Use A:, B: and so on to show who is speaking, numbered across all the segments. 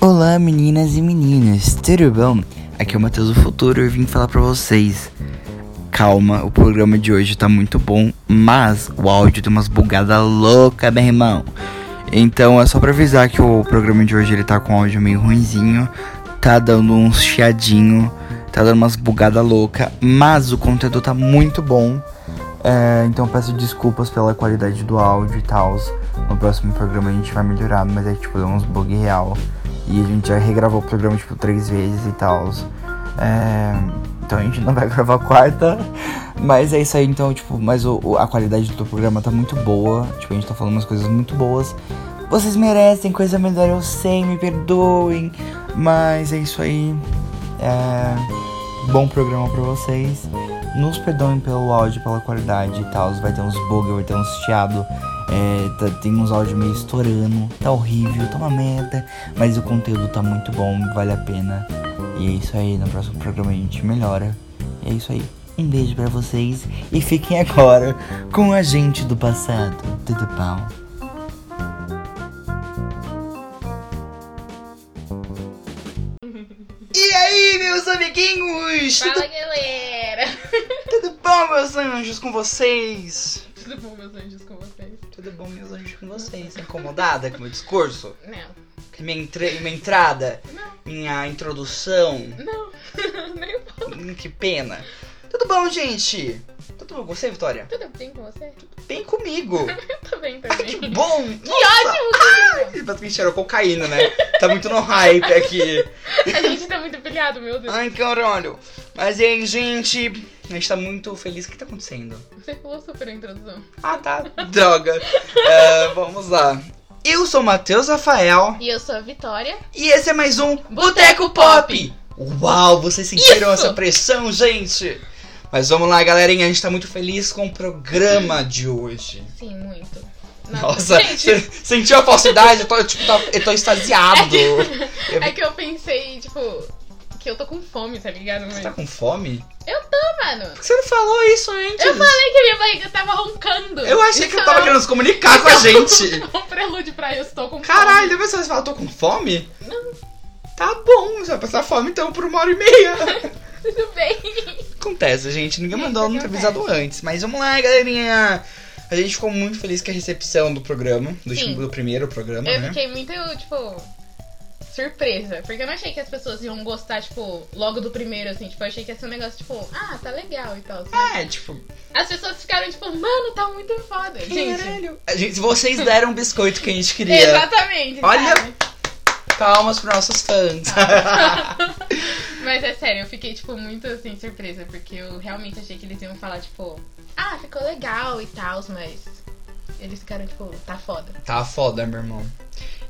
A: Olá meninas e meninas, tudo bom? Aqui é o Matheus do Futuro e eu vim falar pra vocês. Calma, o programa de hoje tá muito bom, mas o áudio tem umas bugadas louca, meu irmão. Então é só pra avisar que o programa de hoje ele tá com áudio meio ruinzinho, tá dando uns chiadinho, tá dando umas bugada louca, mas o conteúdo tá muito bom. É, então peço desculpas pela qualidade do áudio e tal. No próximo programa a gente vai melhorar, mas é que, tipo, deu uns bug real. E a gente já regravou o programa, tipo, três vezes e tal. então a gente não vai gravar a quarta. Mas é isso aí, então, tipo, mas o- o- a qualidade do programa tá muito boa. Tipo, a gente tá falando umas coisas muito boas. Vocês merecem coisa melhor, eu sei, me perdoem. Mas é isso aí. É, bom programa pra vocês. Nos perdoem pelo áudio, pela qualidade e tal. Vai ter uns bug, vai ter uns chiado. É, tá- tem uns áudios meio estourando. Tá horrível, tá uma merda. Mas o conteúdo tá muito bom, vale a pena. E é isso aí. No próximo programa a gente melhora. E é isso aí. Um beijo pra vocês. E fiquem agora com a gente do passado. Tudo bom? E aí, meus amiguinhos?
B: Fala galera!
A: Tudo bom, meus anjos, com vocês?
B: Tudo bom, meus anjos, com vocês?
A: Tudo bom, meus anjos, com vocês? Incomodada com o meu discurso?
B: Não,
A: Com a Minha, entre- minha entrada?
B: Não.
A: Minha introdução?
B: não, nem um pouco.
A: Hum, Que pena. Tudo bom, gente? Tudo bom com você, Vitória?
B: Tudo bem com você?
A: Bem comigo.
B: Eu tô bem
A: Ai,
B: também.
A: que bom! Que ótimo! Ai, basicamente cheirou cocaína, né? Tá muito no hype aqui.
B: A gente tá muito pilhado, meu Deus.
A: Ai, caralho. Mas e aí, gente? A gente tá muito feliz. O que tá acontecendo?
B: Você falou super a introdução.
A: Ah, tá. Droga. É, vamos lá. Eu sou o Matheus Rafael
B: E eu sou a Vitória.
A: e esse é mais um Boteco Pop. Uau, vocês sentiram
B: Isso.
A: essa pressão, gente? Mas vamos lá, galerinha. A gente tá muito feliz com o programa de hoje.
B: Sim, muito.
A: Nossa,
B: gente,
A: se- sentiu a falsidade? Eu tô, tipo, tá- eu tô extasiado.
B: é que eu pensei, tipo, que eu tô com fome, tá ligado? Mas...
A: Você tá com fome?
B: Ah, mano,
A: Por que você não falou isso antes?
B: eu falei que minha barriga tava roncando.
A: Eu achei que eu tava
B: Então,
A: querendo se comunicar com a gente.
B: Um prelúdio pra eu estou com
A: Caralho,
B: fome.
A: depois você fala, tô com fome?
B: Não.
A: Tá bom, você vai passar fome então por uma hora e meia.
B: Tudo bem.
A: Acontece, gente. Ninguém
B: É,
A: mandou
B: isso
A: não ter avisado antes. Mas vamos lá, galerinha. A gente ficou muito feliz com a recepção do programa, do,
B: Sim.
A: do primeiro programa,
B: Eu
A: né?
B: fiquei muito, tipo, surpresa. Porque eu não achei que as pessoas iam gostar, tipo, logo do primeiro, assim. Tipo, eu achei que ia ser um negócio, tipo, ah, tá legal e tal. assim.
A: É, tipo,
B: As pessoas ficaram, tipo, mano, tá muito foda. Gente,
A: caralho. A gente, vocês deram o biscoito que a gente queria.
B: exatamente.
A: Olha-
B: sabe?
A: Palmas pros nossos fãs.
B: Mas é sério, eu fiquei, tipo, muito, assim, surpresa. Porque eu realmente achei que eles iam falar, tipo, ah, ficou legal e tal, mas. Eles ficaram, tipo, tá foda.
A: tá foda, meu irmão.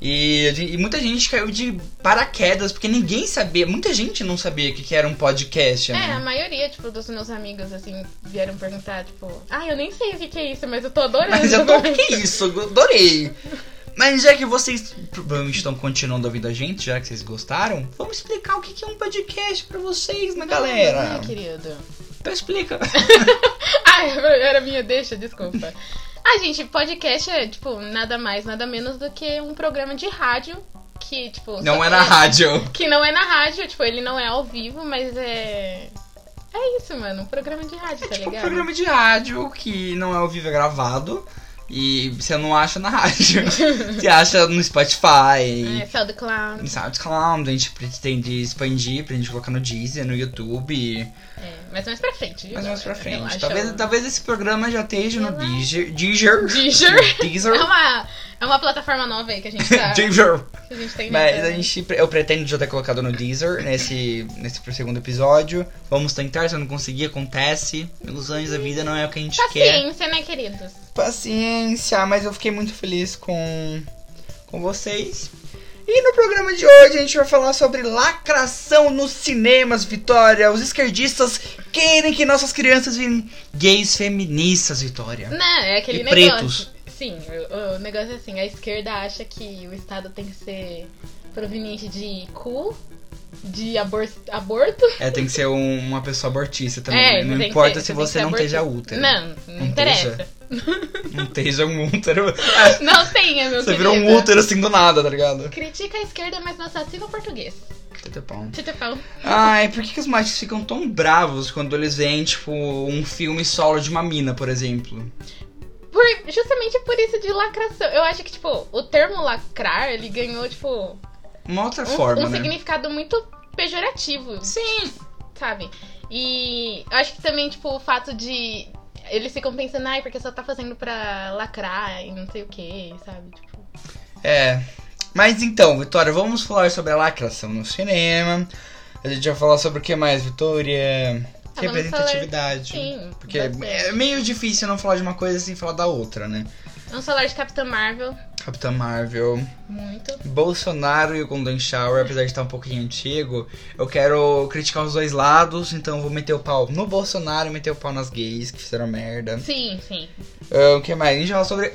A: E, a gente- e muita gente caiu de paraquedas, porque ninguém sabia, muita gente não sabia o que, que era um podcast,
B: É, a
A: né?
B: maioria, tipo, dos meus amigos, assim, vieram perguntar, tipo, ah, eu nem sei o que, que é isso, mas eu tô adorando.
A: Mas eu tô, o que que é isso? Eu Adorei! Mas já que vocês provavelmente estão continuando ouvindo a gente, já que vocês gostaram, vamos explicar o que, que é um podcast pra vocês, né,
B: Ai,
A: galera?
B: querido.
A: Então explica.
B: Ai, Ah, é, era minha deixa, desculpa. Ah, gente, podcast é, tipo, nada mais, nada menos do que um programa de rádio que, tipo.
A: Não
B: só-
A: é na rádio.
B: Que não é na rádio, tipo, ele não é ao vivo, mas é. É isso, mano, um programa de rádio, tá
A: Tipo um
B: ligado?
A: programa de rádio que não é ao vivo, é gravado. E você não acha na rádio. você acha no Spotify.
B: É, SoundCloud.
A: no SoundCloud, a gente pretende expandir, pretende colocar no Deezer, no YouTube,
B: É, mas mais pra frente. viu,
A: mas mais pra
B: galera?
A: frente.
B: Relaxa.
A: Talvez, talvez esse programa já esteja no
B: Relaxa.
A: Deezer. Deezer.
B: Deezer. É
A: Deezer.
B: uma, é uma plataforma nova aí que a gente tá. que
A: Deezer.
B: a gente tá
A: Mas
B: inventando.
A: a gente, eu pretendo já ter colocado no Deezer nesse, nesse pro segundo episódio. Vamos tentar, se eu não conseguir, acontece. Meus anjos, a vida não é o que a gente quer.
B: Paciência, né, queridos?
A: Paciência, mas eu fiquei muito feliz com, com vocês. E no programa de hoje a gente vai falar sobre lacração nos cinemas, Vitória. Os esquerdistas querem que nossas crianças virem gays feministas, Vitória.
B: Não, é aquele
A: E
B: negócio.
A: pretos.
B: Sim, o, o negócio é assim, a esquerda acha que o Estado tem que ser proveniente de cu, de abor aborto.
A: É, tem que ser um- uma pessoa abortista também.
B: é,
A: né? Não
B: tem que
A: importa
B: ser-
A: se
B: tem que
A: você
B: ser
A: não
B: aborto.
A: esteja útero.
B: Não, não,
A: Não
B: interessa.
A: deixa. Não tem já um útero.
B: Não tenha, meu
A: Você
B: querido.
A: virou um útero assim do nada, tá ligado?
B: Critica a esquerda, mas não assassina o português.
A: Tete pau.
B: Tete pau.
A: Ai, por que, que os machos ficam tão bravos quando eles veem, tipo, um filme solo de uma mina, por exemplo?
B: Por- justamente por isso de lacração. Eu acho que, tipo, o termo lacrar, ele ganhou, tipo,
A: Uma outra
B: um,
A: forma,
B: um
A: né?
B: significado muito pejorativo,
A: Sim!
B: sabe? E eu acho que também, tipo, o fato de eles ficam pensando, ai, porque só tá fazendo pra lacrar e não sei o que, sabe? Tipo,
A: É. Mas então, Vitória, vamos falar sobre a lacração no cinema. A gente vai falar sobre o que mais, Vitória?
B: Ah, vamos
A: Representatividade.
B: sim.
A: Porque
B: bastante.
A: é meio difícil não falar de uma coisa sem falar da outra, né?
B: Vamos falar É um de Capitã Marvel,
A: Capitã Marvel,
B: muito.
A: Bolsonaro e o Golden Shower, apesar de estar um pouquinho antigo, eu quero criticar os dois lados, então eu vou meter o pau no Bolsonaro e meter o pau nas gays que fizeram merda.
B: Sim, sim.
A: Ah, o que mais? A gente fala sobre.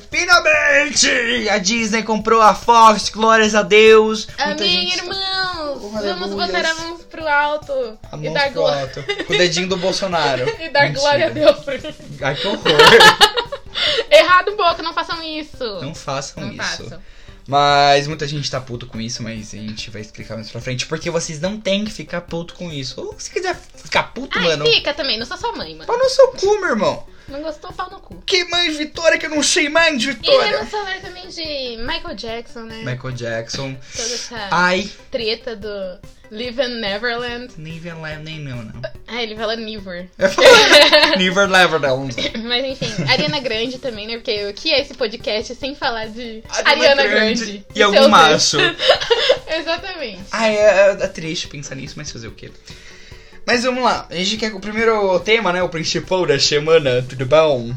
A: Finalmente! A Disney comprou a Fox, glórias a Deus! Muita
B: Amém,
A: gente- tá-
B: irmãos!
A: Oh,
B: Vamos
A: aleluias.
B: botar a mão pro alto
A: A
B: e
A: mão
B: dar,
A: pro
B: glo-
A: alto. Com o dedinho do Bolsonaro.
B: e dar
A: Mentira.
B: glória a Deus. por-
A: Ai, que horror.
B: Errado, boca, não façam isso!
A: Não façam
B: Não
A: isso.
B: façam.
A: Mas muita gente tá puto com isso, mas a gente vai explicar mais pra frente. Porque vocês não tem que ficar puto com isso. Ou se quiser ficar puto,
B: Ai,
A: mano,
B: fica também, não sou sua mãe, mano.
A: pau no seu cu, meu irmão.
B: Não gostou, pau no cu.
A: Que mãe de Vitória que eu não sei mais de
B: E vamos
A: Vitória.
B: falar também de Michael Jackson, né?
A: Michael Jackson.
B: Toda essa
A: Ai,
B: treta do Live in Neverland.
A: nem vê lá, nem meu, não.
B: Ah, ele fala Never.
A: Eu falo, Never Neverland.
B: Mas enfim, Ariana Grande também, né? Porque o que é esse podcast sem falar de
A: Ariana
B: Ariana,
A: Grande
B: Grande? é
A: e algum
B: seus
A: macho.
B: erros. Exatamente.
A: Ai, é, é triste pensar nisso, mas fazer o quê? Mas vamos lá, a gente quer que o primeiro tema, né? O principal da semana, tudo bom?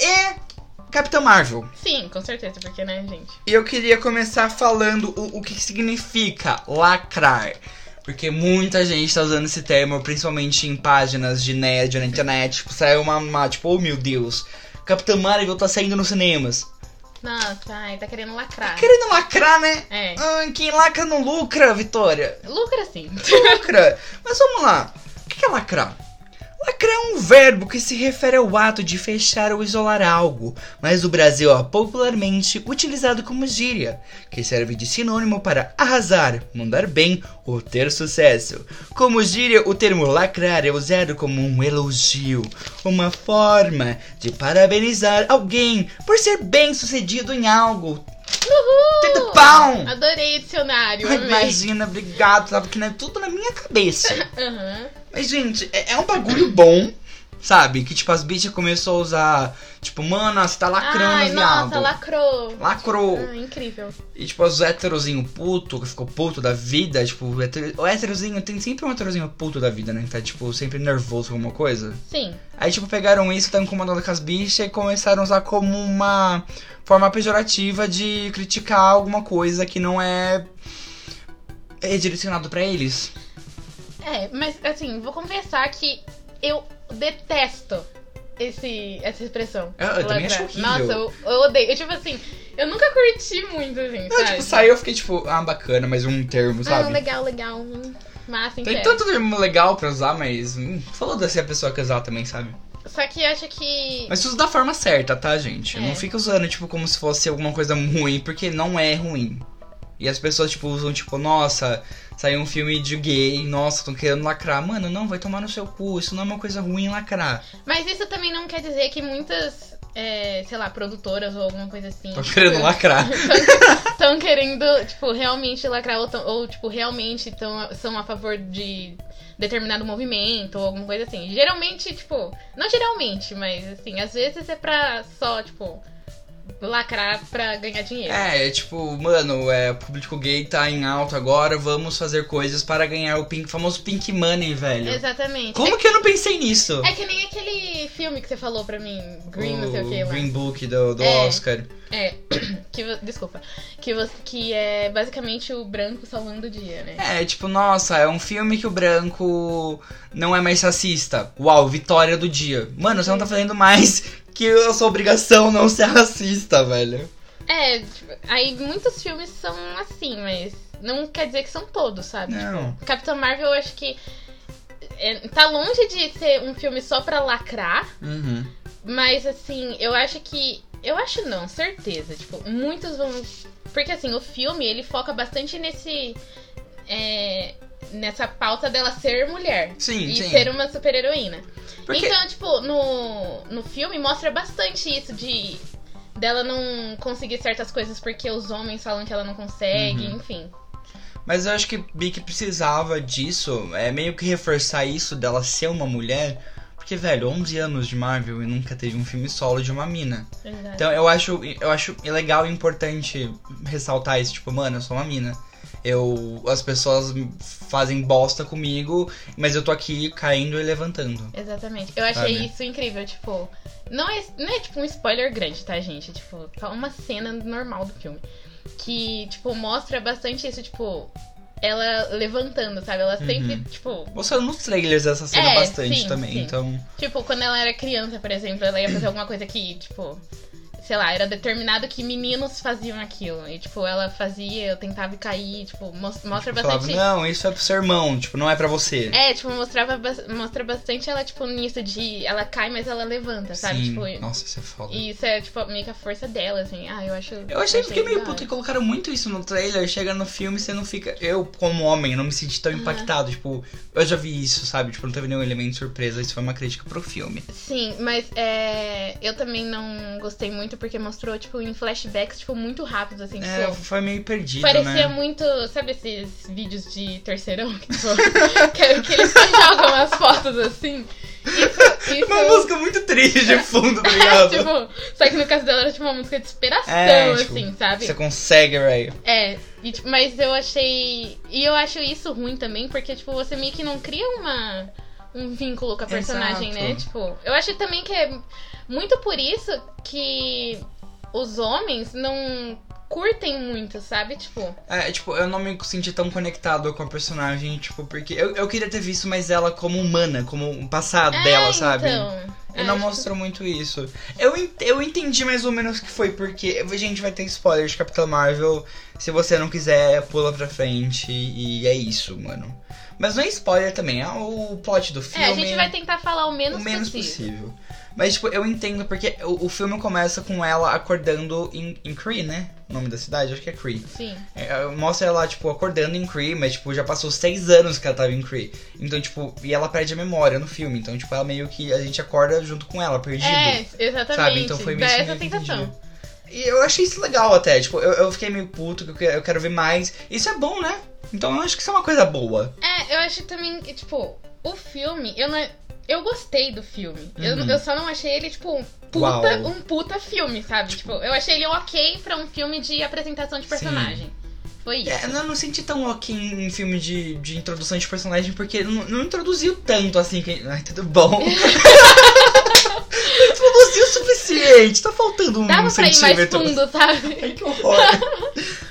A: É Capitão Marvel.
B: Sim, com certeza, porque né, gente?
A: E eu queria começar falando o, o que significa lacrar. Porque muita gente tá usando esse termo, principalmente em páginas de nerd na internet. Tipo, saiu uma, uma tipo, oh meu Deus, Capitão Marvel tá saindo nos cinemas.
B: Nossa, ai, tá querendo lacrar.
A: Querendo lacrar, né?
B: É. assim.
A: Ah, quem lacra não lucra, Vitória.
B: Lucra sim.
A: Lacra. Mas vamos lá. O que é lacrar? Lacrar é um verbo que se refere ao ato de fechar ou isolar algo, mas no Brasil é popularmente utilizado como gíria, que serve de sinônimo para arrasar, mandar bem ou ter sucesso. Como gíria, o termo lacrar é usado como um elogio, uma forma de parabenizar alguém por ser bem sucedido em algo. Tudo bom!
B: Adorei o dicionário.
A: Ai,
B: Amei.
A: imagina, obrigado, tava aqui, né? Tudo na minha cabeça.
B: Aham.
A: Mas, gente, é, é um bagulho bom, sabe? Que, tipo, as bichas começou a usar, tipo, mano, você tá lacrando,
B: Ai,
A: viado.
B: nossa, lacrou.
A: Lacrou.
B: Ah, incrível.
A: E, tipo, os héterozinho puto, que ficou puto da vida, tipo, o hétero- o héterozinho, tem sempre um héterozinho puto da vida, né? Que tá, tipo, sempre nervoso com alguma coisa.
B: Sim.
A: Aí, tipo, pegaram isso, tá incomodando com as bichas e começaram a usar como uma forma pejorativa de criticar alguma coisa que não é, é direcionado pra eles.
B: É, mas assim, vou confessar que eu detesto esse, essa expressão.
A: Ah, Eu- eu também acho
B: Lacrar.
A: horrível.
B: Nossa, eu, eu odeio. Eu, tipo assim, eu nunca curti muito, assim,
A: Não,
B: sabe?
A: tipo, saiu, eu fiquei, tipo, ah, bacana, mas um termo,
B: ah,
A: sabe?
B: legal, legal. hum, Massa,
A: Tem
B: inferno.
A: tanto termo legal pra usar, mas. Hum, foda-se a pessoa que usar também, sabe?
B: Só que eu acho que.
A: Mas usa da forma certa, tá, gente?
B: É.
A: Não fica usando, tipo, como se fosse alguma coisa ruim, porque não é ruim. E as pessoas, tipo, usam, tipo, nossa, saiu um filme de gay, nossa, tão querendo lacrar. Mano, não, vai tomar no seu cu, isso não é uma coisa ruim lacrar.
B: Mas isso também não quer dizer que muitas, é, sei lá, produtoras ou alguma coisa assim.
A: Tô querendo lacrar.
B: Estão querendo, tipo, realmente lacrar ou, tão- ou, tipo, realmente tão, são a favor de determinado movimento ou alguma coisa assim. Geralmente, tipo, não geralmente, mas assim, às vezes é pra só, tipo, lacrar pra ganhar dinheiro.
A: É, é tipo, mano, é, o público gay tá em alta agora, vamos fazer coisas para ganhar o pink, famoso pink money, velho.
B: Exatamente.
A: Como que eu não pensei nisso?
B: É, é que nem aquele filme que você falou pra mim, Green, não sei o que lá.
A: Green Book do, do
B: É.
A: Oscar.
B: É, que, vo- desculpa. Que, vo- que é basicamente o branco salvando o dia, né?
A: É, tipo, nossa, é um filme que o branco não é mais racista. Uau, vitória do dia. Mano, você não tá fazendo mais que a sua obrigação não ser racista, velho.
B: É, tipo, aí muitos filmes são assim, mas não quer dizer que são todos, sabe?
A: Não.
B: Capitão Marvel, eu acho que é, tá longe de ser um filme só pra lacrar,
A: Uhum.
B: Mas assim, eu acho que. Eu acho não, certeza. Tipo, muitos vão. Porque assim, o filme ele foca bastante nesse. é, nessa pauta dela ser mulher.
A: Sim,
B: e
A: sim.
B: ser uma super-heroína.
A: Porque-
B: Então, tipo, no, no filme mostra bastante isso de dela não conseguir certas coisas porque os homens falam que ela não consegue,
A: Uhum.
B: enfim.
A: Mas eu acho que Bic precisava disso, é meio que reforçar isso dela ser uma mulher. Porque, velho, 11 anos de Marvel e nunca teve um filme solo de uma mina.
B: Exato.
A: Então eu acho, eu acho legal e importante ressaltar isso, tipo, mano, eu sou uma mina. Eu, as pessoas fazem bosta comigo, mas eu tô aqui caindo e levantando.
B: Exatamente. Eu achei
A: Sabe?
B: isso incrível, tipo. Não é, não é tipo um spoiler grande, tá, gente? É, Tipo, só uma cena normal do filme. Que, tipo, mostra bastante isso, tipo, ela levantando, sabe? Ela sempre,
A: Uhum.
B: tipo.
A: Mostrando nos trailers essa cena
B: É,
A: bastante
B: sim,
A: também,
B: sim.
A: então.
B: Tipo, quando ela era criança, por exemplo, ela ia fazer alguma coisa que, tipo, sei lá, era determinado que meninos faziam aquilo. E, tipo, ela fazia, eu tentava e cair, tipo, mos- mostra
A: eu
B: bastante.
A: falava, não, isso é pro seu irmão, tipo, não é pra você.
B: É, tipo, mostrava, bas- mostra bastante ela, tipo, nisso de ela cai, mas ela levanta, sabe?
A: Sim,
B: Tipo,
A: nossa, isso é foda.
B: E isso é, tipo, meio que a força dela, assim. Ah, eu acho.
A: Eu achei, fiquei meio
B: legal.
A: puto que colocaram muito isso no trailer, chega no filme você não fica. Eu, como homem, não me senti tão impactado. Tipo, eu já vi isso, sabe? Tipo, não teve nenhum elemento de surpresa, isso foi uma crítica pro filme.
B: Sim, mas é, eu também não gostei muito porque mostrou, tipo, em flashbacks, tipo, muito rápido, assim.
A: É,
B: tipo,
A: foi meio perdido, né?
B: parecia muito. Sabe esses vídeos de terceirão? Que, tipo, que, que eles só jogam as fotos assim. Isso. isso
A: Uma música muito triste de fundo, tá ligado?
B: É. tipo, só que no caso dela era tipo uma música de superação,
A: É, tipo,
B: assim, sabe?
A: Você consegue, velho.
B: É, e, tipo, mas eu achei. E eu acho isso ruim também, porque, tipo, você meio que não cria uma, um vínculo com a personagem,
A: Exato.
B: né? Tipo, eu acho também que é muito por isso que os homens não curtem muito, sabe? Tipo,
A: É, tipo, eu não me senti tão conectado com a personagem, tipo, porque eu, eu queria ter visto mais ela como humana, como o passado
B: é,
A: dela, sabe?
B: Então,
A: E não
B: acho-
A: mostrou muito isso. Eu, en- eu entendi mais ou menos o que foi, porque. Gente, vai ter spoiler de Capitão Marvel. Se você não quiser, pula pra frente. E é isso, mano. Mas não é spoiler também, é o plot do filme.
B: É, a gente vai tentar falar o
A: o
B: menos,
A: menos
B: possível.
A: possível. Mas, tipo, eu entendo porque o, o filme começa com ela acordando em, em Cree, né? O nome da cidade? Acho que é Cree.
B: Sim.
A: É, mostra ela, tipo, acordando em Cree, mas, tipo, já passou seis anos que ela tava em Cree. Então, tipo, e ela perde a memória no filme. Então, tipo, ela meio que. A gente acorda junto com ela, perdido.
B: É, exatamente.
A: Sabe? Então foi meio
B: Dá
A: isso
B: essa
A: que eu
B: sensação.
A: entendi. E eu achei isso legal até. Tipo, eu, eu fiquei meio puto, que eu que- eu quero ver mais. Isso é bom, né? Então eu acho que isso é uma coisa boa.
B: É, eu acho também que, tipo, o filme, eu não. é, Eu gostei do filme. Eu,
A: Uhum.
B: eu só não achei ele, tipo, um
A: Uau.
B: puta, um puta filme, sabe? Tipo, eu achei ele ok pra um filme de apresentação de personagem. Foi isso.
A: É, eu não senti tão ok em em filme de, de introdução de personagem, porque não, não introduziu tanto assim. Que... Ai, tudo bom. não introduziu o suficiente. Tá faltando um
B: Dava pra ir mais
A: centímetro.
B: fundo,
A: Ai,
B: sabe?
A: que horror.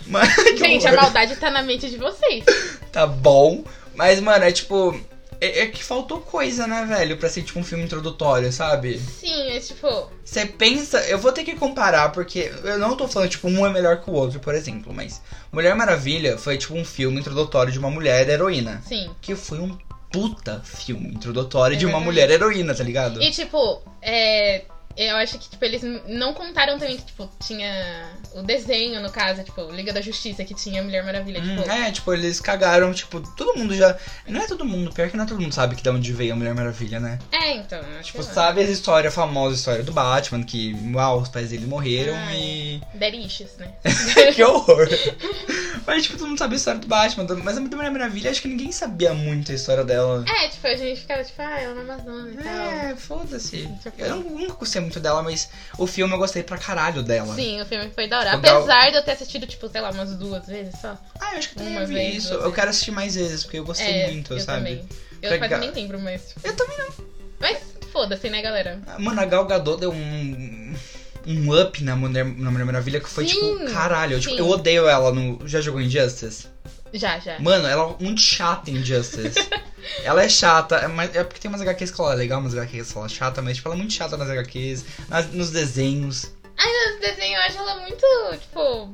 A: Mas, que
B: Gente, a
A: horror.
B: maldade tá na mente de vocês.
A: tá bom. Mas, mano, é tipo. É, é que faltou coisa, né, velho? Pra ser tipo um filme introdutório, sabe?
B: Sim, é tipo.
A: Você pensa, eu vou ter que comparar, porque eu não tô falando, tipo, um é melhor que o outro, por exemplo, mas Mulher Maravilha foi, tipo, um filme introdutório de uma mulher heroína.
B: Sim.
A: Que foi um puta filme introdutório de uma
B: Exatamente.
A: mulher heroína, tá ligado?
B: E tipo, é, eu acho que tipo, eles não contaram também que, tipo, tinha o desenho, no caso, tipo, Liga da Justiça, que tinha a Mulher Maravilha,
A: Hum,
B: tipo.
A: é, tipo, eles cagaram, tipo, todo mundo já. Não é todo mundo, pior que não é todo mundo sabe que de onde veio a Mulher Maravilha, né?
B: É, então. acho
A: Tipo,
B: que-
A: sabe as histórias, a famosa história do Batman, que, uau, os pais dele morreram
B: Ah,
A: e.
B: Deriches, né?
A: que horror. Mas, tipo, todo mundo sabia a história do Batman. Mas a Mulher Maravilha, acho que ninguém sabia muito a história dela.
B: É, tipo, a gente ficava tipo, ah, ela é na Amazônia e tal.
A: É, foda-se.
B: Tipo,
A: Eu não- nunca gostei muito dela, mas o filme eu gostei pra caralho dela.
B: Sim, o filme foi da hora.
A: Tipo, dá-
B: Apesar de eu ter assistido, tipo, sei lá, umas duas vezes só.
A: Ah, eu acho que também
B: Uma
A: eu vi
B: vez,
A: isso.
B: duas
A: Eu quero assistir mais vezes, porque eu gostei
B: é,
A: muito,
B: eu
A: sabe?
B: Também. Eu
A: Pra ga-
B: quase nem lembro, mas.
A: Eu também não.
B: Mas foda-se, né, galera?
A: Mano, a Gal Gadot deu um. Um up na Mulher, na Mulher Maravilha que foi
B: Sim,
A: tipo, caralho. Eu, tipo,
B: sim.
A: eu odeio ela no. Já jogou Injustice?
B: Já, já.
A: Mano, ela é muito chata em Justice. ela é chata, é, mas é porque tem umas HQs que ela é legal, umas HQs que ela é chata, mas tipo, ela é muito chata nas HQs, nas- nos desenhos.
B: Esse desenho eu acho ela muito, tipo.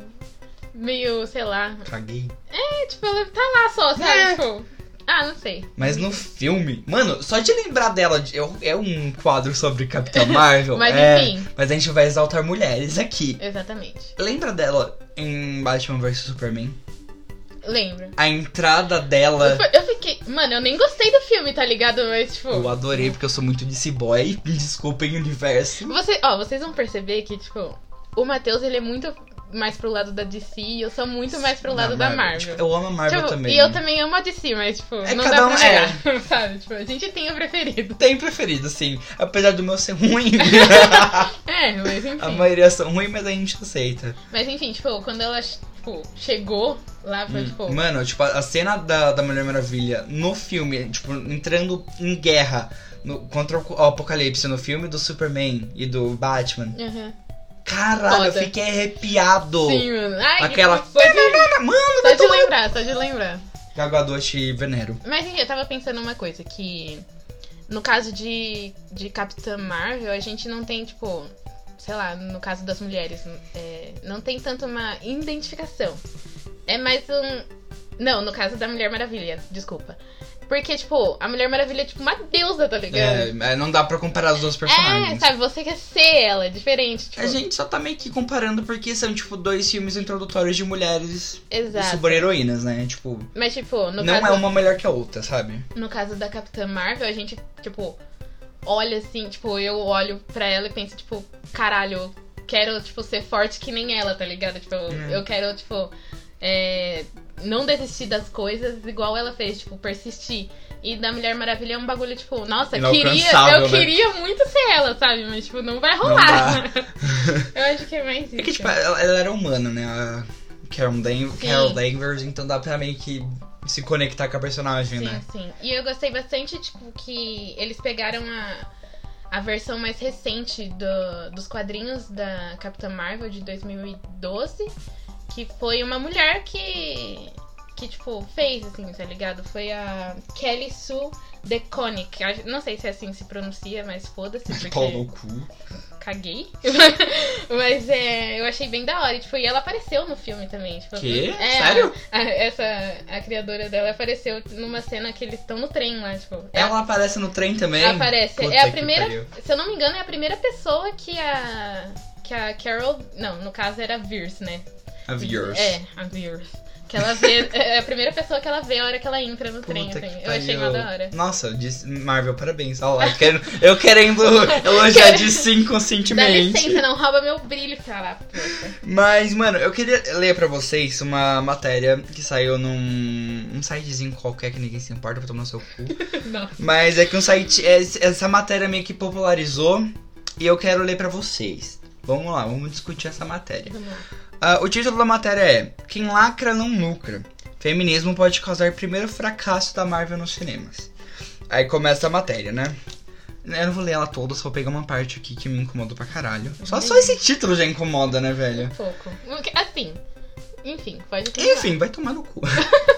B: Meio, sei lá.
A: Caguei.
B: É, tipo, ela tá lá só, sabe?
A: É.
B: Tipo. Ah, Ah, não sei.
A: Mas no filme. Mano, só de lembrar dela. de- É, é um quadro sobre Capitã Marvel.
B: Mas
A: é,
B: enfim.
A: Mas a gente vai exaltar mulheres aqui.
B: Exatamente.
A: Lembra dela em Batman vs Superman?
B: Lembro.
A: A entrada dela.
B: Eu fiquei. Mano, eu nem gostei do filme, tá ligado? Mas, tipo.
A: Eu adorei porque eu sou muito DC boy. Me desculpem, universo.
B: Você, ó, vocês vão perceber que, tipo, o Matheus, ele é muito mais pro lado da DC e eu sou muito mais pro lado da Marvel.
A: Tipo, eu amo a Marvel
B: Tipo,
A: também.
B: E eu também amo a DC, mas, tipo,
A: É,
B: não
A: cada
B: dá
A: um
B: pra
A: é.
B: negar, sabe? Tipo, a gente tem o preferido.
A: Tem preferido, sim. Apesar do meu ser ruim.
B: É, mas
A: a
B: enfim.
A: maioria são ruim, mas a gente aceita.
B: Mas enfim, tipo, quando ela, tipo, chegou lá, foi, tipo...
A: Mano, tipo, a a cena da, da Mulher Maravilha no filme, tipo, entrando em guerra no- contra o Apocalipse no filme do Superman e do Batman.
B: aham.
A: Caralho, eu
B: Foda.
A: fiquei arrepiado.
B: Sim, mano. Ai,
A: Aquela-
B: Só de,
A: Cara, mano,
B: só de lembrar, só de lembrar.
A: Gaguadote e Venero.
B: Mas enfim, eu tava pensando uma coisa, que no caso de, de Capitã Marvel, a gente não tem, tipo, sei lá, no caso das mulheres, é, não tem tanto uma identificação. É mais um. Não, no caso da Mulher Maravilha, desculpa. Porque, tipo, a Mulher Maravilha é tipo uma deusa, tá
A: É,
B: ligado?
A: é, não dá pra comparar os dois
B: É,
A: personagens.
B: sabe, você quer ser ela, é diferente, tipo.
A: A gente só tá meio que comparando porque são, tipo, dois filmes introdutórios de mulheres e
B: Exato.
A: super-heroínas, né? Tipo,
B: Mas, tipo, no
A: não
B: caso
A: é uma melhor que a outra, sabe?
B: No caso da Capitã Marvel, a gente, tipo, olha assim, tipo, eu olho pra ela e penso, tipo, caralho, eu quero, tipo, ser forte que nem ela, tá ligado? Tipo,
A: É.
B: eu quero, tipo, é, não desistir das coisas igual ela fez, tipo, persistir. E da Mulher Maravilha é um bagulho, tipo, nossa, queria,
A: Inalcançável,
B: eu
A: né?
B: queria muito ser ela, sabe? Mas, tipo, não vai rolar.
A: dá.
B: eu acho que é mais isso.
A: É que, tipo, ela, ela era humana, né? A Carol, Dan-
B: Sim.
A: Carol Danvers, então dá pra meio que se conectar com a personagem,
B: Sim,
A: né?
B: sim. E eu gostei bastante, tipo, que eles pegaram a, a versão mais recente do- dos quadrinhos da Capitã Marvel de 2012, que foi uma mulher que, que tipo, fez, assim, tá ligado? Foi a Kelly Sue DeConnick. que eu Não sei se é assim que se pronuncia, mas foda-se, porque
A: Pau no cu.
B: caguei. mas é, eu achei bem da hora. E, tipo, e ela apareceu no filme também. Tipo,
A: Quê?
B: é,
A: Sério?
B: a- essa, a criadora dela apareceu numa cena que eles estão no trem lá, tipo.
A: Ela aparece no É um trem também?
B: ela aparece.
A: Puta
B: é a
A: que
B: primeira.
A: pariu.
B: Se eu não me engano, é a primeira pessoa que a. Que a Carol. Não, no caso era a Virse, né?
A: A Viewers.
B: É, a Virse. Que ela vê. é a primeira pessoa que ela vê a hora que ela entra no trem,
A: Puta
B: assim.
A: que
B: Eu achei
A: pariu.
B: uma da hora.
A: Nossa, disse- Marvel, parabéns. Olha lá, eu querendo, eu querendo elogiar de sim
B: Dá
A: conscientemente.
B: licença, não rouba meu brilho, cara.
A: Mas, mano, eu queria ler pra vocês uma matéria que saiu num um sitezinho qualquer que ninguém se importa pra tomar no seu cu.
B: Não.
A: Mas é que um site. es- Essa matéria meio que popularizou e eu quero ler pra vocês. Vamos lá, vamos discutir essa matéria.
B: Vamos lá.
A: Ah, o título da matéria é Quem lacra não lucra. Feminismo pode causar primeiro fracasso da Marvel nos cinemas. Aí começa a matéria, né? Eu não vou ler ela toda, só vou pegar uma parte aqui que me incomoda pra caralho. Só, só esse título já incomoda, né, velho?
B: Um pouco. Assim. Enfim, pode continuar.
A: Enfim, vai tomar no cu.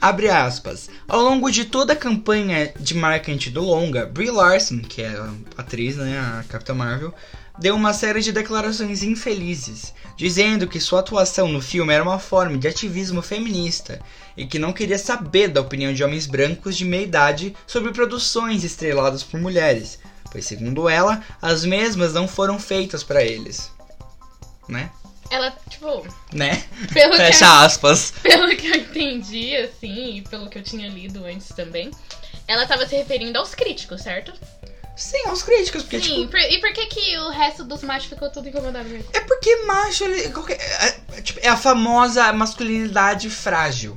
A: Abre aspas. Ao longo de toda a campanha de marketing do longa, Brie Larson, que é a atriz, né, a Capitã Marvel, deu uma série de declarações infelizes, dizendo que sua atuação no filme era uma forma de ativismo feminista e que não queria saber da opinião de homens brancos de meia idade sobre produções estreladas por mulheres, pois segundo ela, as mesmas não foram feitas pra eles. Né?
B: Ela, tipo,
A: Né?
B: pelo que, eu,
A: Fecha aspas.
B: pelo que eu entendi, assim, e pelo que eu tinha lido antes também, ela tava se referindo aos críticos, certo?
A: Sim, aos críticos, porque
B: Sim,
A: tipo,
B: por- e por que que o resto dos machos ficou tudo incomodado mesmo?
A: É porque macho, ele. qualquer- é, é, tipo, é a famosa masculinidade frágil.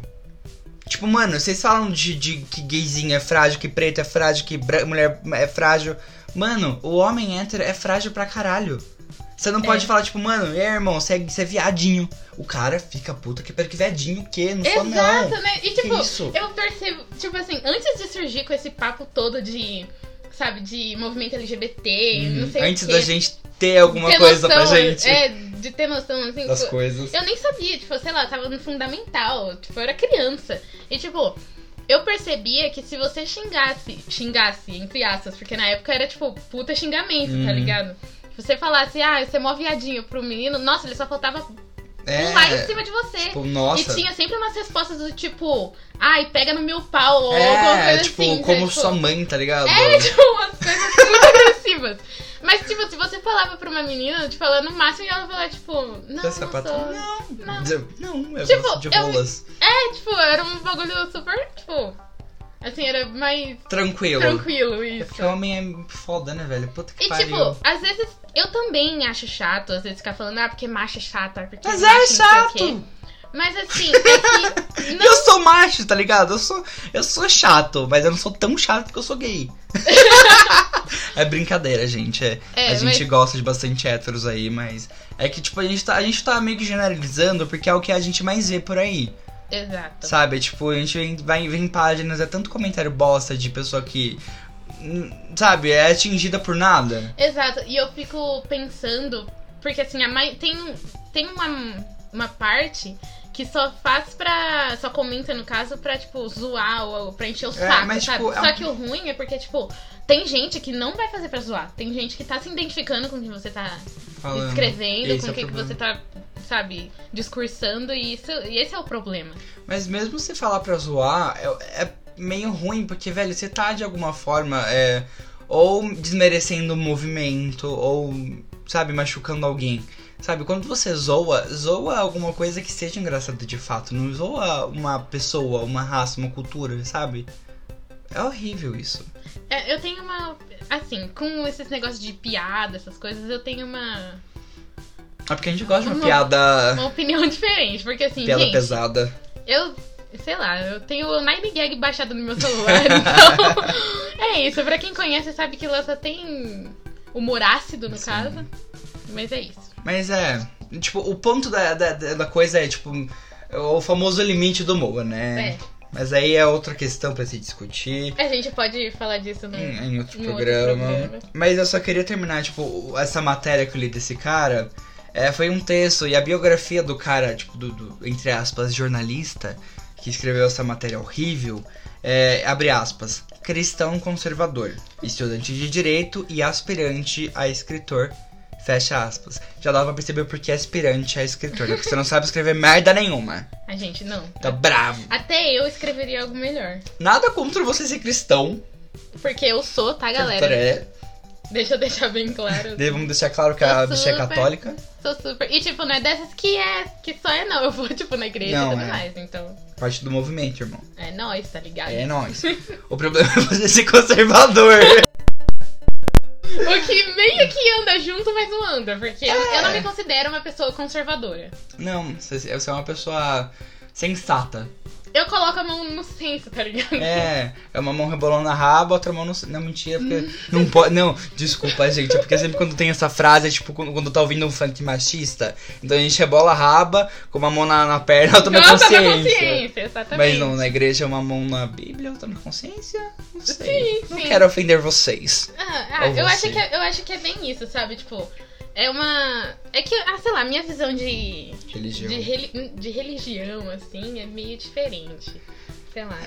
A: Tipo, mano, vocês falam de, de que gayzinho é frágil, que preto é frágil, que bra- mulher é frágil. Mano, o homem hétero é frágil pra caralho. Você não pode falar, tipo, mano, é, irmão, você é, você é viadinho. O cara fica puta que pera que viadinho o quê? Não sou não.
B: Exato, né? E
A: Que
B: tipo,
A: isso?
B: eu percebo, tipo assim, antes de surgir com esse papo todo de, sabe, de movimento LGBT,
A: Uhum.
B: não sei
A: Antes
B: o quê,
A: da gente ter alguma
B: ter
A: coisa pra
B: noção,
A: gente.
B: É, de ter noção, assim,
A: Das
B: tipo,
A: coisas.
B: Eu nem sabia, tipo, sei lá, eu tava no fundamental, tipo, eu era criança. E tipo, eu percebia que se você xingasse, xingasse, entre aspas, porque na época era tipo, puta xingamento, tá
A: Uhum.
B: ligado? Se você falasse, ah, você é mó viadinho pro menino, nossa, ele só faltava
A: É.
B: um like em cima de você.
A: Tipo, nossa.
B: E tinha sempre umas respostas do tipo, ai, pega no meu pau, ou alguma
A: é,
B: coisa
A: tipo,
B: assim.
A: como
B: sabe?
A: sua mãe, tá ligado?
B: É, tipo, umas coisas muito agressivas. Mas, tipo, se você falava pra uma menina, tipo, ela no máximo ia falar, tipo, não,
A: Você é
B: não
A: sapatão.
B: sou.
A: Não,
B: não.
A: de- não, eu
B: Tipo,
A: gosto de
B: eu-
A: bolas.
B: É, tipo, era um bagulho super, tipo, assim, era mais
A: Tranquilo.
B: tranquilo
A: É
B: isso.
A: porque homem é foda, né, velho? Puta que
B: E,
A: pariu.
B: tipo, às vezes eu também acho chato, às vezes ficar falando, ah, porque macho é chata, porque
A: Mas
B: macho
A: é
B: não sei o
A: chato!
B: quê. Mas, assim, é que... não
A: Eu sou macho, tá ligado? Eu sou, eu sou chato, mas eu não sou tão chato porque eu sou gay. é brincadeira, gente. É,
B: É,
A: a gente
B: mas-
A: gosta de bastante héteros aí, mas é que tipo a gente tá, a gente tá meio que generalizando porque é o que a gente mais vê por aí.
B: Exato.
A: Sabe, tipo, a gente vem, vai, vem em páginas, é tanto comentário bosta de pessoa que. hum, Sabe, é atingida por nada.
B: Exato. E eu fico pensando, porque assim, a mai... tem, tem uma, uma parte que só faz pra. Só comenta, no caso, pra, tipo, zoar ou pra encher o saco,
A: mas,
B: sabe?
A: tipo, é
B: Só
A: um-
B: que o ruim é porque, tipo, tem gente que não vai fazer pra zoar. Tem gente que tá se identificando com o que você tá
A: Falando.
B: escrevendo,
A: Esse
B: com
A: é
B: o que,
A: o
B: que
A: problema.
B: você tá, sabe, discursando, e isso. E esse é o problema.
A: Mas mesmo se falar pra zoar, é, é meio ruim, porque, velho, você tá de alguma forma é, ou desmerecendo o movimento, ou, sabe, machucando alguém. Sabe, quando você zoa, zoa alguma coisa que seja engraçada de fato. Não zoa uma pessoa, uma raça, uma cultura, sabe? É horrível isso.
B: É, eu tenho uma. Assim, com esses negócios de piada, essas coisas, eu tenho uma,
A: É porque a gente gosta de uma
B: Uma-
A: piada.
B: uma opinião diferente. Porque assim,
A: piada
B: gente.
A: pesada.
B: Eu, sei lá, eu tenho o Nine Gag baixado no meu celular, então. é isso. Pra quem conhece, sabe que lá só tem humor ácido, no
A: Sim.
B: caso. Mas é isso.
A: Mas é. Tipo, o ponto da, da, da da coisa é, tipo, o famoso limite do humor, né?
B: É.
A: Mas aí é outra questão pra se discutir
B: A gente pode falar disso no.
A: em, em outro,
B: É, Em outro
A: programa.
B: programa.
A: Mas eu só queria terminar, tipo, essa matéria que eu li desse cara. é, foi um texto e a biografia do cara, tipo, do, do, entre aspas, jornalista, que escreveu essa matéria horrível, é, abre aspas, cristão conservador, estudante de direito e aspirante a escritor, fecha aspas. Já dá pra perceber porque é aspirante a escritor, né? Porque você não sabe escrever merda nenhuma.
B: A gente não.
A: Tá bravo.
B: Até eu escreveria algo melhor.
A: Nada contra você ser cristão,
B: Porque eu sou, tá, galera?
A: Toré.
B: Deixa eu deixar bem claro.
A: Daí Vamos deixar claro que a
B: Tá
A: bicha é
B: super.
A: católica.
B: Sou super. E tipo, não é dessas que é, que só é não. Eu vou, tipo, na igreja
A: Não,
B: e tudo
A: é.
B: mais. Então,
A: Parte do movimento, irmão.
B: é nóis, tá ligado?
A: É nóis. o problema é você ser conservador.
B: O que meio que anda junto, mas não anda. Porque eu- eu não me considero uma pessoa conservadora.
A: Não, você você é uma pessoa sensata.
B: Eu coloco a mão no senso, tá ligado?
A: É, é uma mão rebolando na raba, outra mão não. Não, mentira, porque.
B: Uhum.
A: Não pode. Não, desculpa, gente. É porque sempre quando tem essa frase, é tipo, quando, quando tá ouvindo um funk machista, então a gente rebola a raba com uma mão na, na perna, outra na
B: Eu tô
A: consciência.
B: na consciência, exatamente.
A: Mas não, na igreja é uma mão na Bíblia, outra na consciência? Não sei.
B: Sim,
A: Não
B: sim.
A: quero ofender vocês.
B: Ah, ah,
A: Ou
B: eu,
A: você.
B: acho que, é- eu acho que é bem isso, sabe? Tipo, é uma. É que, ah, sei lá, minha visão de.
A: Religião.
B: De, reli- de religião, assim, é meio diferente. Sei lá.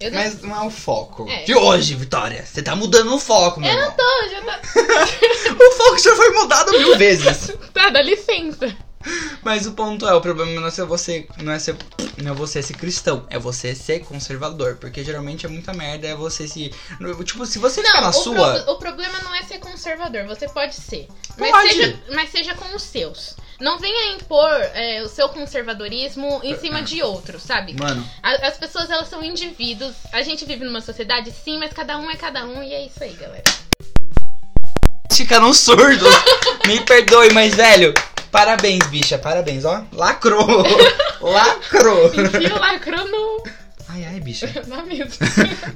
B: Eu não
A: Mas não é o foco.
B: É.
A: De hoje, Vitória. Você tá mudando o foco, meu
B: Eu
A: irmão.
B: não tô, já tá.
A: O foco já foi mudado mil vezes.
B: Tá, dá licença.
A: Mas o ponto é, o problema não é ser você. Não é ser. Não é você ser cristão. É você ser conservador. Porque geralmente é muita merda, é você se. Tipo, se você ficar na
B: o,
A: sua.
B: pro- o problema não é ser conservador, você pode ser.
A: Pode.
B: Mas, seja, mas seja com os seus. Não venha impor é, o seu conservadorismo em cima de outros, sabe?
A: Mano,
B: A- As pessoas, elas são indivíduos. A gente vive numa sociedade, sim, mas cada um é cada um e é isso aí, galera.
A: ficaram surdos. Me perdoe, mas velho. Parabéns, bicha. Parabéns, ó. Lacrou. Lacrou.
B: Mentira, lacrou no...
A: Ai, ai, bicha.
B: na mesa.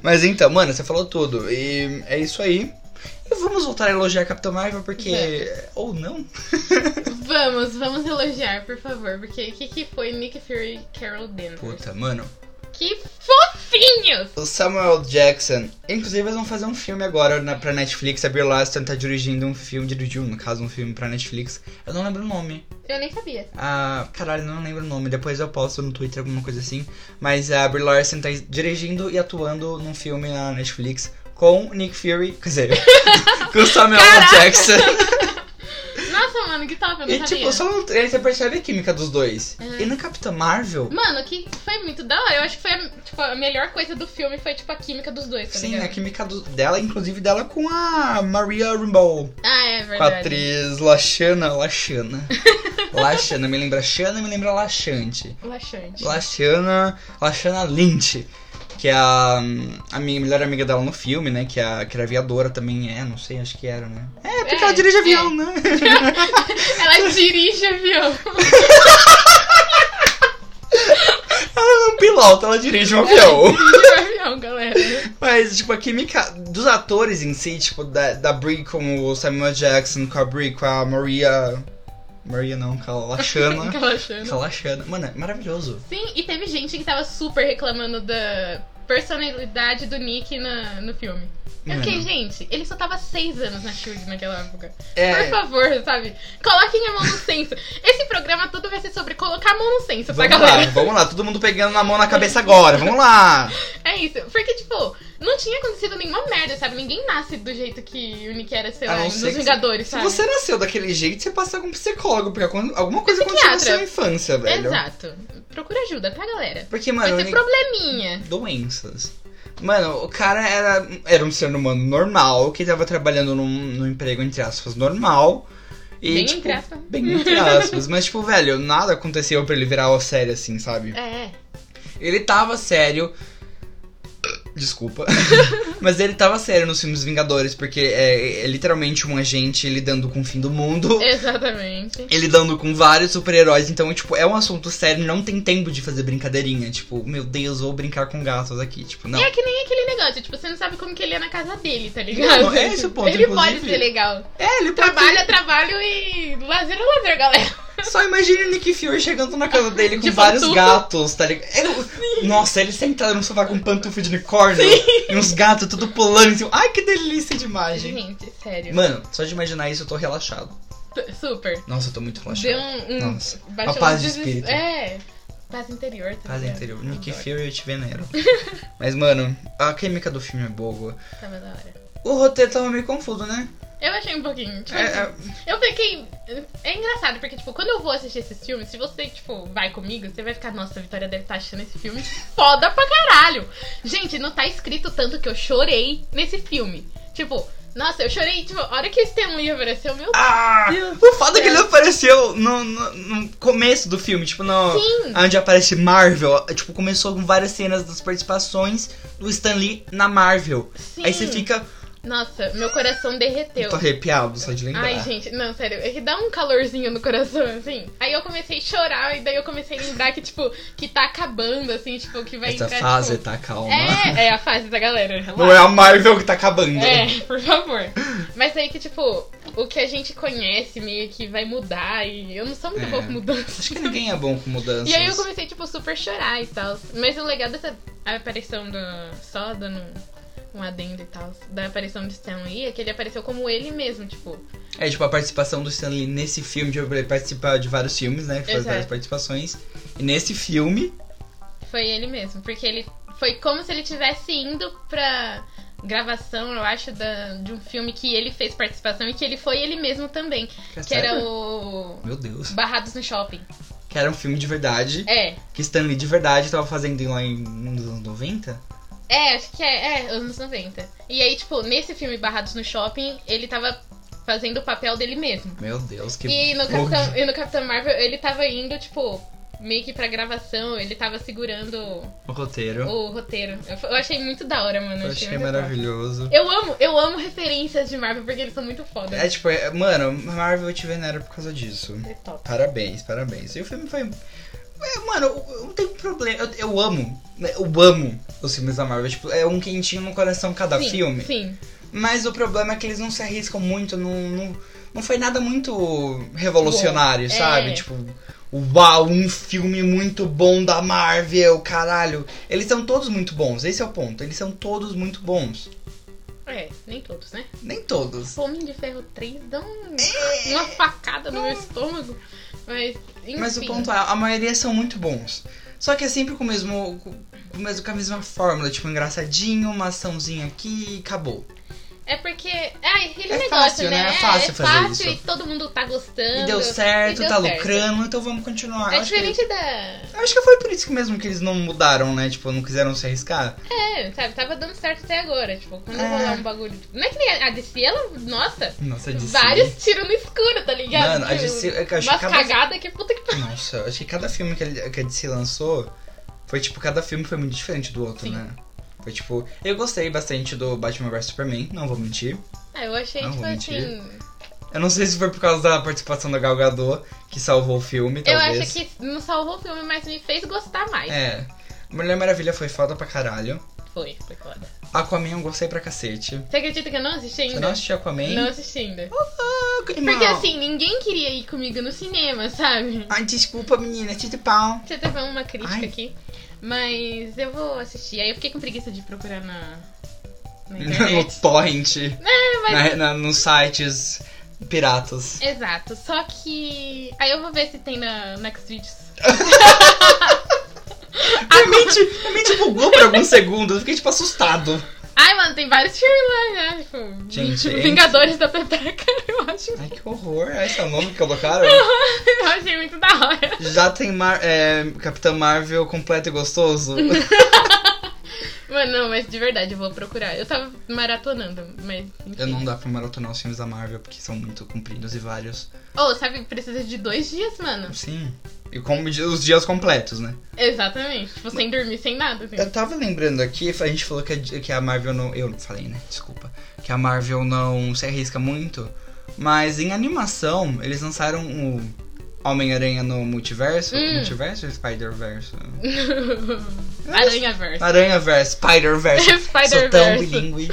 A: Mas então, mano, você falou tudo. E é isso aí. E vamos voltar a elogiar a Capitão Marvel, porque. Ou não?
B: Vamos, vamos elogiar, por favor, porque o que, que foi Nick Fury e Carol Danvers?
A: Puta, mano.
B: Que fofinhos!
A: O Samuel Jackson. Inclusive, eles vão fazer um filme agora na, pra Netflix. A Bill Laston tá dirigindo um filme, dirigiu, no caso, um filme pra Netflix. Eu não lembro o nome.
B: Eu nem sabia.
A: Ah, caralho, não lembro o nome. Depois eu posto no Twitter alguma coisa assim. Mas a Brie Larson tá dirigindo e atuando num filme na Netflix com Nick Fury. Quer dizer, com o Samuel L. Jackson.
B: Nossa, mano, no GitHub, eu não
A: E
B: sabia. É.
A: tipo, só não, aí você percebe a química dos dois. E na Capitã Marvel,
B: Mano, que foi muito da hora. Eu acho que foi a, tipo, a melhor coisa do filme foi tipo a química dos dois, tá
A: sim, é
B: ligado?
A: a química do- dela, inclusive dela com a Maria Rambeau.
B: Ah, é
A: Com a
B: verdade.
A: atriz Lachana, Lachana. Lachana, me lembra Xana, me lembra Laxante.
B: Laxante.
A: Lashana, Lashana Lynch, que é a, a minha melhor amiga dela no filme, né? Que, é, que era aviadora também, é, não sei, acho que era, né? É, porque
B: É,
A: ela dirige
B: é.
A: avião, né?
B: Ela dirige avião.
A: ela não pilota, ela dirige um avião.
B: dirige avião, galera.
A: Mas, tipo, a química dos atores em si, tipo, da, da Brie com o Samuel Jackson, com a Brie, com a Maria... Maria não, com a Lashana.
B: Fica laxando.
A: com a Lashana. Mano, é maravilhoso.
B: Sim, e teve gente que tava super reclamando da personalidade do Nick na, no filme. Eu
A: Mano,
B: fiquei, gente, ele só tava seis anos na Shield naquela época. Por
A: é,
B: favor, sabe? Coloquem a mão no senso. Esse programa tudo vai ser sobre colocar a mão no senso pra
A: vamos lá,
B: galera.
A: vamos lá, todo mundo pegando na mão na cabeça agora, vamos lá.
B: É isso. Porque, tipo, não tinha acontecido nenhuma merda, sabe? Ninguém nasce do jeito que o Nick era, sei
A: A
B: lá,
A: não
B: nos
A: ser que se-
B: Vingadores,
A: Se
B: sabe?
A: você é nasceu daquele jeito, você passa com um psicólogo, porque quando- alguma coisa aconteceu na
B: Psiquiatra.
A: sua infância, velho.
B: Exato. Procura ajuda, tá, galera?
A: Porque,
B: Vai
A: mano,
B: ter
A: ele-
B: probleminha.
A: doenças. Mano, o cara era, era um ser humano normal, que tava trabalhando num, num emprego, entre aspas, normal. E,
B: Bem
A: tipo,
B: entre aspas.
A: Bem entre aspas. mas, tipo, velho, nada aconteceu pra ele virar o sério assim, sabe?
B: É.
A: Ele tava sério. Desculpa. Mas ele tava sério nos filmes Vingadores, porque é, é literalmente um agente lidando com o fim do mundo.
B: Exatamente.
A: ele dando com vários super-heróis, então, tipo, é um assunto sério, não tem tempo de fazer brincadeirinha. Tipo, meu Deus, vou brincar com gatos aqui. Tipo, não.
B: E é que nem aquele negócio, tipo, você não sabe como que ele é na casa dele, tá ligado?
A: Não, é esse o ponto,
B: Ele pode
A: inclusive.
B: ser legal.
A: É, ele pode-
B: Trabalho é trabalho e lazer é lazer, galera.
A: Só imagina o Nick Fury chegando na casa dele com
B: De
A: vários
B: pantufa.
A: gatos, tá ligado? Ele- Nossa, ele sentado no sofá com um pantufo de unicórnio e uns gatos tudo pulando. Assim. Ai, que delícia de imagem.
B: Gente, sério.
A: Mano, só de imaginar isso eu tô relaxado.
B: T- Super.
A: Nossa, eu tô muito relaxado.
B: Deu um. um
A: Nossa.
B: baixou
A: Uma paz
B: um
A: de
B: deses-
A: espírito.
B: É. Paz interior. Tá
A: Paz
B: ligado?
A: interior. Nick
B: Adoro.
A: Fury, eu te venero. Mas, mano, a química do filme é boa.
B: Tava da hora.
A: O roteiro tava meio confuso, né?
B: Eu achei um pouquinho. Tipo,
A: É, é,
B: Eu fiquei. É engraçado, porque, tipo, quando eu vou assistir esses filmes, se você, tipo, vai comigo, você vai ficar, nossa, a Vitória deve estar achando esse filme foda pra caralho. Gente, não tá escrito tanto que eu chorei nesse filme. Tipo, nossa, eu chorei, tipo, a hora que o Stan Lee apareceu, assim, meu
A: Ah!
B: Deus.
A: O fato é que ele apareceu no, no- no começo do filme, tipo, no.
B: Sim.
A: Onde aparece Marvel. Tipo, começou com várias cenas das participações do Stan Lee na Marvel.
B: Sim.
A: ah. Aí você fica.
B: Nossa, meu coração
A: Eu
B: derreteu.
A: tô né? arrepiado só de lembrar.
B: Ai, gente, não, sério, é que dá um calorzinho no coração, assim. Aí eu comecei a chorar, e daí eu comecei a lembrar que, tipo, que tá acabando, assim, tipo, que vai
A: Essa
B: entrar.
A: fase
B: tipo...
A: tá calma.
B: É, é a fase da galera. relaxa.
A: Não é a Marvel que tá acabando.
B: É, por favor. Mas aí que, tipo, o que a gente conhece meio que vai mudar e eu não sou muito
A: É.
B: boa com
A: Acho
B: mudança.
A: que ninguém é bom com mudanças.
B: E aí eu comecei, tipo, super chorar e tal. Mas o legal dessa aparição do. Só dando um- um adendo e tal. Da aparição do Stan Lee é que ele apareceu como ele mesmo, tipo.
A: É, tipo, a participação do Stan Lee nesse filme, tipo, ele participar de vários filmes, né? Que faz
B: Exato.
A: várias participações. E nesse filme,
B: Foi ele mesmo. Porque ele. Foi como se ele tivesse indo pra gravação, eu acho, da, de um filme que ele fez participação e que ele foi ele mesmo também. Que era
A: sério?
B: o.
A: Meu Deus.
B: Barrados no Shopping.
A: Que era um filme de verdade.
B: É,
A: que Stan Lee de verdade tava fazendo lá em nos anos 90.
B: É, acho que é, é, anos 90. E aí, tipo, nesse filme Barrados no Shopping, ele tava fazendo o papel dele mesmo.
A: Meu Deus, que
B: E no,
A: bug.
B: Capitão, e no Capitão Marvel, ele tava indo, tipo, meio que pra gravação, ele tava segurando
A: o roteiro.
B: o roteiro. Eu, f- eu achei muito da hora, mano.
A: Eu achei
B: muito
A: maravilhoso.
B: da hora. Eu amo, eu amo referências de Marvel porque eles são muito foda.
A: É tipo, é- mano, Marvel te venera por causa disso.
B: É top.
A: Parabéns, parabéns. E o filme foi. É, mano, eu- eu não tenho problema. Eu, eu amo. né, Eu amo os filmes da Marvel. Tipo, é um quentinho no coração cada
B: sim,
A: filme.
B: Sim.
A: Mas o problema é que eles não se arriscam muito, não, não, não foi nada muito revolucionário,
B: Bom, é.
A: sabe? Tipo, uau, um filme muito bom da Marvel, caralho. Eles são todos muito bons, esse é o ponto. Eles são todos muito bons.
B: É, nem todos, né?
A: Nem todos.
B: Homem de Ferro 3 dá um-
A: É.
B: uma facada no meu estômago. Mas, enfim.
A: Mas o ponto é, a maioria são muito bons. Só que é sempre com o mesmo. Com, com o mesmo- com a mesma fórmula, tipo, engraçadinho, uma açãozinha aqui e acabou.
B: É porque. Ai, aquele
A: É
B: negócio,
A: fácil,
B: né?
A: né? É fácil
B: é
A: fazer
B: fácil
A: isso.
B: e todo mundo tá gostando.
A: E deu certo,
B: e deu
A: tá
B: certo.
A: lucrando, então vamos continuar.
B: É
A: Acho que-
B: diferente da.
A: Acho que foi por isso que mesmo que eles não mudaram, né? Tipo, não quiseram se arriscar.
B: É, sabe? Tava dando certo até agora. Tipo, quando
A: É.
B: rolar um bagulho. Não é que nem a a DC, ela. Nossa,
A: Nossa, a DC.
B: vários tiros no escuro, tá ligado?
A: Mano, a
B: Tipo,
A: DC. Eu acho que
B: Umas
A: cada...
B: cagadas que puta que pariu.
A: Nossa, eu acho que cada filme que a que a DC lançou foi tipo, cada filme foi muito diferente do outro,
B: Sim.
A: né? Foi tipo, eu gostei bastante do Batman vs Superman, não vou mentir.
B: Ah, eu achei,
A: Não,
B: tipo
A: vou mentir.
B: assim.
A: Eu não sei se foi por causa da participação da Gal Gadot que salvou o filme,
B: Eu
A: talvez.
B: acho que não salvou o filme, mas me fez gostar mais.
A: É. Mulher Maravilha foi foda pra caralho.
B: Foi, foi foda.
A: Aquaman eu gostei pra cacete.
B: Você acredita que eu não assisti
A: Você
B: ainda?
A: não assistiu Aquaman?
B: Não assisti ainda.
A: Ah, que
B: Porque
A: animal.
B: assim, ninguém queria ir comigo no cinema, sabe?
A: Ai, desculpa, menina, tite pau.
B: Você teve uma crítica
A: Ai.
B: aqui. Mas eu vou assistir. Aí eu fiquei com preguiça de procurar na, na internet. É,
A: no torrent.
B: mas-
A: na, na- nos sites piratas.
B: Exato. Só que. Aí eu vou ver se tem na Next Videos. Ah,
A: Minha mente, minha mente bugou por alguns segundos, eu fiquei tipo assustado.
B: Ai, mano, tem vários filmes lá, né? Tipo,
A: Gente,
B: tipo,
A: é
B: Vingadores da Pepeca, eu acho.
A: Ai, que horror. Esse é o nome que colocaram?
B: Eu achei muito da hora.
A: Já tem Mar é, Capitã Marvel completo e gostoso?
B: Mano, não, mas de verdade, eu vou procurar. Eu tava maratonando, mas enfim.
A: Eu não dá pra maratonar os filmes da Marvel, porque são muito compridos e vários.
B: Oh, sabe, precisa de dois dias, mano.
A: Sim. E como di- os dias completos, né?
B: Exatamente. Tipo, sem dormir, sem nada. assim.
A: Eu tava lembrando aqui, a gente falou que a, que a Marvel não. Eu não falei, né? Desculpa. Que a Marvel não se arrisca muito. Mas em animação, eles lançaram o Homem-Aranha no multiverso.
B: Hum.
A: Multiverso ou Spider-Verso?
B: Aranha Verso.
A: Aranha-Verso, Spider-Verso. Sou tão
B: Spider-Verse.
A: bilíngue.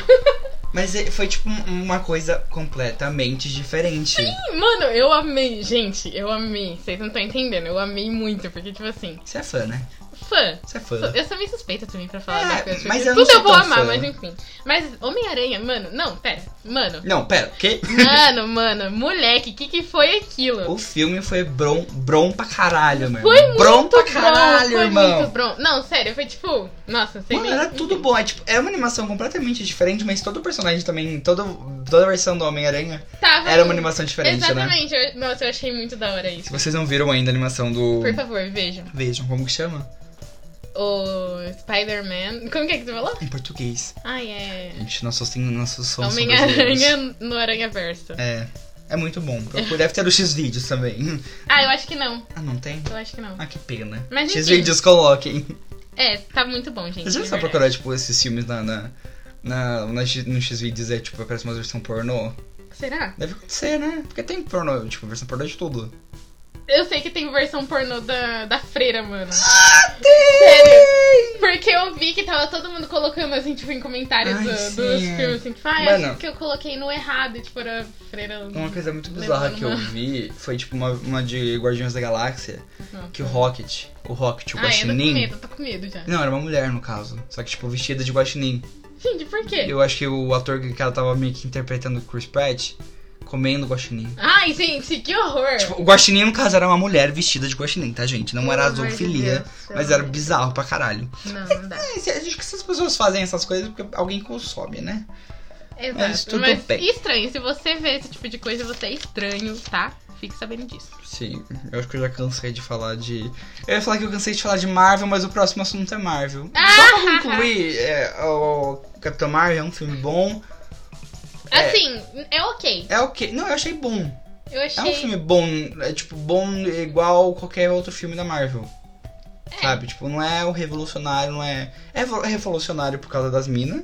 A: Mas é- foi tipo um- uma coisa completamente diferente.
B: Mano, eu amei, gente, eu amei. Vocês não estão entendendo, eu amei muito, porque, tipo assim,
A: Você é fã, né?
B: fã.
A: Você é fã.
B: Eu sou meio suspeita também pra falar
A: É,
B: das coisas.
A: mas
B: porque
A: eu não
B: tudo
A: sou
B: eu vou
A: tão
B: amar,
A: fã.
B: mas enfim. Mas Homem-Aranha, mano, não, pera. Mano,
A: Não, pera, o quê?
B: mano, mano, moleque, que que foi aquilo?
A: O filme foi bron, bron pra caralho, meu
B: Foi
A: irmão. Bron pra
B: Muito
A: caralho,
B: bom, foi
A: irmão.
B: Muito bom. Não, sério, foi tipo, nossa, sei
A: Mano,
B: nem.
A: era tudo bom. É, tipo, é uma animação completamente diferente, mas todo personagem também, todo, toda a versão do Homem-Aranha
B: Tava
A: era uma animação diferente, né? Tipo,
B: Exatamente, eu- nossa, eu achei muito da hora isso.
A: Se vocês não viram ainda a animação do.
B: Por favor, vejam.
A: Vejam, como que chama?
B: O Spider-Man. Como que é que você falou?
A: Em português.
B: Ai, é.
A: Gente, nossos, nossos sons
B: Homem-Aranha no Aranha Verso.
A: É. É muito bom. Procura, deve ter os X-Vídeos também.
B: Ah, eu acho que não.
A: Ah, não tem?
B: Eu acho que não.
A: Ah, que pena.
B: Mas enfim.
A: X-Vídeos coloquem.
B: É, tá muito bom, gente.
A: Vocês já
B: de
A: só
B: verdade.
A: procurar, tipo, esses filmes na. na... Na, na X- no X-Videos é tipo, parece uma versão pornô.
B: Será?
A: Deve acontecer, né? Porque tem pornô, tipo, versão pornô de tudo.
B: Eu sei que tem versão pornô da, da freira, mano.
A: Sério?
B: Porque eu vi que tava todo mundo colocando, assim, tipo, em comentários
A: Ai,
B: do-
A: sim,
B: dos
A: é.
B: filmes, assim, tipo, ah,
A: Mano.
B: acho que eu coloquei no errado, e, tipo, era freira.
A: Uma coisa muito bizarra
B: Levando
A: que eu
B: uma-
A: vi foi tipo uma, uma de Guardiões da Galáxia,
B: Nossa.
A: que o Rocket, o Rocket, o
B: Ai, Ah, eu tô com
A: Guaxinim.
B: medo, eu tô com medo já.
A: Não, era uma mulher no caso, só que tipo vestida de Guaxinim.
B: Gente, por quê?
A: Eu acho que o ator que ela tava meio que interpretando o Chris Pratt comendo Guaxinim.
B: Ai, gente, que horror!
A: Tipo, o Guaxinim no caso era uma mulher vestida de Guaxinim, tá, gente? Não era
B: Pelo amor de
A: zoofilia,
B: Deus, pelo
A: mas era
B: amor de
A: bizarro pra caralho.
B: Deus. Não, não dá.
A: É, se- acho que essas pessoas fazem essas coisas porque alguém consome, né?
B: Exato.
A: Mas tudo bem.
B: estranho, se você vê esse tipo de coisa, você é estranho, tá? Fique sabendo disso.
A: Sim, eu acho que eu já cansei de falar de. Eu ia falar que eu cansei de falar de Marvel, mas o próximo assunto é Marvel.
B: Ah!
A: Só pra concluir, é, o o Capitão Marvel é um filme bom. É.
B: Assim, é ok.
A: É o que Não, eu achei bom.
B: Eu
A: É
B: achei.
A: um filme bom. É tipo, bom igual qualquer outro filme da Marvel.
B: É.
A: Sabe? Tipo, não é o revolucionário, não é. É vo- é revolucionário por causa das minas.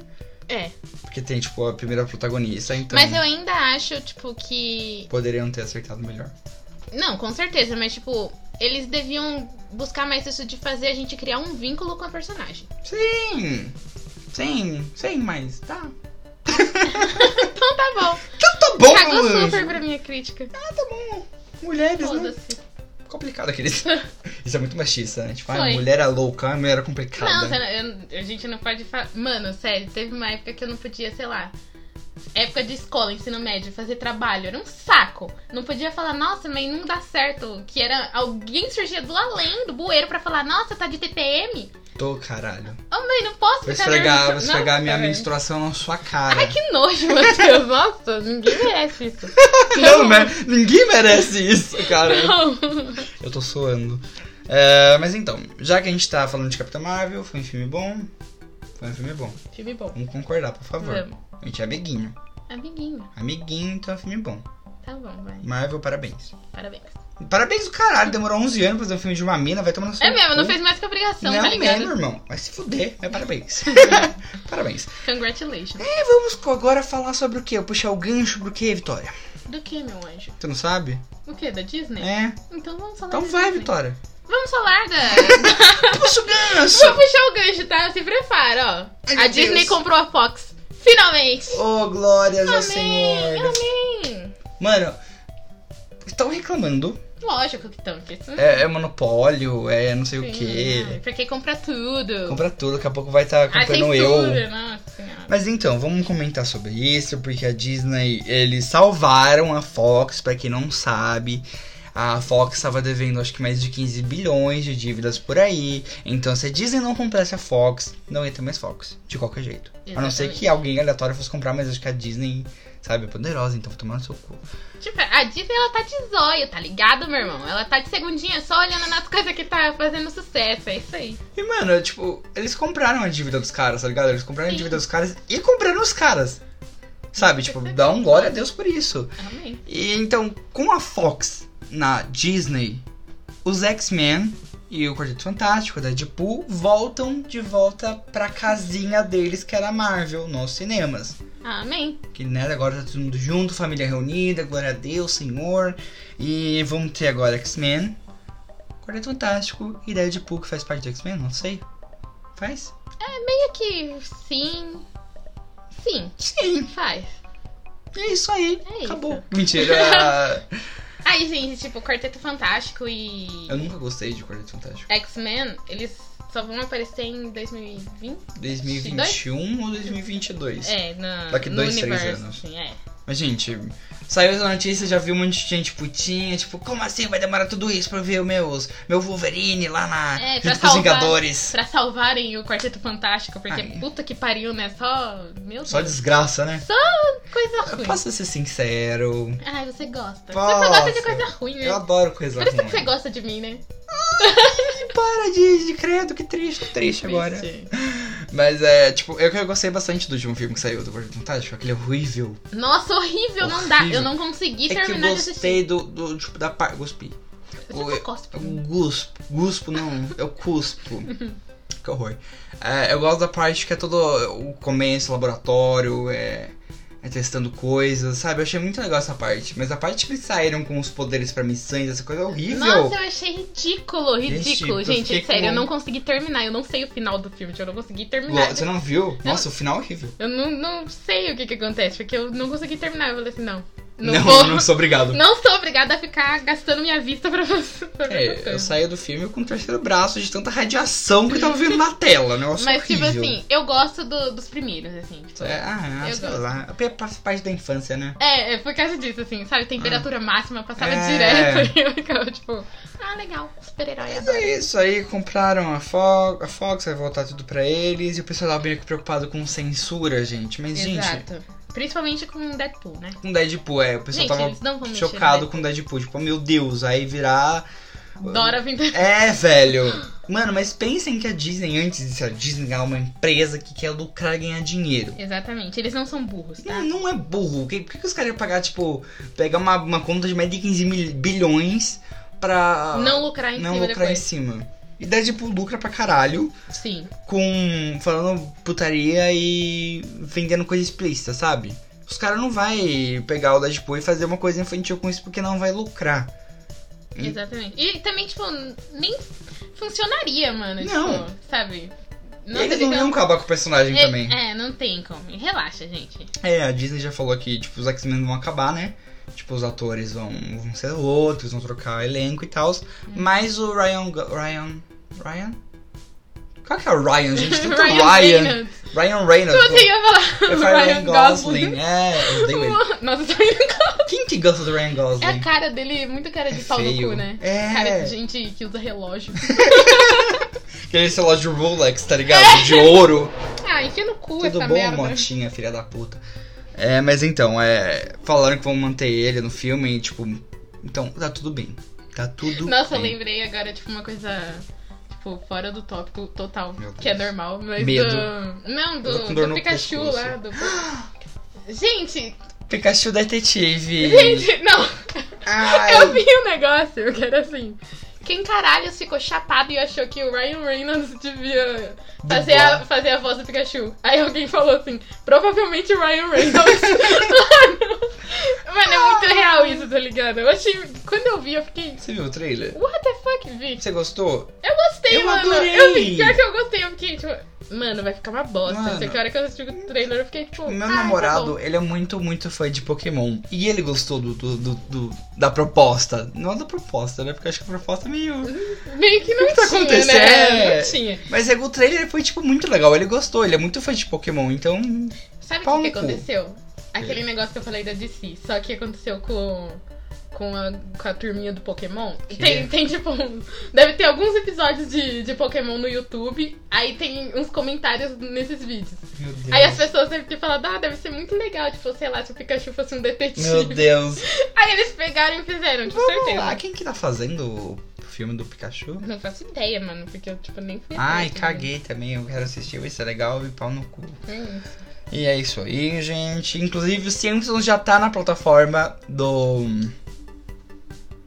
B: É.
A: Porque tem, tipo, a primeira protagonista, então.
B: Mas eu ainda acho, tipo, que.
A: Poderiam ter acertado melhor.
B: Não, com certeza, mas, tipo, eles deviam buscar mais isso de fazer a gente criar um vínculo com a personagem.
A: Sim! Sim, sim, mas tá.
B: Então tá bom.
A: Então tá bom,
B: Cagou
A: meu
B: super
A: anjo.
B: pra minha crítica.
A: Mulheres, né?
B: Foda-se.
A: Complicado aqueles. Isso é muito machista, né? Tipo, ah,
B: Foi.
A: mulher é louca, a mulher é complicada.
B: Não, você não- eu- a gente não pode falar. Mano, sério, teve uma época que eu não podia, sei lá. Época de escola, ensino médio, fazer trabalho, era um saco. Não podia falar, nossa, mas não dá certo. Que era alguém surgia do além do bueiro pra falar, nossa, tá de TPM?
A: Tô, caralho.
B: Ô, mãe, não posso
A: Vou
B: ficar nervosa.
A: esfregar, vou
B: Nossa,
A: esfregar minha
B: velho.
A: menstruação na sua cara.
B: Ai, que nojo, Matheus. Nossa, ninguém merece isso.
A: Não, né? Ninguém merece isso, cara.
B: Não.
A: Eu tô suando. É, mas então, já que a gente tá falando de Capitã Marvel, foi um filme bom. Foi um filme bom.
B: Filme bom.
A: Vamos concordar, por favor.
B: Vamos.
A: A gente é amiguinho.
B: Amiguinho.
A: Amiguinho, então é um filme bom.
B: Tá bom, vai.
A: Marvel, parabéns.
B: Parabéns.
A: Parabéns do caralho, demorou 11 anos pra fazer um filme de uma mina, vai tomar no seu
B: É mesmo, não
A: cu.
B: fez mais que obrigação,
A: Não
B: tá
A: é
B: ligado?
A: mesmo, irmão. Vai se fuder, mas parabéns. parabéns.
B: Congratulations.
A: E vamos co- agora falar sobre o quê? Puxar o gancho pro quê, Vitória?
B: Do que, meu anjo?
A: Tu não sabe?
B: O que? Da Disney?
A: É.
B: Então vamos falar
A: Então
B: da
A: vai,
B: Disney.
A: Vitória.
B: Vamos falar da...
A: Puxa o gancho!
B: Vou puxar o gancho, tá? Se prepara, ó.
A: Ai,
B: a
A: meu
B: Disney
A: Deus.
B: comprou a Fox. Finalmente!
A: Ô, glórias ao
B: amém!
A: Senhor.
B: Amém!
A: Mano, estão reclamando.
B: Lógico que estão. porque isso-
A: É, é monopólio, é não sei o
B: Sim,
A: quê.
B: Porque compra tudo.
A: Compra tudo, daqui a pouco vai estar
B: a
A: comprando
B: censura,
A: eu.
B: nossa senhora.
A: Mas então, vamos comentar sobre isso, porque a Disney, eles salvaram a Fox, pra quem não sabe. A Fox estava devendo acho que mais de 15 bilhões de dívidas por aí. Então, se a Disney não comprasse a Fox, não ia ter mais Fox, de qualquer jeito. A não ser
B: Exatamente.
A: que alguém aleatório fosse comprar, mas acho que a Disney, sabe, é poderosa, então vou tomar no seu cu.
B: Tipo, a Disney, ela tá de zóio, tá ligado, meu irmão? Ela tá de segundinha só olhando nas coisas que tá fazendo sucesso, é isso aí.
A: E, mano, tipo, eles compraram a dívida dos caras, tá ligado? Eles compraram a
B: Sim.
A: dívida dos caras e compraram os caras. Sabe, tipo, dá um glória a Deus por isso.
B: Amém.
A: E então, com a Fox na Disney, os X-Men e o Quarteto Fantástico, a Deadpool, voltam de volta pra casinha deles, que era a Marvel, nos cinemas.
B: Amém.
A: Que né, agora tá todo mundo junto, família reunida, glória a Deus, Senhor. E vamos ter agora X-Men, Quarteto Fantástico e Deadpool que faz parte do X-Men, não sei. Faz?
B: E aqui, sim. Sim,
A: Sim,
B: faz.
A: é isso aí.
B: É isso.
A: Acabou. Mentira.
B: Aí, gente, tipo, Quarteto Fantástico e
A: Eu nunca gostei de Quarteto Fantástico.
B: X-Men, eles só vão aparecer em 2020.
A: 2021 ou 2022?
B: É, na,
A: Daqui
B: no
A: dois, três
B: universo.
A: anos.
B: Assim, é.
A: Mas, gente, saiu essa notícia, já vi um monte de gente putinha, tipo, como assim vai demorar tudo isso pra eu ver o meus, meu Wolverine lá na.
B: É, pra
A: junto com os
B: salvar-
A: Vingadores?
B: Pra salvarem o Quarteto Fantástico, porque
A: Ai.
B: puta que pariu, né? Só. Meu
A: Só
B: Deus.
A: desgraça, né?
B: Coisa ruim.
A: Eu posso ser sincero.
B: Ai, você gosta. Você
A: Posso.
B: só gosta de coisa ruim, né?
A: Eu adoro coisa
B: Por isso
A: ruim.
B: que você gosta de mim, né?
A: Para de, de credo, que triste, triste agora.
B: Triste.
A: Mas é, tipo, eu que eu gostei bastante do último filme que saiu do Quarteto Fantástico, aquele horrível.
B: Nossa, horrível, não dá.
A: Horrível.
B: Eu não consegui
A: é que eu
B: terminar de assistir.
A: gostei do, do, tipo, da parte. Guspi.
B: Eu
A: Eu-
B: sempre gosto.
A: Eu Guspo. É um Guspo não, eu cuspo. que horror. É, eu gosto da parte que é todo o começo, laboratório, é, é testando coisas, sabe? Eu achei muito legal essa parte. Mas a parte que eles saíram com os poderes pra missões, essa coisa é horrível.
B: Nossa, eu achei ridículo, ridículo.
A: Ridículo, eu
B: Gente,
A: fiquei
B: sério,
A: com-
B: eu não consegui terminar. Eu não sei o final do filme, eu não consegui terminar.
A: Lo- Você não viu? Nossa, o final é horrível.
B: Eu não, não sei o que, que acontece, porque eu não consegui terminar. Eu falei assim, não. Não,
A: não,
B: vou.
A: não sou obrigado.
B: Não sou obrigada a ficar gastando minha vista pra você. pra ver essa
A: É, eu
B: coisa.
A: saía do filme com o terceiro braço de tanta radiação que tava vindo na tela, né? Nossa,
B: Mas, tipo
A: horrível.
B: assim, eu gosto do- dos primeiros, assim. tipo.
A: É, ah,
B: Eu
A: sei
B: gosto.
A: lá. É parte- parte da infância, né?
B: É, é por causa disso, assim, sabe? Temperatura máxima, passava
A: Ah. É.
B: direto e eu ficava, tipo, ah, legal, super-herói
A: Mas é
B: agora.
A: isso aí, compraram a Fox, a Fox vai voltar tudo pra eles, e o pessoal tava meio que preocupado com censura, gente. Mas, gente,
B: Exato. Principalmente com Deadpool, né?
A: com Deadpool, é, o pessoal
B: Gente, eles
A: tava
B: não vão mexer.
A: chocado com Deadpool, tipo, meu Deus, aí virar.
B: com Dora vindo.
A: É, velho. Mano, mas pensem que a Disney, antes de ser a Disney, é uma empresa que quer lucrar e ganhar dinheiro.
B: Exatamente, eles não são burros, tá?
A: Não, não é burro. Que- Por que, que os caras iam pagar, tipo, pegar uma, uma conta de mais de 15 mil, bilhões pra
B: Não lucrar em
A: Ah, não
B: cima
A: lucrar em
B: depois.
A: cima? E Deadpool lucra pra caralho.
B: Sim.
A: com falando putaria e vendendo coisa explícita, sabe? Os caras não vai pegar o Deadpool e fazer uma coisa infantil com isso porque não vai lucrar. Hum.
B: Exatamente. E também, tipo, nem funcionaria, mano.
A: Não.
B: Tipo, sabe?
A: e eles não
B: teria
A: iam
B: como-
A: acabar com o personagem
B: então é,
A: também.
B: é, não tem como. Relaxa, gente.
A: É, a Disney já falou que, tipo, os X-Men vão acabar, né? Tipo, os atores vão, vão ser outros, vão trocar elenco e tal.
B: Hum.
A: Mas o Ryan... Go- Ryan... Ryan? Qual que é o Ryan, gente? Tanto Ryan... Ryan,
B: Reynolds.
A: Reynolds.
B: Eu conseguia falar.
A: É Ryan Gosling. É, eu odeio ele.
B: Nossa, tô indo
A: Quem que gosta do Ryan Gosling?
B: É a cara dele, muito cara de
A: É
B: pau
A: feio.
B: no cu, né?
A: É.
B: Cara de gente que usa relógio.
A: Aquele celular de é Rolex, tá ligado? De ouro.
B: Ah, enfia no cu
A: Tudo
B: essa
A: bom,
B: É. merda.
A: motinha, filha da puta. É, mas então, é. Falaram que vão manter ele no filme e, tipo. Então, tá tudo bem. Tá tudo
B: Nossa, eu
A: bem.
B: lembrei agora, tipo, uma coisa. Tipo, fora do tópico total,
A: Meu
B: que é
A: Deus.
B: normal, mas
A: Medo.
B: do. Não,
A: Eu tô
B: do,
A: com dor
B: do
A: no
B: Pikachu
A: pescoço.
B: lá. Do... Gente,
A: Pikachu detetive.
B: gente, não.
A: Ai.
B: Eu vi o negócio, que era assim. Quem caralho ficou chapado e achou que o Ryan Reynolds devia fazer a,
A: Dublar.
B: fazer a voz do Pikachu? Aí alguém falou assim, provavelmente o Ryan Reynolds. Mano, mano, é muito real isso, tá ligado? Eu achei. Quando eu vi, eu fiquei.
A: Você viu o trailer?
B: What the fuck, vi?
A: Você gostou?
B: Eu gostei,
A: Eu
B: mano.
A: adorei.
B: Eu vi, pior que eu gostei, eu fiquei, tipo, mano, vai ficar uma bosta.
A: Mano.
B: Só que a hora que eu assisti o trailer, eu fiquei, tipo.
A: O meu
B: "Ah, tá
A: namorado,
B: bom."
A: ele é muito, muito fã de Pokémon. E ele gostou do, do, do- do- da proposta. Não da proposta, né? Porque eu acho que a proposta é
B: Uhum.
A: meio.
B: Meio que não
A: tá
B: tinha,
A: acontecendo?
B: né? Não tinha.
A: Mas é, o trailer foi, tipo, muito legal. Ele gostou, ele é muito fã de Pokémon. Então.
B: Sabe
A: Pau
B: o que,
A: no
B: que
A: cu.
B: aconteceu?
A: Hum.
B: Aquele negócio que eu falei da DC, só que aconteceu com. Com a, com a turminha do Pokémon. Tem, tem, tipo. um- Deve ter alguns episódios de, de Pokémon no YouTube. Aí tem uns comentários nesses vídeos.
A: Meu Deus.
B: Aí as pessoas devem ter falado, ah, deve ser muito legal, tipo, sei lá, se o Pikachu fosse um detetive.
A: Meu Deus.
B: Aí eles pegaram e fizeram, de
A: Vamos
B: certeza.
A: lá, quem que tá fazendo o filme do Pikachu?
B: Não faço ideia, mano, porque eu, tipo, nem fui.
A: Ai,
B: atrás, né?
A: caguei também, eu quero assistir, vai ser legal e pau no cu.
B: Hum.
A: E é isso aí, gente. Inclusive, o Simpsons já tá na plataforma do.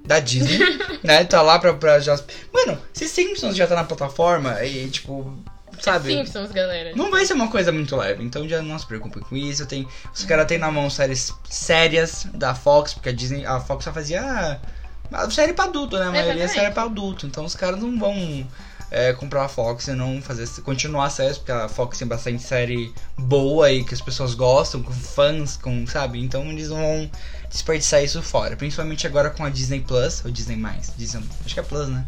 A: Da Disney, né? Tá lá pra, pra já. Mano, se Simpsons já tá na plataforma e, tipo, sabe?
B: Simpsons, galera.
A: Não vai ser uma coisa muito leve, então já não se preocupe com isso. Tem, os caras têm na mão séries sérias da Fox, porque a Disney, a Fox só fazia ah, mas série pra adulto, né? A maioria é
B: Exatamente.
A: série pra adulto, então os caras não vão é, comprar a Fox e não fazer continuar séries, porque a Fox tem bastante série boa e que as pessoas gostam, com fãs, com, sabe? Então eles não vão desperdiçar isso fora, principalmente agora com a Disney Plus, ou Disney Mais, Disney, acho que é Plus, né?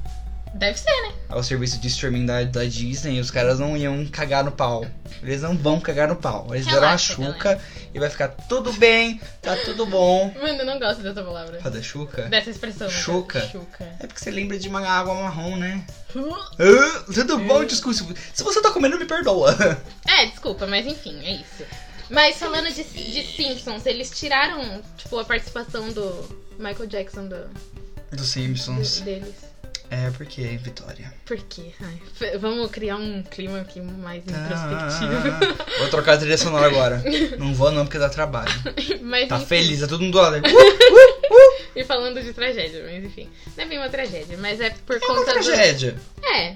B: Deve ser, né?
A: ao serviço de streaming da, da Disney, os caras não iam cagar no pau. Eles não vão cagar no pau. Eles deram a
B: Relaxa,
A: chuca e vai ficar tudo bem, tá tudo bom.
B: Mano, eu não gosto dessa palavra.
A: Fada chuca?
B: Dessa expressão. né?
A: Chuca.
B: Chuca.
A: É porque você lembra de uma água marrom, né? Ah, tudo
B: Hum.
A: bom, desculpa. Se você tá comendo, me perdoa.
B: É, desculpa, mas enfim, é isso. Mas falando de, de Simpsons, eles tiraram, tipo, a participação do Michael Jackson do,
A: Dos Simpsons.
B: deles.
A: É porque, Vitória.
B: Por quê? Ai, f- vamos criar um clima aqui mais
A: Ah,
B: introspectivo.
A: vou trocar a trilha sonora agora. Não vou não, porque dá trabalho.
B: mas,
A: Tá
B: enfim.
A: feliz, tá todo mundo lá. né?
B: E falando de tragédia, mas enfim. Não é bem uma tragédia, mas é por
A: É uma
B: conta
A: tragédia.
B: do. É,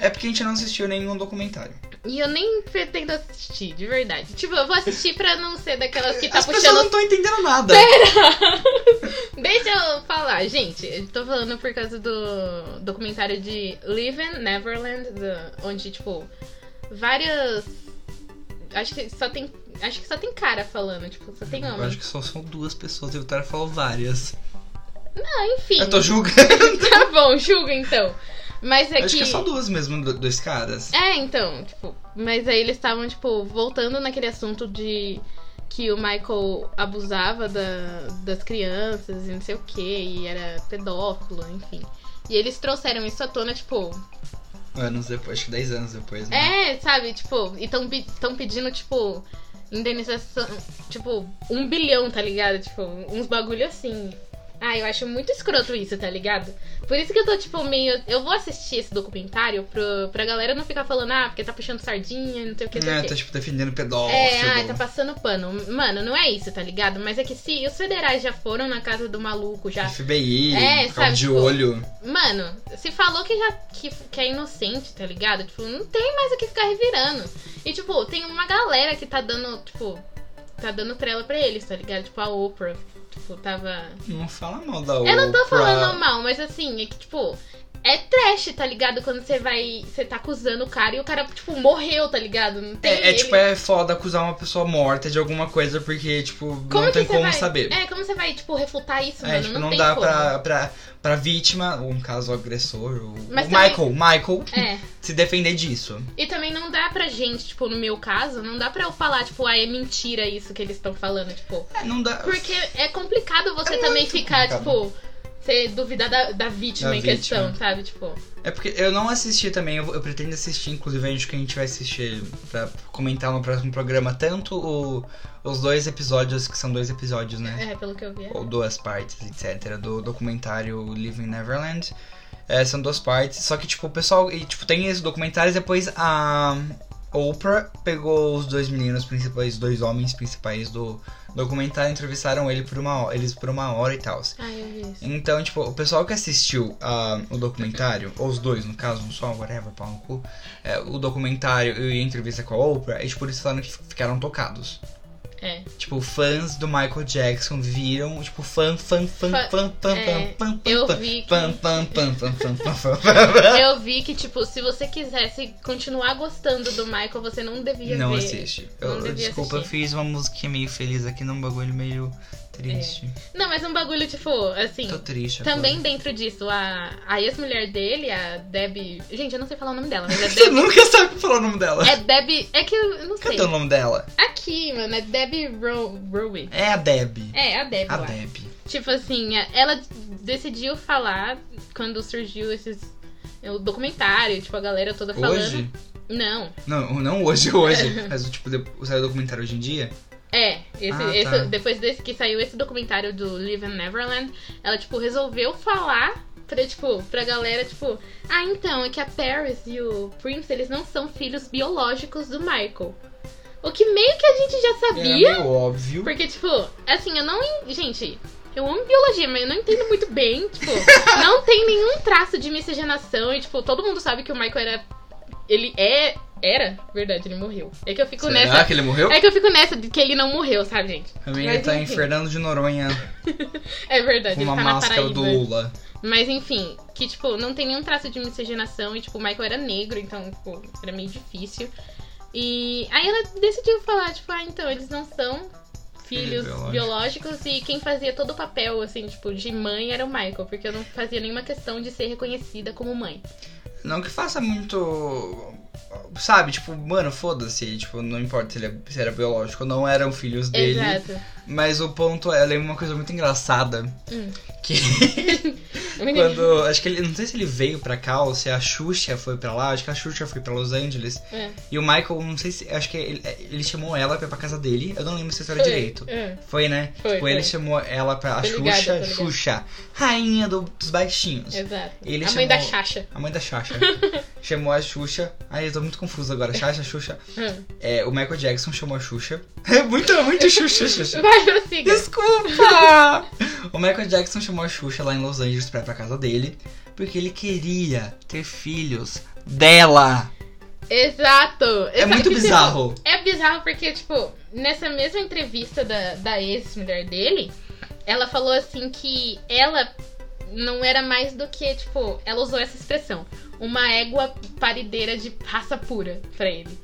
A: É porque a gente não assistiu nenhum documentário.
B: E eu nem pretendo assistir, de verdade. Tipo, eu vou assistir pra não ser daquelas que tá
A: As pessoas não
B: puxando. É.
A: estão entendendo nada.
B: Deixa eu falar, gente. Eu tô falando por causa do documentário de Living Neverland, do- onde, tipo, várias. Acho que só tem. Acho que só tem cara falando, tipo, só tem
A: Eu
B: homem.
A: acho que só são duas pessoas, eu tava falando várias.
B: Ah, enfim.
A: Eu tô julgando.
B: Tá bom, julga então. Mas é
A: Acho que é só duas mesmo, do- dois caras.
B: É, então, tipo, mas aí eles estavam, tipo, voltando naquele assunto de que o Michael abusava da- das crianças e não sei o que, e era pedófilo, enfim. E eles trouxeram isso à tona, tipo,
A: Anos depois, acho que 10 anos depois, né?
B: é, sabe, tipo, e tão, pe- tão pedindo, tipo, indenização, tipo, um bilhão, tá ligado? Tipo, uns bagulho assim. Ah, eu acho muito escroto isso, tá ligado? Por isso que eu tô, tipo, meio. Eu vou assistir esse documentário pro, pra galera não ficar falando, ah, porque tá puxando sardinha, não sei o que, não sei
A: É,
B: o
A: tá
B: que.
A: tipo defendendo pedófilo.
B: É, ai, tá passando pano. Mano, não é isso, tá ligado? Mas é que se os federais já foram na casa do maluco, já
A: FBI,
B: É,
A: ficava
B: sabe,
A: de
B: tipo,
A: olho.
B: Mano, se falou que já que, que é inocente, tá ligado? Tipo, não tem mais o que ficar revirando. E tipo, tem uma galera que tá dando, tipo, tá dando trela pra eles, tá ligado? Tipo a Oprah, tipo, tava
A: Não fala mal da
B: eu não tô
A: Oprah.
B: falando mal, mas assim, é que, tipo, é trash, tá ligado? Quando você vai. Você tá acusando o cara e o cara, tipo, morreu, tá ligado? Não tem.
A: É, é
B: ele-
A: tipo, é foda acusar uma pessoa morta de alguma coisa porque, tipo,
B: Como
A: não
B: que
A: tem
B: você
A: como
B: vai...
A: saber.
B: É, como você vai, tipo, refutar isso, mano?
A: tipo,
B: não,
A: não,
B: tem
A: dá
B: como.
A: pra, pra, pra vítima, ou um caso agressor, ou.
B: Mas
A: o
B: também-
A: Michael, Michael,
B: É.
A: se defender disso.
B: E também não dá pra gente, tipo, no meu caso, não dá pra eu falar, tipo, ah, é mentira isso que eles estão falando, tipo.
A: É, não dá.
B: Porque é complicado você também ficar,
A: complicado.
B: tipo. você duvidar da, da vítima
A: Da
B: em questão,
A: vítima.
B: sabe? Tipo,
A: É porque eu não assisti também, eu, eu pretendo assistir, inclusive acho que a gente vai assistir pra comentar no próximo programa tanto o- os dois episódios, que são dois episódios, né?
B: é, pelo que eu vi. é.
A: Ou duas partes, etc. Do documentário Living Neverland. É, são duas partes. Só que, tipo, o pessoal. E, tipo, tem esse documentário e depois a Oprah pegou os dois meninos principais, dois homens principais do documentário, entrevistaram ele por uma, ho- eles por uma hora e tal.
B: Ai, Ah, eu vi isso.
A: Então, tipo, o pessoal que assistiu ah, o documentário, ou os dois, no caso, um só, whatever, pau no cu, é, o documentário e a entrevista com a Oprah, e, tipo, eles falaram que ficaram tocados.
B: É.
A: Tipo, fãs do Michael Jackson viram, tipo, fã, fã, fã,
B: Fã-
A: fã, fã,
B: é,
A: fã, fã,
B: eu
A: fã,
B: vi que-
A: fã, fã, fã, fã, fã, fã, fã, fã.
B: Eu vi que, tipo, se você quisesse continuar gostando do Michael, você não devia
A: Não
B: ver.
A: assiste. Eu,
B: Não devia
A: desculpa, eu
B: assistir.
A: fiz uma musiquinha meio feliz aqui num bagulho meio triste.
B: Não, mas um bagulho, tipo, assim.
A: Tô triste agora.
B: Também dentro disso, a, a ex-mulher dele, a Debbie. Gente, eu não sei falar o nome dela, mas é
A: Você
B: Debbie.
A: nunca sabe falar o nome dela.
B: É Debbie. É que eu não sei.
A: Cadê o nome dela?
B: Aqui, mano, é Debbie Rowe. Rowe.
A: É a Debbie.
B: É, a Debbie.
A: A
B: lá.
A: Debbie.
B: Tipo assim, a- ela decidiu falar quando surgiu esses. é, O documentário, tipo, a galera toda falando.
A: Hoje?
B: Não.
A: Não, não hoje, hoje. mas, tipo, de- saiu o documentário hoje em dia.
B: É, esse,
A: Ah,
B: esse-
A: tá.
B: depois desse que saiu esse documentário do Live in Neverland, ela, tipo, resolveu falar pra, tipo, pra galera, tipo, ah, então, é que a Paris e o Prince, eles não são filhos biológicos do Michael. O que meio que a gente já
A: Era
B: sabia,
A: É meio óbvio.
B: porque, tipo, assim, eu não. en- Gente, eu amo biologia, mas eu não entendo muito bem, tipo, não tem nenhum traço de miscigenação e, tipo, todo mundo sabe que o Michael era. Ele é. Era? Verdade, ele morreu. É que eu fico
A: Será
B: nessa.
A: que ele morreu?
B: É que eu fico nessa de que ele não morreu, sabe, gente?
A: A minha
B: Mas
A: tá em
B: enfim.
A: Fernando de Noronha
B: É verdade,
A: com
B: ele
A: uma
B: tá na
A: máscara
B: Paraíba.
A: do Lula.
B: Mas enfim, que, tipo, não tem nenhum traço de miscigenação e, tipo, o Michael era negro, então, tipo, era meio difícil. E aí ela decidiu falar, tipo, ah, então, eles não são
A: Filhos
B: filhos
A: biológicos.
B: biológicos e quem fazia todo o papel, assim, tipo, de mãe era o Michael, porque eu não fazia nenhuma questão de ser reconhecida como mãe.
A: Não que faça muito. Sabe, tipo, mano, foda-se. Tipo, não importa se ele é- se era biológico ou não, eram filhos dele.
B: Exato.
A: Mas o ponto é, eu lembro uma coisa muito engraçada.
B: Hum.
A: Que quando. Acho que ele. Não sei se ele veio pra cá ou se a Xuxa foi pra lá. Acho que a Xuxa foi pra Los Angeles.
B: É.
A: E o Michael, não sei se. Acho que ele, ele chamou ela pra ir pra casa dele. Eu não lembro essa história
B: Foi,
A: direito.
B: é.
A: Foi, né?
B: Foi,
A: tipo,
B: foi.
A: ele chamou ela pra. A
B: Tô ligada,
A: Xuxa,
B: tô ligada.
A: Xuxa, rainha do- dos baixinhos.
B: Exato.
A: Ele
B: a mãe da
A: chamou-
B: Xaxa.
A: A mãe da Xaxa. chamou a Xuxa. Ai, eu tô muito confuso agora. Xaxa, Xuxa.
B: Hum.
A: É, o Michael Jackson chamou a Xuxa. É muito, muito Xuxa, Xuxa.
B: Vai, prossiga.
A: Desculpa! o Michael Jackson chamou a Xuxa lá em Los Angeles pra ir pra casa dele. Porque ele queria ter filhos dela.
B: Exato.
A: É muito bizarro.
B: É bizarro porque, tipo, nessa mesma entrevista da, da ex-mulher dele, ela falou assim que ela não era mais do que, tipo, ela usou essa expressão, uma égua parideira de raça pura pra ele.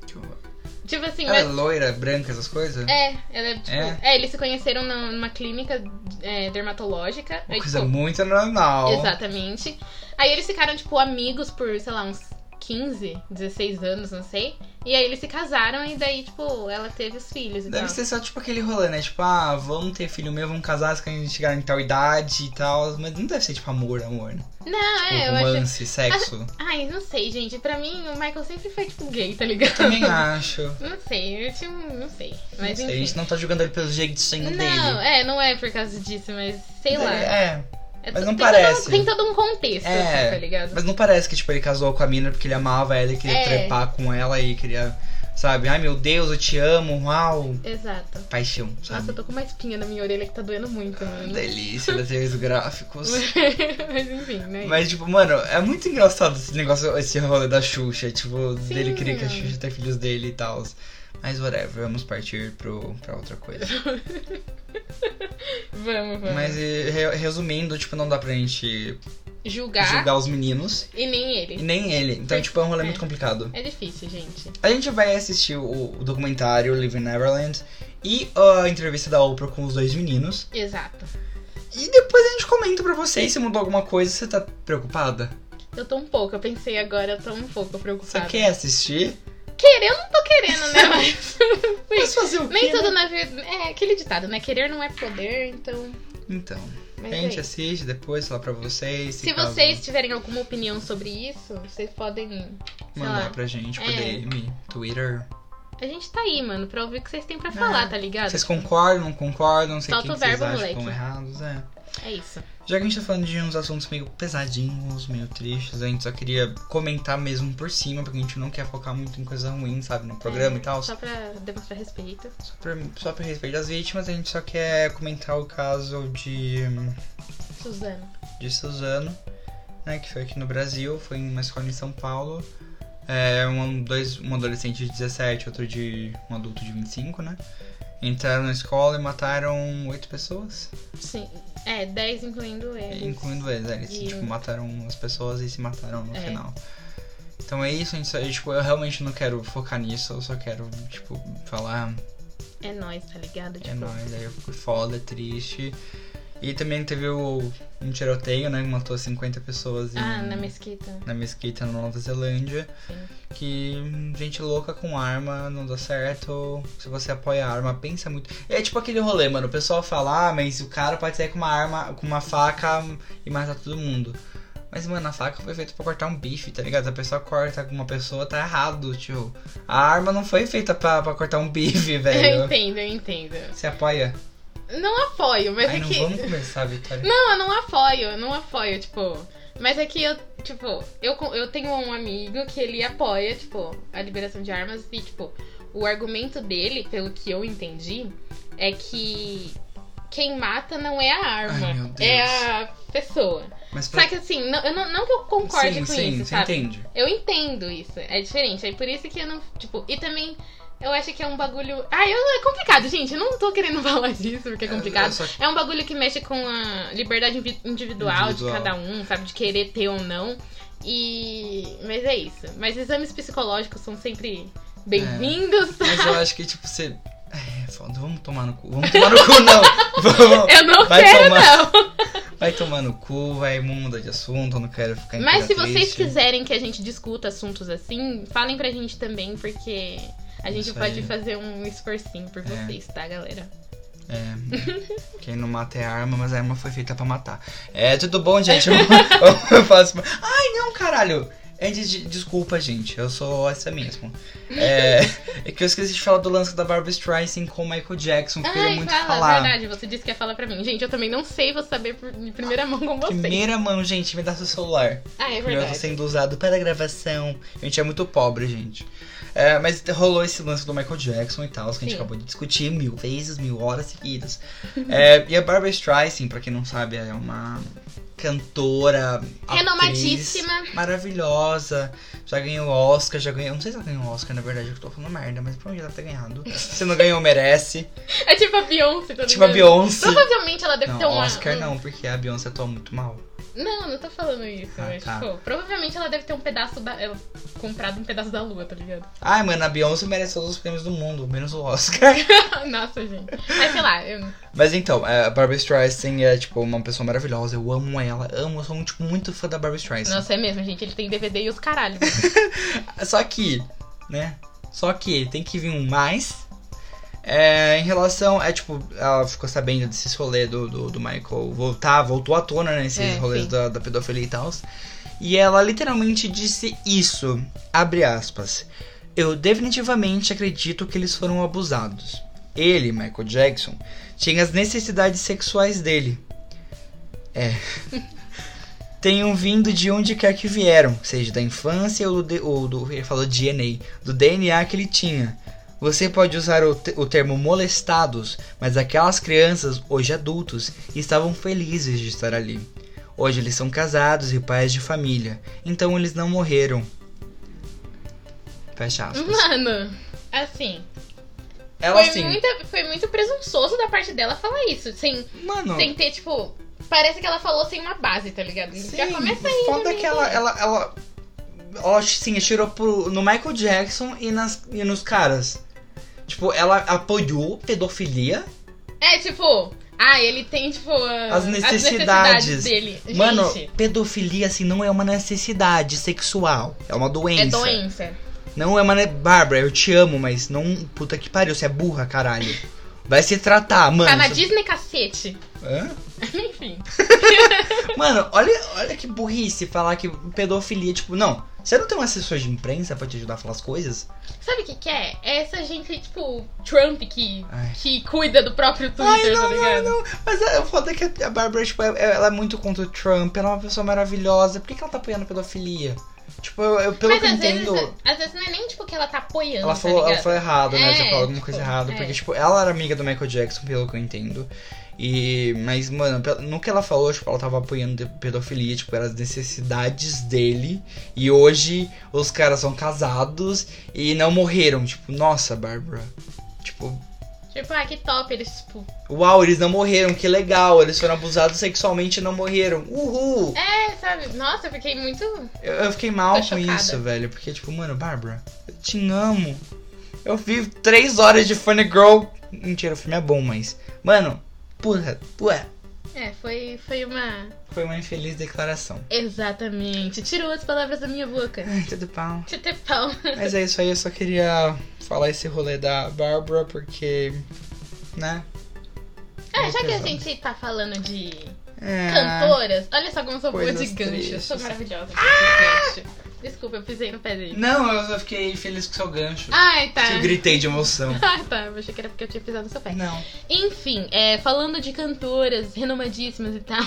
B: Tipo assim,
A: Ela é
B: mas-
A: loira, branca, essas coisas?
B: é, ela é, tipo,
A: É?
B: é. eles se conheceram na- numa clínica é, dermatológica.
A: Uma
B: aí,
A: coisa
B: tipo,
A: muito normal.
B: Exatamente. Aí eles ficaram, tipo, amigos por, sei lá, uns 15, 16 anos, não sei. E aí eles se casaram e daí, tipo, ela teve os filhos e
A: Deve
B: tal.
A: ser só tipo aquele rolê, né? Tipo, ah, vamos ter filho meu, vamos casar se a gente chegar em tal idade e tal. Mas não deve ser tipo amor, amor, né?
B: Não,
A: Tipo,
B: é, eu acho.
A: romance, sexo.
B: Ai, não sei, gente. Pra mim, o Michael sempre foi, tipo, gay, tá ligado?
A: Também acho.
B: Não sei, eu tinha um- não sei. Mas
A: não sei, a gente
B: enfim.
A: não tá julgando ele pelo jeitinho
B: Não,
A: dele.
B: é, não é por causa disso, mas sei lá.
A: É,
B: É
A: mas
B: to-
A: não
B: tem todo um-
A: parece.
B: tem todo um contexto,
A: É,
B: assim, tá ligado?
A: mas não parece que tipo, ele casou com a mina porque ele amava ela e queria
B: É.
A: trepar com ela e queria, sabe? Ai meu Deus, eu te amo, uau.
B: Exato.
A: Paixão,
B: Nossa,
A: sabe?
B: eu tô com uma espinha na minha orelha que tá doendo muito, mano.
A: é Delícia, desenhos gráficos.
B: mas enfim, né?
A: Mas, tipo, mano, é muito engraçado esse negócio, esse rolê da Xuxa. Tipo,
B: Sim,
A: dele querer que a
B: mano.
A: Xuxa tenha filhos dele e tal. Mas, whatever, vamos partir pro, pra outra coisa.
B: Vamos, vamos.
A: Mas, e, re- resumindo, tipo, não dá pra gente
B: julgar,
A: julgar os meninos
B: e nem
A: e
B: ele.
A: nem ele. Então, tipo, é um rolê
B: É.
A: muito complicado.
B: É difícil, gente.
A: A gente vai assistir o, o documentário Live in Neverland e a entrevista da Oprah com os dois meninos.
B: Exato.
A: E depois a gente comenta pra vocês se mudou alguma coisa, se você tá preocupada.
B: Eu tô um pouco, eu pensei agora, eu tô um pouco
A: Você
B: preocupada.
A: quer assistir?
B: Querer eu não tô querendo, né? Mas
A: Mas fazer o quê?
B: nem
A: né?
B: tudo na vida. É aquele ditado, né? Querer não é poder, então.
A: Então,
B: Mas é
A: Gente,
B: isso.
A: assiste depois, falar pra vocês.
B: Se
A: caso
B: vocês tiverem alguma opinião sobre isso, vocês podem. Sei
A: mandar
B: lá.
A: pra gente, por
B: É.
A: DM, Twitter.
B: A gente tá aí, mano, pra ouvir o que vocês têm pra falar, tá ligado?
A: Ah, Vocês concordam, não concordam, não sei o
B: Solta
A: que
B: o
A: que vocês
B: verbo,
A: acham que
B: moleque.
A: estão errados, é.
B: É isso.
A: Já que a gente tá falando de uns assuntos meio pesadinhos, meio tristes, a gente só queria comentar mesmo por cima, porque a gente não quer focar muito em coisa ruim, sabe, no programa
B: É,
A: e tal.
B: Só pra demonstrar respeito.
A: Só pra, só pra respeito das vítimas, a gente só quer comentar o caso de,
B: Suzano.
A: de Suzano, né, que foi aqui no Brasil, foi em uma escola em São Paulo. É, um, dois, um adolescente de 17, outro de um adulto de 25, né? Entraram na escola e mataram oito pessoas,
B: Sim. É, 10 incluindo ele.
A: incluindo eles. né, Eles
B: E-
A: tipo, mataram as pessoas e se mataram no
B: É.
A: final. Então é isso, a gente só, eu, tipo, eu realmente não quero focar nisso, eu só quero, tipo, falar
B: É nóis, tá ligado?
A: É
B: Tipo,
A: nóis, aí eu fico foda, é triste. E também teve o, um tiroteio, né? Que matou 50 pessoas em-
B: Ah, na mesquita.
A: na mesquita na Nova Zelândia.
B: Sim.
A: Que hum, gente louca com arma não dá certo. Se você apoia a arma, pensa muito. É tipo aquele rolê, mano. O pessoal fala, ah, mas o cara pode sair com uma arma, com uma faca e matar todo mundo. Mas, mano, a faca foi feita pra cortar um bife, tá ligado? Se a pessoa corta com uma pessoa, tá errado, tio. A arma não foi feita pra, pra cortar um bife,
B: Eu
A: velho.
B: entendo, eu entendo.
A: Você apoia?
B: Não apoio, mas
A: Ai,
B: é
A: não
B: que.
A: vamos começar, Vitória.
B: Não, eu não apoio, eu não apoio, tipo. Mas é que eu, tipo, eu, co- eu tenho um amigo que ele apoia, tipo, a liberação de armas e, tipo, o argumento dele, pelo que eu entendi, é que quem mata não é a arma,
A: Ai, meu Deus.
B: é a pessoa.
A: Mas
B: Só que assim, não, eu não, não que eu concorde
A: sim,
B: com
A: sim,
B: isso,
A: você
B: sabe? É
A: entende.
B: Eu entendo isso, é diferente. É por isso que eu não. Tipo, e também eu acho que é um bagulho. Ah, eu, é complicado, gente. Eu não tô querendo falar disso porque é
A: Eu
B: complicado.
A: só-
B: É um bagulho que mexe com a liberdade invi- individual, de
A: Individual.
B: cada um, sabe? De querer ter ou não. E. Mas é isso. Mas exames psicológicos são sempre bem-vindos.
A: Mas eu acho que, tipo, você. É, foda, vamos tomar no cu. Vamos tomar no cu, não! Vamos.
B: Eu não
A: É. Vai
B: quero,
A: tomar.
B: não.
A: Vai tomar no cu, vai muda de assunto, eu não quero ficar
B: Mas se
A: inteira
B: vocês
A: É, triste.
B: quiserem que a gente discuta assuntos assim, falem pra gente também, porque a gente
A: É Isso
B: pode
A: aí.
B: fazer um esforcinho por
A: É.
B: vocês, tá, galera?
A: É, quem não mata é arma, mas a arma foi feita pra matar. É, tudo bom, gente? Eu, eu faço. Ai, não, caralho! Antes de, desculpa, gente, eu sou essa mesmo. É, é que eu esqueci de falar do lance da Barbara Streisand com o Michael Jackson, que eu queria
B: Ai,
A: muito
B: fala,
A: falar.
B: verdade, você disse que ia falar pra mim. Gente, eu também não sei, vou saber por- de primeira mão com vocês.
A: Primeira mão, gente, me dá seu celular. O
B: Ah, é
A: meu tá
B: verdade.
A: sendo usado para gravação. A gente é muito pobre, gente. É, mas rolou esse lance do Michael Jackson e tal, que a gente
B: Sim.
A: acabou de discutir mil vezes, mil horas seguidas. É, e a Barbara Streisand, pra quem não sabe, é uma cantora.
B: Renomadíssima.
A: atriz, Maravilhosa. Já ganhou Oscar, já ganhou. Não sei se ela ganhou Oscar, na verdade, eu tô falando merda, mas provavelmente ela tá ganhado. Se não ganhou, merece.
B: É tipo a Beyoncé, tá
A: Tipo a
B: ligado?
A: Beyoncé.
B: Provavelmente ela deve ter
A: Não,
B: uma.
A: Oscar
B: um-
A: não, porque a Beyoncé atua muito mal.
B: Não, não tô falando isso,
A: Ah,
B: mas
A: tá.
B: tipo, provavelmente ela deve ter um pedaço da. Ela comprado um pedaço da lua, tá ligado?
A: Ai, mano, a Beyoncé merece todos os prêmios do mundo, menos o Oscar.
B: Nossa, gente. Mas sei lá, eu...
A: Mas então, é, a Barbara Streisand é, tipo, uma pessoa maravilhosa. Eu amo ela, amo. Eu sou, tipo, muito fã da Barbara Streisand. É,
B: Nossa, é mesmo, gente. Ele tem DVD e os caralhos.
A: Só que, né? Só que tem que vir um mais. É, em relação, é tipo, ela ficou sabendo desses rolês do, do, do Michael voltar, voltou à tona, né? Esses
B: É,
A: rolês
B: sim.
A: da, da pedofilia e tal. E ela literalmente disse isso, abre aspas. Eu definitivamente acredito que eles foram abusados. Ele, Michael Jackson, tinha as necessidades sexuais dele. É. Tenham vindo de onde quer que vieram, seja da infância ou do, D- ou do- ele falou DNA, do DNA que ele tinha. Você pode usar o, te- o termo molestados, mas aquelas crianças, hoje adultos, estavam felizes de estar ali. Hoje eles são casados e pais de família, então eles não morreram. Fecha aspas.
B: Mano, assim.
A: Ela
B: foi,
A: assim,
B: muita- foi muito presunçoso da parte dela falar isso. Sem,
A: mano.
B: sem ter, tipo. Parece que ela falou sem uma base, tá ligado? Já
A: Sim,
B: começa
A: o
B: aí.
A: Foda é
B: amigo.
A: que ela, ela, ela, ela, sim, atirou pro, no Michael Jackson e, nas, e nos caras. Tipo, ela apoiou pedofilia.
B: É, tipo. Ah, ele tem, tipo. a-
A: As necessidades.
B: dele.
A: Mano,
B: gente,
A: pedofilia, assim, não é uma necessidade sexual. É uma doença.
B: é doença.
A: Não é uma... Ne... Bárbara, eu te amo, mas não... Puta que pariu, você é burra, caralho. Vai se tratar, mano.
B: Tá na
A: Você-
B: Disney, cacete.
A: Hã?
B: Enfim.
A: Mano, olha, olha que burrice falar que pedofilia, tipo, não. Você não tem um assessor de imprensa pra te ajudar a falar as coisas?
B: Sabe o que, que é? É essa gente, tipo, Trump que,
A: Ai.
B: que cuida do próprio Twitter, tá ligado?
A: não. Mas é- o foda é que a Barbara, tipo, é- é- ela é muito contra o Trump, ela é uma pessoa maravilhosa. Por que, que ela tá apoiando a pedofilia? Tipo, eu, eu- pelo
B: Mas
A: que eu
B: às
A: entendo.
B: vezes, às vezes não é nem tipo que ela tá apoiando.
A: Ela
B: tá
A: falou, ela
B: ligado?
A: falou errado, né?
B: É,
A: Ela falou alguma
B: tipo,
A: coisa errada.
B: é.
A: Porque, tipo, ela era amiga do Michael Jackson, pelo que eu entendo. E. Mas, mano, pe- no que ela falou, tipo, ela tava apoiando de- pedofilia, tipo, eram as necessidades dele. E hoje os caras são casados e não morreram. Tipo, nossa, Bárbara. Tipo,
B: Tipo, ah, que top. Eles, tipo.
A: uau, eles não morreram, que legal. Eles foram abusados sexualmente e não morreram. Uhul!
B: É, sabe? Nossa, eu fiquei muito.
A: Eu, eu fiquei mal
B: Tô
A: com
B: chocada.
A: isso, velho. Porque, tipo, mano, Bárbara, eu te amo. Eu vi três horas de Funny Girl. Mentira, o filme é bom, mas. Mano, porra, porra.
B: É, foi, foi uma.
A: Foi uma infeliz declaração.
B: Exatamente. Tirou as palavras da minha boca.
A: Ai, tudo pau.
B: Tetepão.
A: Mas é isso aí, eu só queria falar esse rolê da Bárbara, porque. Né?
B: É, já que a
A: Pesado.
B: gente tá falando de
A: É.
B: cantoras, olha só como eu sou boa de
A: Coisas
B: gancho. Eu sou
A: tristes.
B: maravilhosa. de gancho. Desculpa, eu pisei no pé dele.
A: Não, eu só fiquei feliz com seu gancho.
B: Ai, tá.
A: Que eu gritei de emoção.
B: Ah, tá. Eu achei que era porque eu tinha pisado no seu pé.
A: Não.
B: Enfim, é, falando de cantoras renomadíssimas e tal.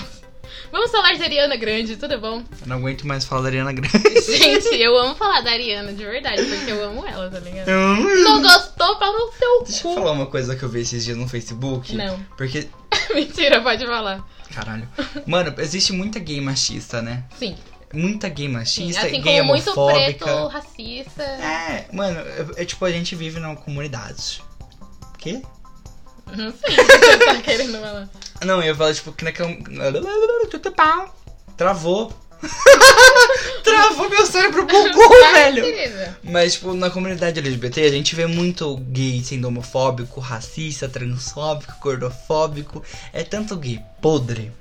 B: Vamos falar de Ariana Grande, tudo é bom?
A: Eu não aguento mais falar da Ariana Grande.
B: Gente, eu amo falar da Ariana, de verdade, porque eu amo ela, tá ligado?
A: Hum.
B: Não gostou, fala no seu
A: Deixa eu
B: cu.
A: falar uma coisa que eu vi esses dias no Facebook.
B: Não.
A: Porque
B: Mentira, pode falar.
A: Caralho. Mano, existe muita gay machista, né?
B: Sim.
A: Muita gay
B: sim.
A: machista,
B: Assim
A: gay
B: como muito
A: homofóbica.
B: preto, racista.
A: É, mano, é, é tipo, a gente vive numa comunidade. Quê?
B: Não sei o que você tá querendo falar.
A: Não, eu falo, tipo, que naquela. Travou. Travou meu cérebro bugou,
B: Tá,
A: velho.
B: querida.
A: Mas, tipo, na comunidade LGBT, a gente vê muito gay sendo homofóbico, racista, transfóbico, gordofóbico. É tanto gay podre.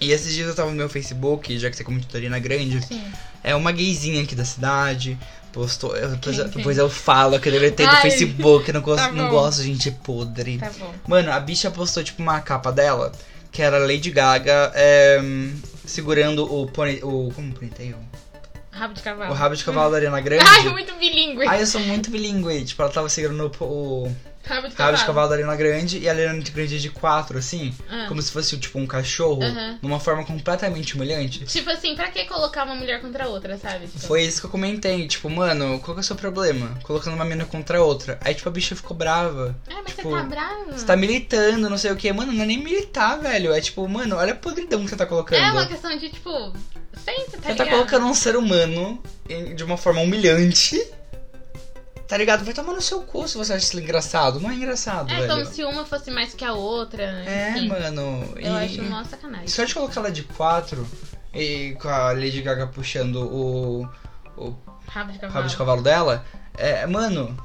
A: E esses dias eu tava no meu Facebook, já que você comentou da Ariana Grande,
B: Sim.
A: É uma gayzinha aqui da cidade. Postou. Eu, depois,
B: Quem,
A: eu,
B: quem?
A: depois eu falo que eu deletei do
B: Ai,
A: Facebook. Eu não gosto,
B: tá
A: não
B: bom.
A: gosto de gente podre.
B: Tá bom.
A: Mano, a bicha postou tipo uma capa dela, que era Lady Gaga é, segurando o pony. O. Como ponytail?
B: Rabo de
A: O
B: cavalo.
A: rabo de cavalo da Ariana Grande.
B: Ai, muito bilíngue.
A: Ai, Ah, eu sou muito bilíngue. Tipo, ela tava segurando o, o
B: Rabo de cavalo.
A: rabo de cavalo da Ariana Grande e a Ariana Grande é de quatro, assim.
B: Ah.
A: Como se fosse, tipo, um cachorro.
B: Aham.
A: Numa forma completamente humilhante.
B: Tipo assim, pra que colocar uma mulher contra a outra, sabe? Tipo,
A: Foi isso que eu comentei, tipo, mano, qual que é o seu problema? Colocando uma mina contra a outra. Aí, tipo, a bicha ficou brava.
B: Ah, mas
A: tipo,
B: você tá brava.
A: Você tá militando, não sei o que. Mano, não é nem militar, velho. É tipo, mano, olha a podridão que você tá colocando.
B: É uma questão de, tipo, senta, tá
A: você
B: ligado?
A: tá colocando um ser humano em- de uma forma humilhante. Tá ligado? Vai tomar no seu cu se você acha isso engraçado. Não é engraçado,
B: É
A: velho.
B: como se uma fosse mais que a outra.
A: É,
B: enfim.
A: mano.
B: Eu
A: e-
B: acho uma sacanagem.
A: E só de colocar ela de quatro e com a Lady Gaga puxando o, o
B: Rabo de cavalo.
A: é rabo de cavalo dela. É, mano,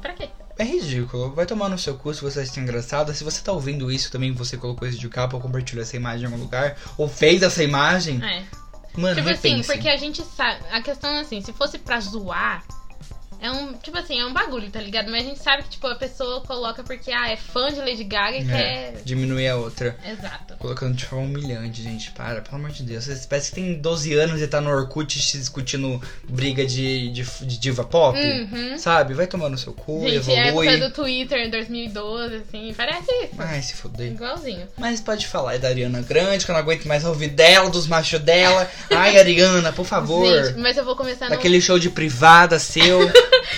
B: Pra quê?
A: É ridículo. Vai tomar no seu cu se você está engraçada. Se você tá ouvindo isso também, você colocou esse de capa ou compartilhou essa imagem em algum lugar, ou fez essa imagem,
B: É.
A: mano,
B: tipo assim,
A: repense.
B: porque a gente sabe. A questão é assim, se fosse pra zoar. É um, tipo assim, é um bagulho, tá ligado? Mas a gente sabe que, tipo, a pessoa coloca porque, ah, é fã de Lady Gaga e
A: É, diminuir a outra.
B: quer... Exato.
A: Colocando de forma humilhante, gente. Para, pelo amor de Deus. Vocês parece que tem 12 anos e tá no Orkut se discutindo briga de, de, de diva pop.
B: Uhum.
A: Sabe? Vai tomar no seu cu,
B: Gente, é a
A: evolui.
B: época do Twitter em 2012, assim, parece isso.
A: Ai, se fuder.
B: Igualzinho.
A: Mas pode falar, é da Ariana Grande, que eu não aguento mais ouvir dela, dos machos dela. Ai, Ariana, por favor.
B: Gente, mas eu vou começar no...
A: Daquele show de privada seu.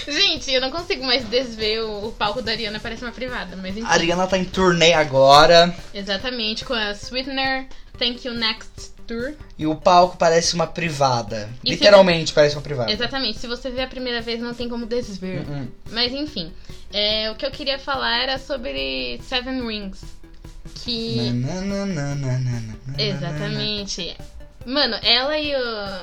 B: Gente, eu não consigo mais desver o, o palco da Ariana, parece uma privada, mas enfim.
A: A Ariana tá em turnê agora.
B: Exatamente, com a Sweetener, Thank You Next Tour.
A: E o palco parece uma privada.
B: E
A: Literalmente parece uma privada.
B: Exatamente, se você vê a primeira vez, não tem como desver.
A: Hum,
B: Mas enfim, é, o que eu queria falar era sobre Seven Rings. Que.
A: hum. Nananana.
B: Exatamente. Mano, ela e o.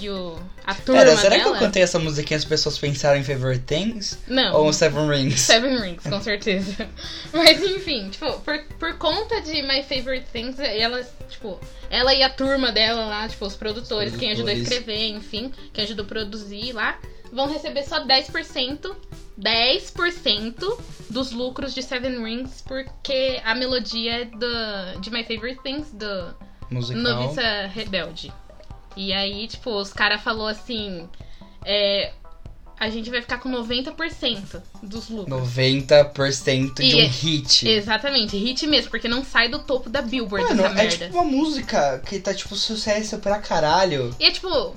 B: E o. A turma
A: Pera, será que
B: dela.
A: eu cantei essa musiquinha e as pessoas pensaram em Favorite Things?
B: Não.
A: Ou Seven Rings?
B: Seven Rings, com certeza. Mas enfim, tipo, por, por conta de My Favorite Things, ela, tipo, ela e a turma dela lá, tipo, os produtores,
A: Os
B: quem ajudou a
A: produtores.
B: escrever, enfim, quem ajudou a produzir lá, vão receber só 10% 10% dos lucros de Seven Rings, porque a melodia é do, de My Favorite Things, do
A: Musical.
B: Noviça Rebelde. E aí, tipo, os caras falou assim: é, a gente vai ficar com 90% dos lucros.
A: 90% de
B: E-
A: um hit.
B: Exatamente, hit mesmo, porque não sai do topo da Billboard
A: Mano,
B: essa
A: é
B: merda.
A: tipo uma música que tá tipo sucesso pra caralho.
B: E é tipo.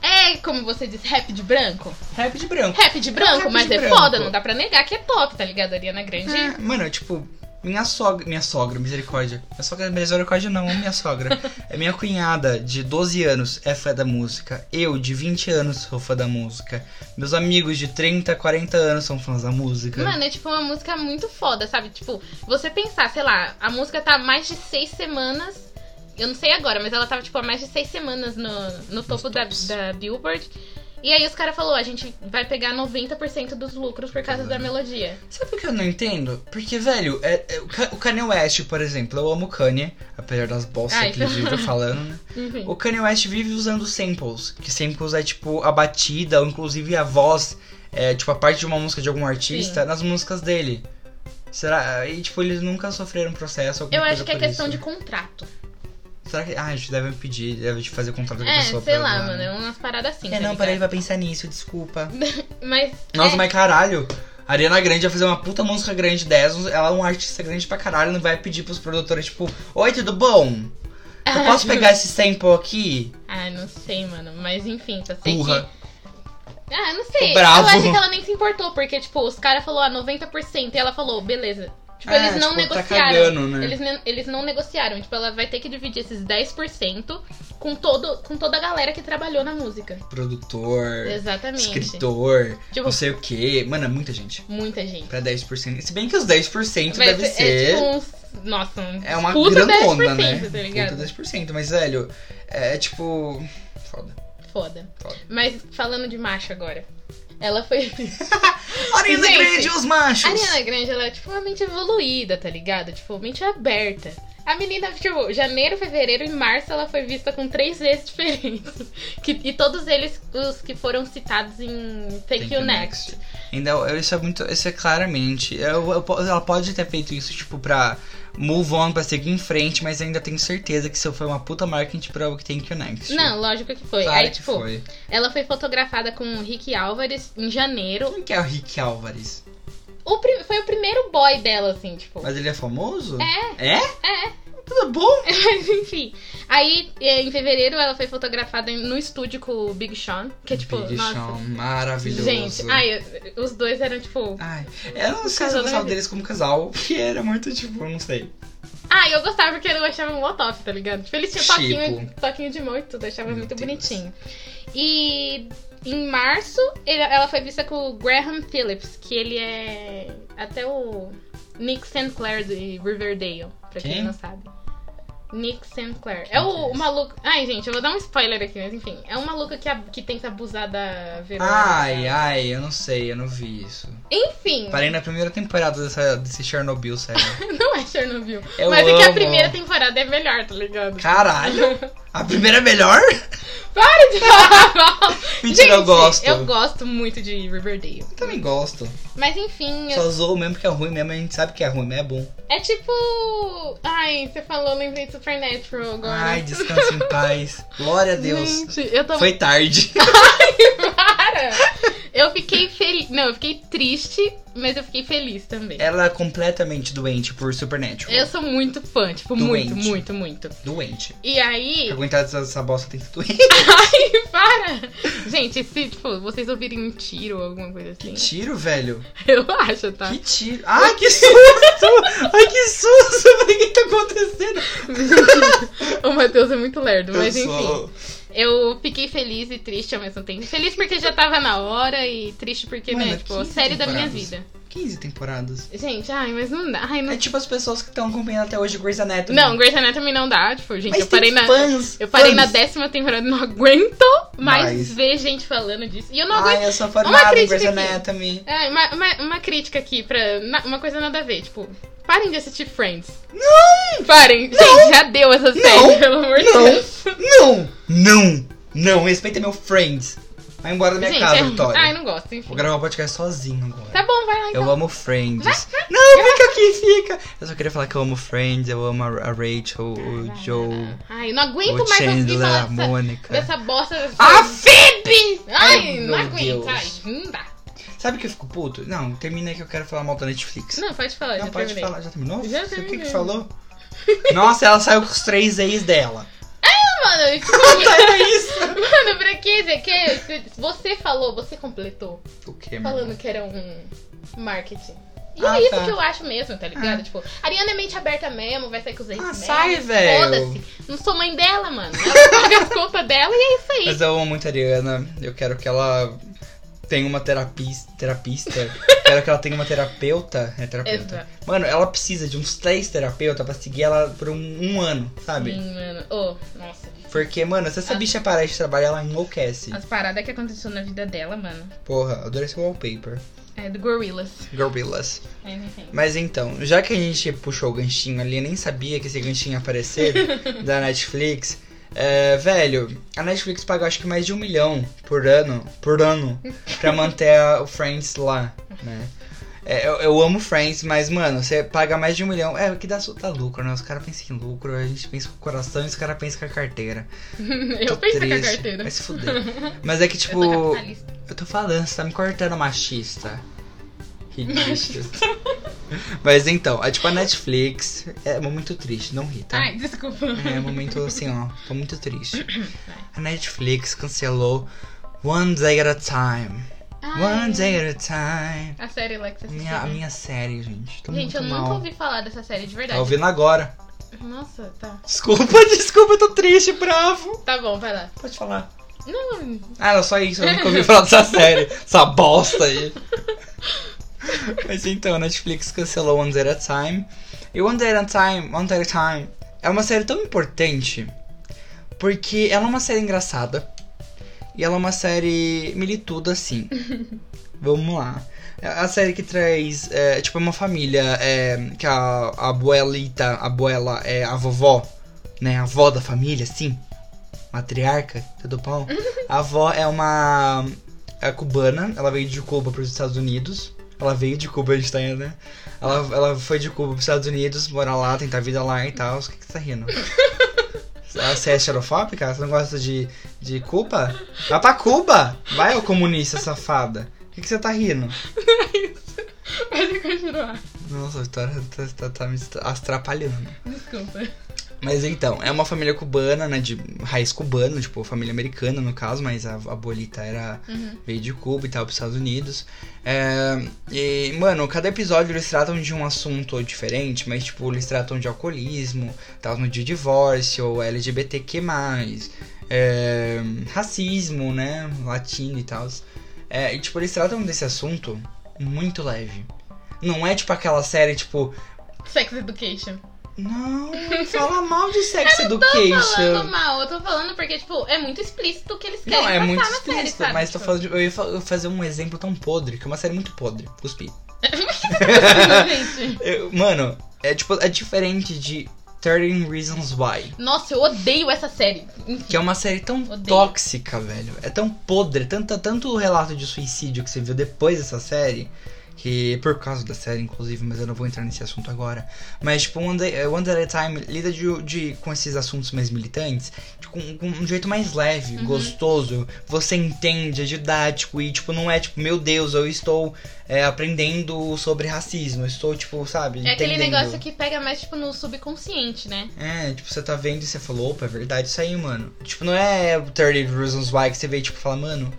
B: É, como você diz, rap de branco?
A: Rap de branco.
B: Rap de branco,
A: rap
B: mas
A: de
B: é
A: branco.
B: foda, não dá pra negar que é top, tá ligado? A Ariana Grande.
A: É, mano, tipo, minha sogra. Minha sogra, misericórdia. Minha sogra, misericórdia não, é minha sogra. é minha cunhada de 12 anos é fã da música. Eu, de 20 anos, sou fã da música. Meus amigos de 30, 40 anos são fãs da música.
B: Mano, é tipo uma música muito foda, sabe? Tipo, você pensar, sei lá, a música tá há mais de seis semanas. Eu não sei agora, mas ela tava, tipo, há mais de seis semanas no, no topo da,
A: tops.
B: da Billboard. E aí os caras falaram, a gente vai pegar 90% dos lucros por causa da melodia.
A: Sabe o que eu não entendo? Porque, velho, é- é o Ka- o Kanye West, por exemplo, eu amo o Kanye, apesar das bostas
B: Ai,
A: que ele vive falando, né?
B: Enfim.
A: O Kanye West vive usando samples, que samples é tipo a batida, ou inclusive a voz, é, tipo a parte de uma música de algum artista nas músicas dele. Será? E tipo, eles nunca sofreram processo alguma
B: Eu
A: coisa
B: acho que é
A: por
B: questão
A: isso.
B: de contrato.
A: Será que. Ah, a gente deve pedir, deve fazer contato com a
B: É,
A: pessoa.
B: sei
A: pra
B: lá,
A: usar,
B: mano,
A: né?
B: é umas paradas assim.
A: É,
B: tá
A: não, parei
B: ligado?
A: pra pensar nisso, desculpa.
B: Mas.
A: Nossa,
B: é,
A: mas caralho. A Ariana Grande vai fazer uma puta música grande dessas, ela é um artista grande pra caralho, não vai pedir pros produtores, tipo, Oi, tudo bom? Eu posso pegar esse sample aqui?
B: Ah, não sei, mano. Mas enfim, só sei
A: Burra.
B: que. Ah, não sei.
A: Tô bravo.
B: Eu acho que ela nem se importou, porque, tipo, os caras falaram, ah, 90%. E ela falou, beleza. Tipo,
A: É,
B: eles não
A: tipo, tá
B: negociaram.
A: cagando, né?
B: eles, ne- eles não negociaram. Tipo, ela vai ter que dividir esses 10% com, todo, com toda a galera que trabalhou na música.
A: Produtor.
B: Exatamente.
A: escritor,
B: Tipo-
A: não sei o que. Mano, é muita gente.
B: Muita gente.
A: Pra 10%. Se bem que os 10%
B: Vai
A: deve ser.
B: É tipo uns. Nossa, um
A: é uma
B: puta
A: grandona,
B: 10%,
A: né?
B: tá ligado?
A: Puta 10%, mas velho, é tipo. Foda.
B: Foda.
A: É. Foda.
B: Mas falando de macho agora. Ela foi.
A: Ariana
B: Gente,
A: Grande e os machos!
B: A Ariana Grande, ela é tipo uma mente evoluída, tá ligado? Tipo, mente aberta. A menina, tipo, janeiro, fevereiro e março ela foi vista com três ex diferentes. Que- e todos eles, os que foram citados em Take,
A: Thank
B: You
A: you
B: Next.
A: Ainda, eu- isso é muito. Isso é claramente. eu- eu po- ela pode ter feito isso, tipo, pra move on, pra seguir em frente, mas ainda tenho certeza que isso foi uma puta marketing pra o que tem que o next.
B: Não, lógico que foi.
A: Claro
B: Aí,
A: que
B: tipo,
A: foi.
B: ela foi fotografada com o Rick Álvares em janeiro.
A: Quem que é o Rick Álvares?
B: O pri- foi o primeiro boy dela, assim, tipo.
A: Mas ele é famoso?
B: É,
A: É? Tudo bom?
B: mas enfim. Aí, eh, em fevereiro, ela foi fotografada em- no estúdio com o Big Sean. Que é tipo,
A: Big
B: nossa.
A: Sean, maravilhoso.
B: Gente, ai, eu- os dois eram tipo.
A: Ai, eu não sei se
B: casal
A: eu gostava
B: é-
A: deles como casal, porque era muito tipo, eu não sei.
B: Ah, eu gostava porque eu achava um top, tá ligado? Tipo, eles tinham toquinho,
A: Tipo.
B: toquinho de mão e tudo, eu achava
A: Meu
B: muito
A: Deus.
B: bonitinho. E em março, ele- ela foi vista com o Graham Phillips, que ele é até o Nick St. Clair de Riverdale, pra quem,
A: Quem?
B: não sabe. Nick St. Clair.
A: que
B: É o,
A: é
B: o
A: esse?
B: maluco. Ai, gente, eu vou dar um spoiler aqui, mas enfim. É um maluco que, ab- que tenta abusar da Verônica.
A: Ai, ai, eu não sei, eu não vi isso.
B: Enfim,
A: Parei na primeira temporada dessa, desse Chernobyl, sério.
B: não é Chernobyl.
A: Eu
B: mas é que a
A: amo.
B: primeira temporada é melhor, tá ligado?
A: Caralho! A primeira é melhor?
B: Para de falar mal!
A: Mentira, eu gosto.
B: Eu gosto muito de Riverdale.
A: Eu também gosto.
B: Mas enfim, eu-
A: Só zoou mesmo porque é ruim mesmo, a gente sabe que é ruim, mas é bom.
B: é tipo. Ai, você falou, lembrei de Supernatural agora.
A: Ai, descansa em paz. Glória a Deus.
B: Gente, eu tô.
A: Foi tarde.
B: Para! Eu fiquei feliz. Não, eu fiquei triste, mas eu fiquei feliz também.
A: Ela é completamente doente por Supernatural.
B: Eu sou muito fã, tipo,
A: Doente. É
B: muito, muito, muito.
A: Doente.
B: E aí.
A: Pra aguentar essa, essa bosta tem que doer.
B: Ai, para! Gente, se tipo, vocês ouvirem um tiro ou alguma coisa assim,
A: Que tiro, velho.
B: eu acho, tá?
A: Que tiro. Ai, que susto! Ai, que susto! O que tá acontecendo?
B: o Matheus é muito lerdo, mas
A: Eu
B: enfim.
A: sou-
B: Eu fiquei feliz e triste ao mesmo tempo. Feliz porque já tava na hora e triste porque, né,
A: Mano,
B: tipo,
A: 15
B: série da minha
A: temporadas.
B: vida.
A: 15 temporadas.
B: Gente, ai, mas não dá. Ai, não...
A: É tipo as pessoas que estão acompanhando até hoje Grey's Anatomy.
B: Não, Grey's Anatomy não dá. Tipo, gente,
A: Mas
B: eu parei
A: tem
B: na...
A: fãs.
B: Eu parei
A: fãs.
B: na décima temporada, não aguento mais
A: Mas-
B: ver gente falando disso. E eu não aguento...
A: Ai, eu sou formada em
B: crítica
A: Grey's
B: aqui.
A: Anatomy.
B: Ai, uma, uma, uma crítica aqui pra... na- Uma coisa nada a ver, tipo... Parem de assistir Friends. Não! Parem. Gente, já deu essa série,
A: Não!
B: pelo amor de
A: Não!
B: Deus.
A: Não! Não! Não! Respeita meu Friends. Vai embora da minha
B: Gente,
A: casa,
B: é-
A: Vitória.
B: Ai, não gosto, enfim.
A: Vou gravar o podcast sozinho agora.
B: Tá bom, vai lá então.
A: Eu amo Friends. Não, fica aqui, fica. Eu só queria falar que eu amo Friends, eu amo a a Rachel, o Joe,
B: Ai, eu não aguento
A: o
B: mais ouvir
A: Chandler,
B: falar
A: a
B: dessa,
A: Mônica.
B: dessa bosta.
A: A Phoebe!
B: Ai,
A: meu
B: não aguento.
A: Deus.
B: Ai, não dá.
A: Sabe que eu fico puto? Não, termina aí que eu quero falar mal da Netflix.
B: Não, pode falar,
A: Não,
B: já
A: pode
B: terminei.
A: falar. Já terminou?
B: Já
A: Você- O que que
B: terminei.
A: falou? Nossa, ela saiu com os três ex dela.
B: Mano, eu-
A: Era isso.
B: mano, pra que dizer que você falou, você completou.
A: O que, meu
B: falando
A: amor?
B: que era um marketing. E
A: Ah,
B: é isso
A: tá.
B: que eu acho mesmo, tá ligado? Tipo, a Ariana é mente aberta mesmo, vai sair com os ex
A: Ah,
B: mesmo,
A: sai, velho.
B: Foda-se. Não sou mãe dela, mano. Ela paga as contas dela e é isso aí.
A: Mas eu amo muito a Ariana. Eu quero que ela tenha uma terapis, terapista. quero que ela tenha uma terapeuta. É terapeuta.
B: Exato.
A: Mano, ela precisa de uns três terapeutas pra seguir ela por um, um ano, sabe?
B: Sim, mano. Ô, nossa.
A: Porque, mano, se essa
B: Ah.
A: bicha parar de trabalhar, ela enlouquece.
B: As paradas que aconteceu na vida dela, mano.
A: Porra, adorei esse wallpaper.
B: É do Gorillaz.
A: Gorillas.
B: Mas enfim.
A: Mas então, já que a gente puxou o ganchinho ali, nem sabia que esse ganchinho ia aparecer da Netflix. é, velho, a Netflix paga acho que mais de um milhão por ano, por ano, pra manter a- o Friends lá, né? É, eu, eu amo Friends, mas mano, você paga mais de um milhão. É, o que dá, su- dá lucro, né? Os caras pensam em lucro, a gente pensa com o coração e os caras pensam com a carteira.
B: eu
A: Tô
B: pensei com a
A: triste,
B: carteira.
A: Vai se fuder. Mas é que
B: Eu
A: tipo.
B: sou capitalista.
A: Eu tô falando, você tá me cortando, machista. Ridículo. Mas então, é tipo a Netflix. É muito triste, não ri, tá?
B: Ai, desculpa.
A: É um momento assim, ó. Tô muito triste. A Netflix cancelou One Day at a Time.
B: Ai,
A: One Day at a Time.
B: A série lá que você assistiu.
A: Minha, a
B: né?
A: minha série, gente. Tô
B: Gente,
A: muito
B: eu
A: mal.
B: nunca ouvi falar dessa série, de
A: Tá
B: verdade.
A: ouvindo agora.
B: Nossa, tá.
A: Desculpa, desculpa, eu tô triste, bravo.
B: Tá bom, vai lá.
A: Pode falar.
B: Não,
A: Ah, era só isso, eu nunca ouvi falar dessa série. Essa bosta aí. Mas então, a Netflix cancelou One Day at a Time. E One Day at a Time, One Day at a Time é uma série tão importante porque ela é uma série engraçada e ela é uma série milituda, assim. Vamos lá. É a série que traz, é, tipo, uma família é, que a, a abuelita, a abuela é a vovó, né? A avó da família, assim. Matriarca, tudo bom? A avó é uma é cubana, ela veio de Cuba para os Estados Unidos. Ela veio de Cuba, a gente tá indo, né? Ela, ela foi de Cuba para os Estados Unidos, morar lá, tentar vida lá e tal. O que, que você tá rindo? Você é xerofóbica? Você não gosta de, de Cuba? Vai pra Cuba! Vai, ô comunista safada! O que, que você tá rindo?
B: pode continuar.
A: Nossa, a Vitória tá, tá, tá me atrapalhando.
B: Desculpa.
A: Mas então, é uma família cubana, né? De raiz cubana, tipo, família americana no caso, mas a, a bolita era
B: Uhum.
A: veio de Cuba e tal, pros Estados Unidos. É, e, mano, cada episódio eles tratam de um assunto diferente, mas, tipo, eles tratam de alcoolismo, tratam de divórcio, LGBTQ, é, racismo, né? Latino e tal. É, e, tipo, eles tratam desse assunto muito leve. Não é tipo aquela série, tipo,
B: Sex Education.
A: não, fala mal de sex
B: Falando
A: education.
B: mal, eu tô falando porque, tipo, é muito explícito o que eles querem
A: Não, é
B: passar
A: muito
B: na série,
A: explícito,
B: sabe?
A: mas tô
B: Tipo,
A: falando de, eu ia fa- eu ia fazer um exemplo tão podre, que é uma série muito podre, cuspi.
B: gente.
A: Eu- mano, é tipo, é diferente de 13 Reasons Why.
B: Nossa, eu odeio essa série.
A: Que é uma série tão
B: Odeio.
A: tóxica, velho. É tão podre, tanto, tanto relato de suicídio que você viu depois dessa série. Que por causa da série, inclusive, mas eu não vou entrar nesse assunto agora. Mas, tipo, One Day, eh, One Day at a Time lida de, de- com esses assuntos mais militantes de- com, com um jeito mais leve,
B: Uhum.
A: gostoso. Você entende, é didático e, tipo, não é tipo, meu Deus, eu estou eh, aprendendo sobre racismo. Eu estou, tipo, sabe?
B: É aquele
A: entendendo.
B: negócio que pega mais, tipo, no subconsciente, né?
A: É, tipo, você tá vendo e você falou, opa, é verdade isso aí, mano. Tipo, não é o 30 Reasons Why que você vê e tipo, fala, mano.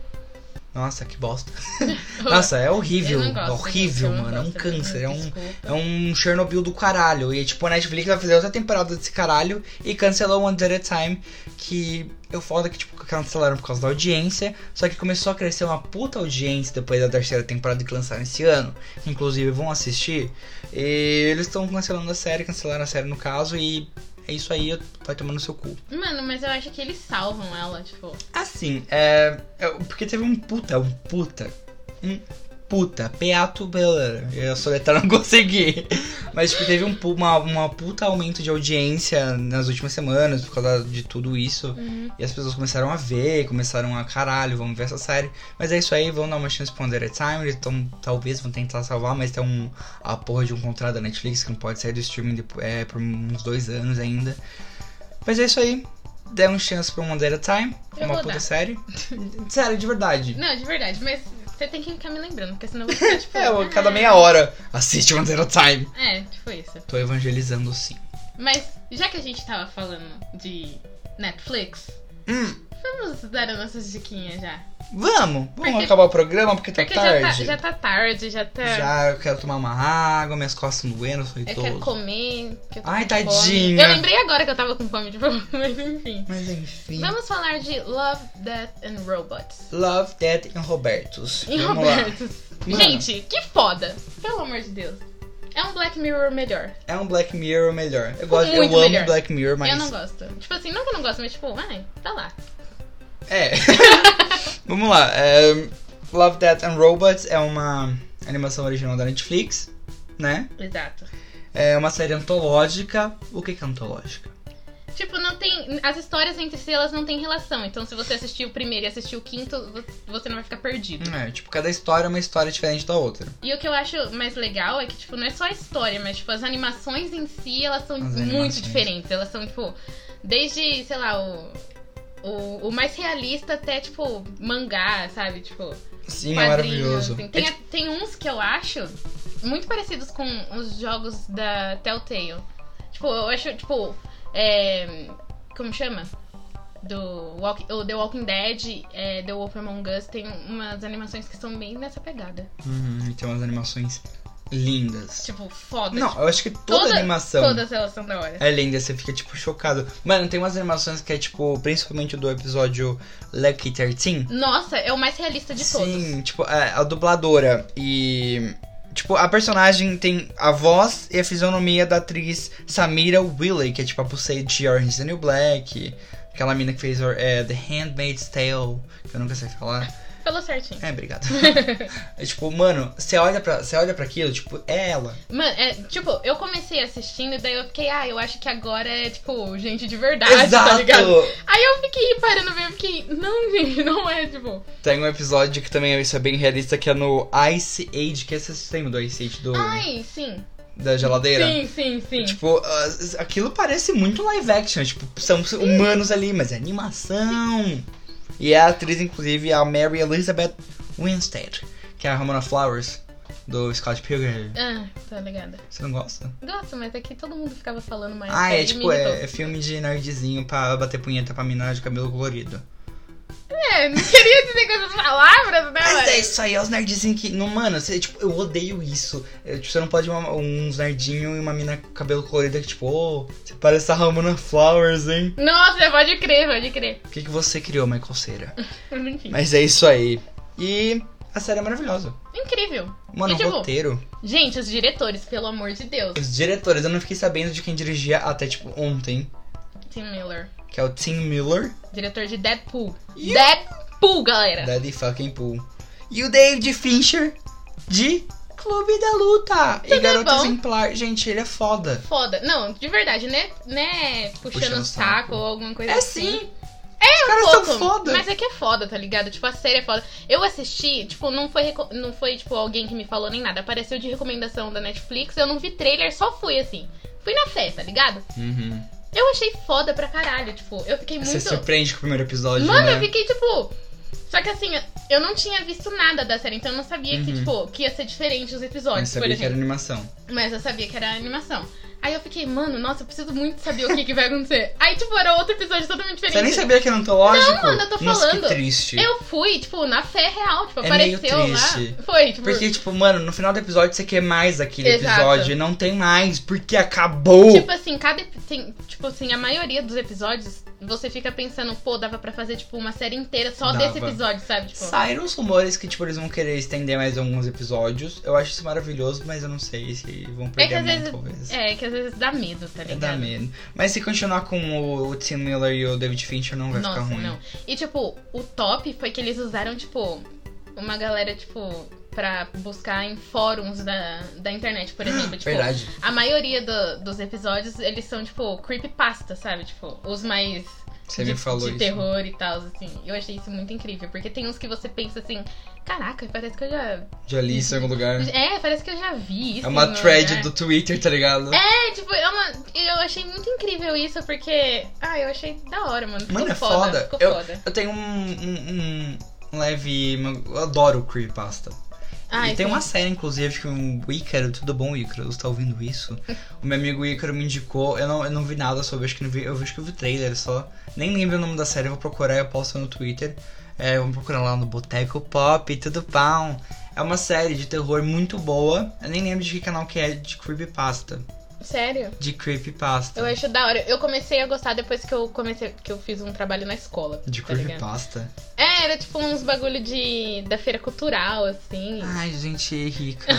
A: Nossa, que bosta. Nossa, é horrível.
B: eu não gosto,
A: é horrível,
B: gente, eu não
A: mano. É um
B: gosto,
A: câncer. É um,
B: desculpa.
A: é um Chernobyl do caralho. E, tipo, a Netflix vai fazer outra temporada desse caralho e cancelou One Day at a Time. Que eu foda que, tipo, cancelaram por causa da audiência. Só que começou a crescer uma puta audiência depois da terceira temporada que lançaram esse ano. que, Inclusive, vão assistir. E eles estão cancelando a série, cancelaram a série no caso. E é isso aí, vai tomando seu cu.
B: Mano, mas eu acho que eles salvam ela, tipo.
A: Assim, é. é, Porque teve um puta, um puta. Um puta, peato, eu soletrar não consegui. Mas tipo, teve um pu- uma, uma puta aumento de audiência nas últimas semanas por causa de tudo isso.
B: Uhum.
A: E as pessoas começaram a ver, começaram a caralho, vamos ver essa série. Mas é isso aí, vão dar uma chance pro Under a Time. Eles tão, talvez vão tentar salvar, mas tem um, a porra de um contrato da Netflix que não pode sair do streaming depo- é, por uns dois anos ainda. Mas é isso aí, dê uma chance pro Under a Time.
B: Eu
A: uma
B: vou
A: puta
B: dar.
A: série. sério, de verdade.
B: Não, de verdade, mas você tem que ficar me lembrando, porque senão eu vou ficar, tipo.
A: É, eu-
B: "Ah,
A: cada meia hora assiste Under a Time.
B: É, tipo isso.
A: Tô evangelizando sim.
B: Mas já que a gente tava falando de Netflix,
A: Hum,
B: vamos dar as nossas diquinhas já.
A: vamos, vamos
B: Porque-
A: acabar o programa porque tá
B: Porque já tá,
A: tarde.
B: já tá tarde, já tá.
A: Já eu quero tomar uma água, minhas costas estão doendo, eu sou
B: Eu quero
A: idoso.
B: comer. Que eu tô
A: Ai,
B: com fome.
A: tadinha.
B: Eu lembrei agora que eu tava com fome, tipo, mas enfim.
A: Mas enfim.
B: Vamos falar de Love, Death and Robots.
A: Love, Dead e Robertos.
B: Em
A: Vamos
B: Roberto.
A: Mano.
B: Gente, que foda. Pelo amor de Deus. É um Black Mirror melhor.
A: lá. É um Black Mirror melhor. Eu, gosto, eu
B: Muito
A: amo
B: melhor.
A: Black Mirror, mas.
B: Eu não gosto. Tipo assim, não que eu não gosto, mas tipo, ai, tá lá.
A: É. Vamos lá. é, Love, Death and Robots é uma animação original da Netflix, né?
B: Exato.
A: É uma série antológica. O que que é antológica?
B: Tipo, não tem. As histórias entre si elas não têm relação. Então, se você assistir o primeiro e assistir o quinto, vo- você não vai ficar perdido.
A: É, tipo, cada história é uma história diferente da outra.
B: E o que eu acho mais legal é que, tipo, não é só a história, mas, tipo, as animações em si, elas são
A: As
B: muito
A: animações.
B: diferentes. Elas são, tipo, desde, sei lá, o. O, o mais realista até, tipo, mangá, sabe? Tipo,
A: Sim, é
B: quadrinhos,
A: maravilhoso.
B: assim.
A: É
B: Tem,
A: tipo-
B: a- tem uns que eu acho muito parecidos com os jogos da Telltale. Tipo, eu acho, tipo, é, como chama? Do Walk- o The Walking Dead, é, The Wolf Among Us, tem umas animações que são bem nessa pegada.
A: Uhum, e tem umas animações lindas.
B: Tipo, foda.
A: Não,
B: tipo,
A: eu acho que toda,
B: toda-
A: animação
B: todas elas são da hora.
A: é linda, você fica, tipo, chocado. Mano, tem umas animações que é, tipo, principalmente do episódio Lucky 13.
B: Nossa, é o mais realista de todos.
A: Sim, tipo, é, a dubladora e... Tipo, a personagem tem a voz e a fisionomia da atriz Samira Willey, que é tipo a Pulseira de Orange is the New Black, aquela mina que fez é, The Handmaid's Tale, que eu nunca sei falar.
B: Falou certinho.
A: É, obrigado. é tipo, mano, você olha, pra, você olha pra aquilo, tipo, é ela.
B: Mano, é, tipo, eu comecei assistindo e daí eu fiquei, ah, eu acho que agora é, tipo, gente de verdade, tá ligado? Aí eu fiquei parando bem, eu fiquei, não, gente, não é, tipo.
A: Tem um episódio que também isso é bem realista, que é no Ice Age, que é esse sistema do Ice Age do,
B: Ai, sim.
A: da geladeira.
B: Sim, sim, sim.
A: Tipo, as- aquilo parece muito live action, tipo, são humanos ali, mas é animação. E a atriz, inclusive, é a Mary Elizabeth Winstead, que é a Ramona Flowers, do Scott Pilgrim.
B: Ah, tá ligada.
A: Você não gosta?
B: Gosto, mas aqui todo mundo ficava falando mais.
A: Ah,
B: sério,
A: é
B: e me
A: tipo, é,
B: irritou.
A: é filme de nerdzinho pra bater punheta pra mina de cabelo colorido.
B: É, não queria dizer com essas palavras, né,
A: Mas é
B: mas...
A: isso aí, é os nerdzinhos que. Não, mano, você, tipo, eu odeio isso. É, tipo, você não pode uma, uns nerdinhos e uma mina com cabelo colorido que, tipo, ô, você parece a Ramona Flowers, hein?
B: Nossa, pode crer, pode crer.
A: O que, que você criou, Michael Cera?
B: Mas Enfim.
A: Mas é isso aí. E a série é maravilhosa.
B: Incrível.
A: Mano,
B: E,
A: o
B: tipo,
A: roteiro.
B: Gente, os diretores, pelo amor de Deus.
A: Os diretores, eu não fiquei sabendo de quem dirigia até, tipo, ontem,
B: Tim Miller,
A: que é o Tim Miller.
B: diretor de Deadpool.
A: E-
B: Deadpool, galera.
A: Daddy fucking Pool. E o David Fincher de Clube da Luta. e
B: Tudo é
A: Garota
B: bom.
A: Exemplar. Gente, ele é foda.
B: Foda. Não, de verdade, né? né puxando,
A: Puxando
B: o
A: o
B: saco,
A: saco.
B: ou alguma coisa
A: É
B: assim.
A: sim. É, Os caras são
B: pouco,
A: foda.
B: Mas é que é foda, tá ligado? Tipo, a série é foda. Eu assisti, tipo, não foi, reco- não foi tipo, alguém que me falou nem nada. Apareceu de recomendação da Netflix, eu não vi trailer, só fui assim. Fui na fé, tá ligado?
A: Uhum.
B: Eu achei foda pra caralho, tipo, eu fiquei
A: Você
B: muito.
A: se surpreende com o primeiro episódio,
B: Mano,
A: é né?
B: eu fiquei, tipo. Só que assim, eu não tinha visto nada da série, então eu não sabia que,
A: Uhum.
B: tipo, que ia ser diferente os
A: Eu
B: episódios, por
A: sabia que era
B: exemplo.
A: animação.
B: Mas eu sabia que era animação. Aí eu fiquei, mano, nossa, eu preciso muito saber o que, que vai acontecer. Aí, tipo, era outro episódio totalmente diferente.
A: Você nem sabia que era antológico?
B: Não, mano, eu tô
A: Nossa,
B: falando.
A: que triste.
B: Eu fui, tipo, na fé real, tipo,
A: É meio
B: apareceu
A: triste.
B: lá. Foi, tipo.
A: Porque, tipo, mano, no final do episódio você quer mais aquele
B: Exato.
A: episódio e não tem mais, porque acabou.
B: Tipo assim, cada. ep- Tem, tipo assim, a maioria dos episódios, você fica pensando, pô, dava pra fazer, tipo, uma série inteira só
A: Dava.
B: desse episódio, sabe? Tipo,
A: Saíram os rumores que, tipo, eles vão querer estender mais alguns episódios. Eu acho isso maravilhoso, mas eu não sei se vão
B: é que
A: perder a
B: às
A: mão,
B: vezes.
A: talvez.
B: É, que às vezes dá medo, tá
A: É
B: ligado?
A: dar medo. Mas se continuar com o, o Tim Miller e o David Fincher, não vai
B: Nossa,
A: ficar ruim.
B: não. E tipo, o top foi que eles usaram, tipo, uma galera, tipo, pra buscar em fóruns da, da internet, por exemplo. tipo,
A: Verdade.
B: a maioria do- dos episódios, eles são, tipo, creepypasta, sabe? Tipo, os mais
A: Você
B: Tipo, de,
A: me falou
B: de
A: isso.
B: terror e tal, assim. Eu achei isso muito incrível, porque tem uns que você pensa assim, caraca, parece que eu já.
A: Já li isso em algum lugar.
B: É, parece que eu já vi isso.
A: É
B: em
A: uma
B: algum
A: thread
B: lugar."
A: do Twitter, tá ligado?
B: É, tipo, é uma... eu achei muito incrível isso, porque. Ah, eu achei da hora, mano. Ficou
A: Mano, é
B: foda.
A: foda.
B: Ficou
A: Eu,
B: foda.
A: eu tenho um, um, um leve. Eu adoro creepypasta.
B: Ah,
A: e tem
B: sim.
A: uma série, inclusive, que um o Ícaro, tudo bom, Ícaro? Você tá ouvindo isso? o meu amigo Ícaro me indicou, eu não, eu não vi nada sobre, acho que não vi, eu acho que eu vi o trailer só. Nem lembro o nome da série, eu vou procurar, eu posto no Twitter. É, vamos procurar lá no Boteco Pop, tudo pão. É uma série de terror muito boa. Eu nem lembro de que canal que é de Creepypasta.
B: Sério?
A: De Creepypasta.
B: Eu acho da hora. Eu comecei a gostar depois que eu comecei que eu fiz um trabalho na escola.
A: De
B: tá ligado?
A: Creepypasta.
B: É, era tipo uns bagulho de da feira cultural assim.
A: Ai, gente, é rica.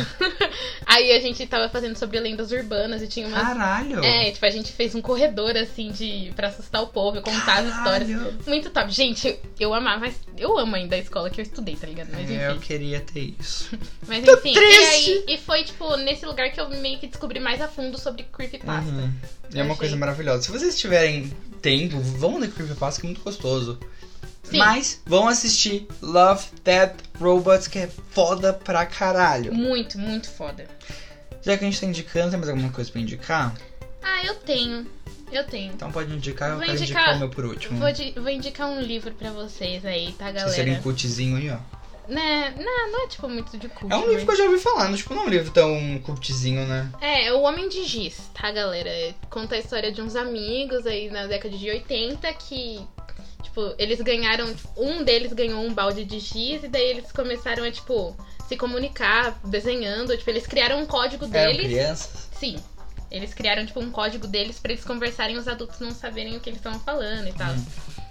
B: Aí a gente tava fazendo sobre lendas urbanas e tinha umas
A: Caralho!
B: É, tipo, a gente fez um corredor assim de para assustar o povo, eu contava histórias.
A: Caralho.
B: Muito top. Gente, eu amava, eu amo ainda a escola que eu estudei, tá ligado? Mas
A: É, eu
B: enfim.
A: queria ter isso.
B: Mas
A: Tô
B: enfim, e aí
A: triste.
B: e foi tipo nesse lugar que eu meio que descobri mais a fundo sobre creepypasta.
A: Uhum. É uma
B: Achei.
A: coisa maravilhosa. Se vocês tiverem tempo, vão ler Creepypasta, que é muito gostoso.
B: Sim.
A: Mas vão assistir Love, Death, Robots, que é foda pra caralho.
B: Muito, muito foda.
A: Já que a gente tá indicando, tem mais alguma coisa pra indicar?
B: Ah, eu tenho. Eu tenho.
A: Então pode indicar, eu
B: Vou
A: quero
B: indicar-
A: indicar o meu por último.
B: Vou, di- vou indicar um livro pra vocês aí, tá,
A: Se vocês serem
B: galera?
A: cultzinho aí, ó.
B: Né, não, não é tipo muito de culto.
A: É um livro que eu já ouvi falar, não, tipo, não é um livro tão cultzinho, né?
B: É, é o Homem de Giz, tá, galera? Conta a história de uns amigos aí na década de 80 que, tipo, eles ganharam. Um deles ganhou um balde de giz e daí eles começaram a, tipo, se comunicar desenhando. Tipo, eles criaram um código
A: É,
B: deles.
A: crianças.
B: Sim. Eles criaram, tipo, um código deles pra eles conversarem e os adultos não saberem o que eles estavam falando e tal.
A: Hum.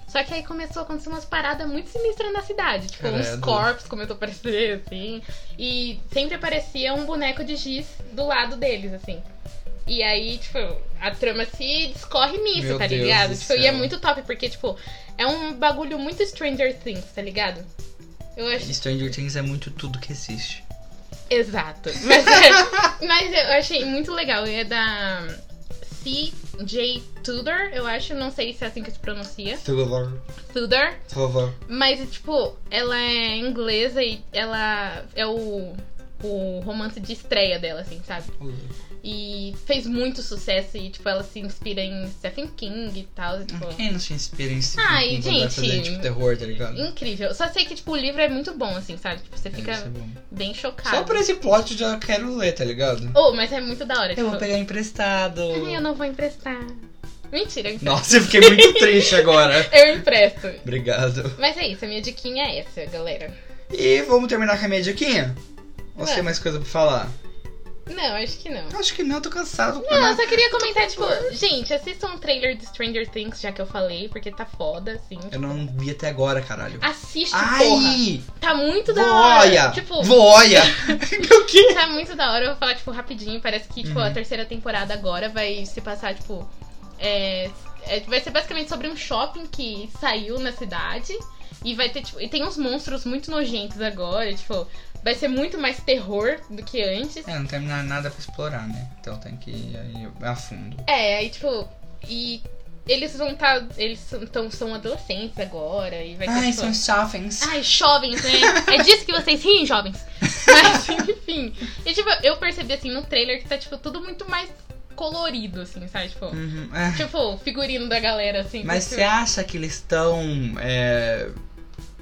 B: Só que aí começou a acontecer umas paradas muito sinistras na cidade. Tipo, uns
A: Credo.
B: corpos começou a aparecer, assim. E sempre aparecia um boneco de giz do lado deles, assim. E aí, tipo, a trama se discorre nisso,
A: Meu
B: tá
A: Deus
B: ligado?
A: do
B: Tipo, e é
A: céu.
B: muito top, porque, tipo, é um bagulho muito Stranger Things, tá ligado? Eu acho
A: Stranger Things é muito tudo que existe.
B: Exato. Mas, é- mas eu achei muito legal. É da C.J. Tudor, eu acho. Não sei se é assim que se pronuncia.
A: Thriller,
B: Tudor.
A: thriller.
B: Mas, tipo, ela é inglesa e ela é o, o romance de estreia dela, assim, sabe? E fez muito sucesso e, tipo, ela se inspira em Stephen King e tal. e, tipo,
A: Quem não se inspira em si
B: Ai,
A: quem vai
B: gente.
A: fazer, tipo, terror, tá ligado?
B: Incrível. Só sei que, tipo, o livro é muito bom, assim, sabe? Tipo, você
A: É,
B: fica
A: isso é bom.
B: bem chocado.
A: Só por esse plot eu já quero ler, tá ligado?
B: Oh, mas é muito da hora.
A: Eu vou
B: tipo,
A: pegar emprestado.
B: Ai, eu não vou emprestar. Mentira, eu empresto.
A: Nossa, eu fiquei muito triste agora.
B: Eu empresto.
A: Obrigado.
B: Mas é isso, a minha diquinha é essa, galera.
A: E vamos terminar com a minha diquinha? Ou você tem
B: Vai.
A: mais coisa pra falar?
B: Não, acho que não.
A: Acho que não, eu tô cansado.
B: Não, eu só queria comentar, tipo, gente, assistam o trailer de Stranger Things, já que eu falei, porque tá foda, assim.
A: Eu não vi até agora, caralho.
B: Assiste, porra.
A: Ai!
B: Tá muito da hora.
A: Voia!
B: Tipo,
A: Voia! o quê?
B: tá muito da hora. Eu vou falar, tipo, rapidinho. Parece que, tipo,
A: Uhum.
B: a terceira temporada agora vai se passar, tipo. É, é- vai ser basicamente sobre um shopping que saiu na cidade. E vai ter, tipo. E tem uns monstros muito nojentos agora. Tipo, vai ser muito mais terror do que antes.
A: É, não tem nada pra explorar, né? Então tem que ir aí a fundo.
B: É, aí, tipo. E eles vão estar. eles são, tão, são adolescentes agora. E vai ter,
A: Ai, são
B: tipo,
A: jovens.
B: Ai, jovens, né? É disso que vocês riem, jovens. Mas, enfim. E, tipo, eu percebi, assim, no trailer que tá, tipo, tudo muito mais colorido, assim, sabe? Tipo,
A: Uhum, é.
B: tipo figurino da galera, assim.
A: Mas
B: tipo,
A: você acha que eles estão. É,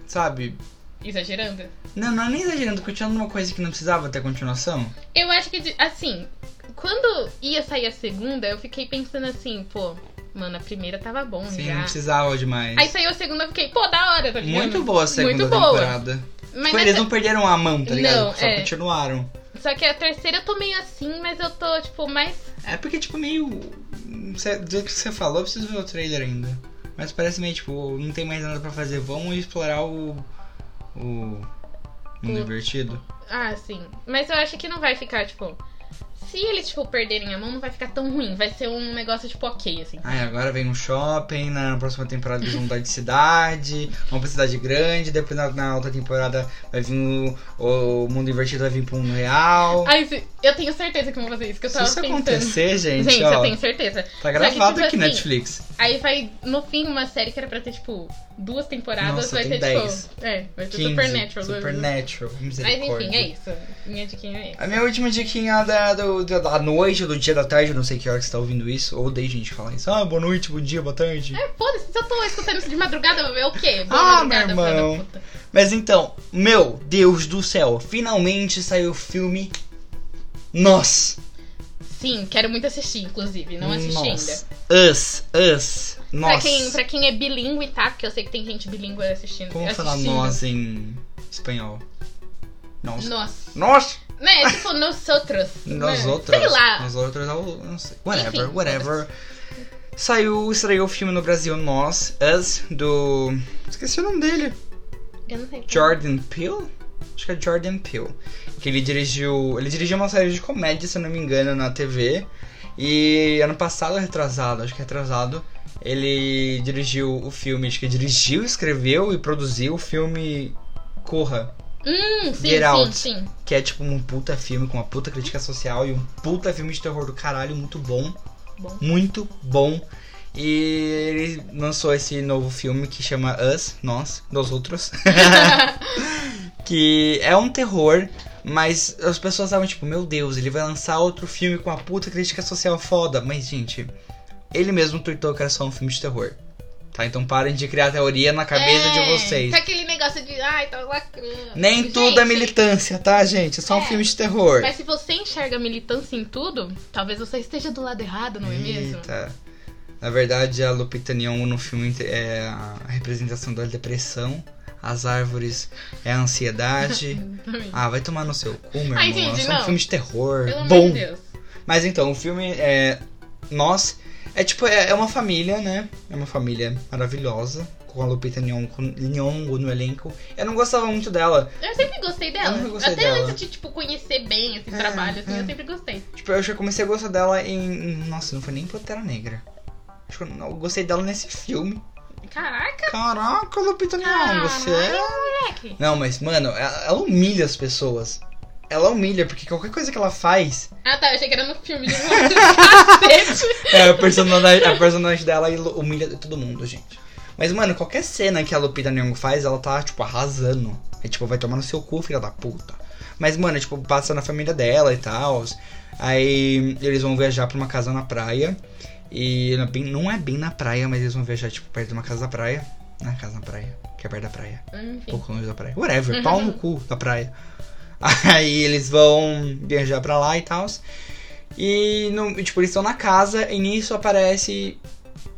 A: sabe?
B: Exagerando?
A: Não, não é nem exagerando, continuando uma coisa que não precisava ter continuação.
B: Eu acho que, de- assim, quando ia sair a segunda, eu fiquei pensando assim, pô, mano, a primeira tava bom
A: Sim,
B: já.
A: não precisava demais.
B: Aí saiu a segunda, eu fiquei, pô, da hora, tá ligado?
A: Muito boa a segunda
B: Muito boa.
A: temporada.
B: Mas
A: Tipo,
B: nessa-
A: eles não perderam a mão, tá ligado?
B: Não,
A: Só
B: é.
A: continuaram.
B: Só que a terceira eu tô meio assim, mas eu tô, tipo, mais.
A: É porque, tipo, meio. cê- Do jeito que você falou, eu preciso ver o trailer ainda. Mas parece meio, tipo, não tem mais nada pra fazer. Vamos explorar o. O. Mundo
B: O-
A: invertido.
B: assim. Ah, sim. Mas eu acho que não vai ficar, tipo. se eles, tipo, perderem a mão, não vai ficar tão ruim. Vai ser um negócio, tipo, ok, assim.
A: Aí agora vem um shopping, na próxima temporada eles vão mudar de cidade, vão pra cidade grande, depois na, na outra temporada vai vir o, o mundo invertido, vai vir pro mundo real.
B: Ai, se- eu tenho certeza que vão fazer isso, que eu
A: Se
B: tava
A: isso
B: pensando.
A: acontecer, gente,
B: Gente, assim, eu
A: ó,
B: tenho certeza.
A: tá gravado
B: tipo
A: aqui
B: assim,
A: Netflix.
B: Aí vai, no fim, uma série que era pra ter, tipo, duas temporadas,
A: Nossa,
B: vai
A: tem
B: ter,
A: 10.
B: tipo. É, vai ter
A: 15,
B: Supernatural. duas-
A: Supernatural,
B: Mas
A: misericórdia.
B: enfim, é isso. Minha diquinha é essa.
A: A minha última diquinha da, do- da, da noite, ou do dia da tarde, eu não sei que hora que você tá ouvindo isso. ou Odeio gente falar isso. Ah, boa noite, bom dia, boa tarde.
B: É, foda-se, se eu tô escutando isso de madrugada, é o quê? Boa
A: Ah,
B: madrugada,
A: meu
B: filha da
A: irmão.
B: puta.
A: Mas então, meu Deus do céu, finalmente saiu o filme Nós.
B: Sim, quero muito assistir, inclusive. Não assisti ainda.
A: Nós. Us, Us, Nós.
B: Pra quem, pra quem é bilíngue, tá? Porque eu sei que tem gente bilíngue assistindo.
A: Como
B: assistindo.
A: falar nós em espanhol? Nós.
B: Nós.
A: Nós!
B: Né? É tipo, nós outros.
A: Nós
B: né?
A: outras.
B: Sei lá.
A: Nós outras, eu não sei. Whatever,
B: Enfim,
A: whatever. Saiu, estreou o filme no Brasil, Nós, Us, do... Esqueci o nome dele.
B: Eu não sei.
A: Jordan Peele? Acho que é Jordan Peele. Que ele dirigiu. Ele dirigiu uma série de comédia, se eu não me engano, na TV. E ano passado, retrasado, acho que é retrasado, ele dirigiu o filme. Acho que dirigiu, escreveu e produziu o filme Corra.
B: Hum, sim,
A: Get
B: sim,
A: Out.
B: sim.
A: Que é tipo um puta filme com uma puta crítica social e um puta filme de terror do caralho, muito bom.
B: Bom.
A: Muito bom. E ele lançou esse novo filme que chama Us, Nós, Dos Outros. que é um terror, mas as pessoas estavam tipo, meu Deus, ele vai lançar outro filme com uma puta crítica social foda. Mas, gente, ele mesmo tweetou que era só um filme de terror. Tá, então parem de criar teoria na cabeça
B: É,
A: de vocês.
B: Tá aquele negócio de, ai, tá lacrando.
A: Nem tudo é
B: Gente,
A: militância, tá, gente? É só um
B: É.
A: filme de terror.
B: Mas se você enxerga militância em tudo, talvez você esteja do lado errado, não é mesmo?
A: Eita. Na verdade, a Lupita Nyong'o no filme é a representação da depressão. As árvores é a ansiedade.
B: Exatamente.
A: ah, vai tomar no seu cu, meu
B: Ah,
A: irmão.
B: entendi,
A: é só um
B: não.
A: filme de terror.
B: Pelo amor
A: Bom.
B: de Deus.
A: Mas então, o filme é. Nós. É tipo, é, é uma família, né? É uma família maravilhosa. Com a Lupita Nyong'o, Nyong'o no elenco. Eu não gostava muito dela.
B: Eu sempre gostei dela.
A: Eu nunca gostei
B: Até
A: dela.
B: antes de, tipo, conhecer bem esse
A: É,
B: trabalho, assim,
A: é.
B: eu sempre gostei.
A: Tipo, eu acho que eu comecei a gostar dela em. Nossa, não foi nem Pantera Negra. Acho que eu, não- eu gostei dela nesse filme.
B: Caraca,
A: Caraca, Lupita Nyong'o, você é
B: moleque.
A: Não, mas, mano, ela, ela humilha as pessoas. Ela humilha, porque qualquer coisa que ela faz,
B: Ah, tá, eu achei que era no filme de novo. Cacete.
A: é, a, personagem, a personagem dela ele humilha todo mundo, gente. Mas, mano, qualquer cena que a Lupita Nyong'o faz, ela tá, tipo, arrasando. É tipo, vai tomar no seu cu, filha da puta. Mas, mano, tipo, passa na família dela e tal. Aí eles vão viajar pra uma casa na praia. E não é bem- não é bem na praia, mas eles vão viajar, tipo, perto de uma casa da praia. Na casa na praia, que é perto da praia.
B: Enfim.
A: pouco longe da praia. Whatever,
B: Uhum.
A: pau no cu da praia. Aí eles vão viajar pra lá e tal. E, no- tipo, eles estão na casa e nisso aparece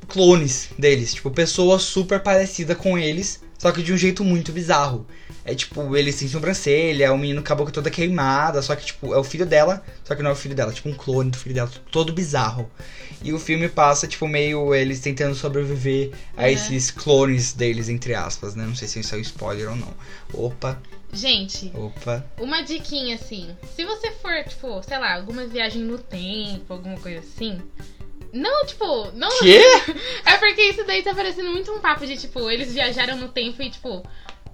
A: clones deles. Tipo, pessoas super parecidas com eles, só que de um jeito muito bizarro. É tipo, eles sem sobrancelha, o menino com a boca toda queimada, só que, tipo, é o filho dela, só que não é o filho dela, é, tipo, um clone do filho dela, todo bizarro. E o filme passa, tipo, meio eles tentando sobreviver a
B: É.
A: esses clones deles, entre aspas, né? Não sei se isso é um spoiler ou não. Opa,
B: Gente,
A: opa.
B: uma diquinha assim. Se você for, tipo, sei lá, alguma viagem no tempo, alguma coisa assim. Não, tipo, não.
A: Quê?
B: É porque isso daí tá parecendo muito um papo de, tipo, eles viajaram no tempo e, tipo,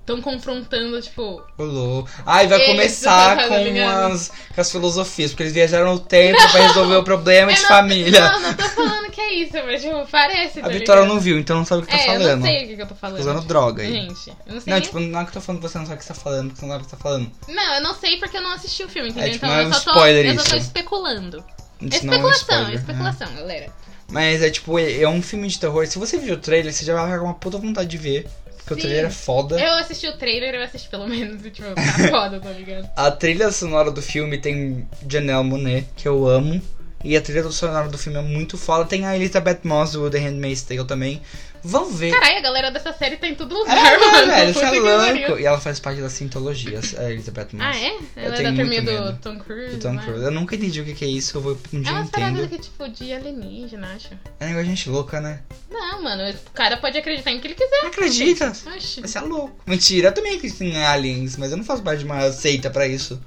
B: tão confrontando, tipo.
A: Rolou. Ai, vai
B: Eles,
A: começar
B: tá
A: com
B: ligado?
A: as, com as filosofias, porque eles viajaram no tempo pra resolver o problema
B: eu
A: de
B: não-
A: família.
B: Não, não tô falando que é isso, mas, tipo, parece.
A: A
B: tá
A: Vitória
B: ligado?
A: não viu, então não sabe o que tá
B: é, eu
A: falando.
B: não sei o que, que eu tô
A: Tá
B: falando. tipo,
A: usando droga aí.
B: Gente, eu não sei.
A: Não,
B: nem-
A: tipo, não é que eu tô falando que você não sabe o que você tá falando, porque você não sabe o que você tá falando.
B: Não, eu não sei porque eu não assisti o filme, entendeu?
A: tipo,
B: então
A: não é
B: eu
A: um
B: só tô,
A: spoiler
B: eu só tô
A: isso.
B: especulando.
A: Isso não é um
B: especulação,
A: spoiler, né?
B: especulação, galera.
A: Mas é tipo, é é um filme de terror. Se você viu o trailer, você já vai ficar com uma puta vontade de ver. Porque o
B: Sim.
A: trailer é foda.
B: Eu assisti o trailer, eu assisti pelo menos, e, tipo, tá foda, tá ligado?
A: A trilha sonora do filme tem Janelle Monet, que eu amo. E a trilha sonora do filme é muito foda. Tem a Elizabeth Moss do The Handmaid's Tale também. Vão ver.
B: Caralho, a galera dessa série tá em todo
A: É,
B: lugar,
A: né,
B: mano.
A: velho, você
B: Puta
A: é
B: que pariu.
A: louco. E ela faz parte da Scientologia, a Elizabeth Moss.
B: Ah, é? Ela é
A: tenho
B: da turminha
A: muito medo
B: do Tom Cruise.
A: Do Tom
B: né?
A: Cruise. Eu nunca entendi o que que é isso, eu vou um
B: É
A: dia eu
B: uma parada
A: entendo.
B: que, tipo, de alienígena, acho.
A: É um negócio de gente louca, né?
B: Não, mano, o cara pode acreditar em que ele quiser.
A: Não acredita?
B: Oxi.
A: Você é louco. Mentira, eu também acredito em aliens, mas eu não faço parte de uma seita pra isso.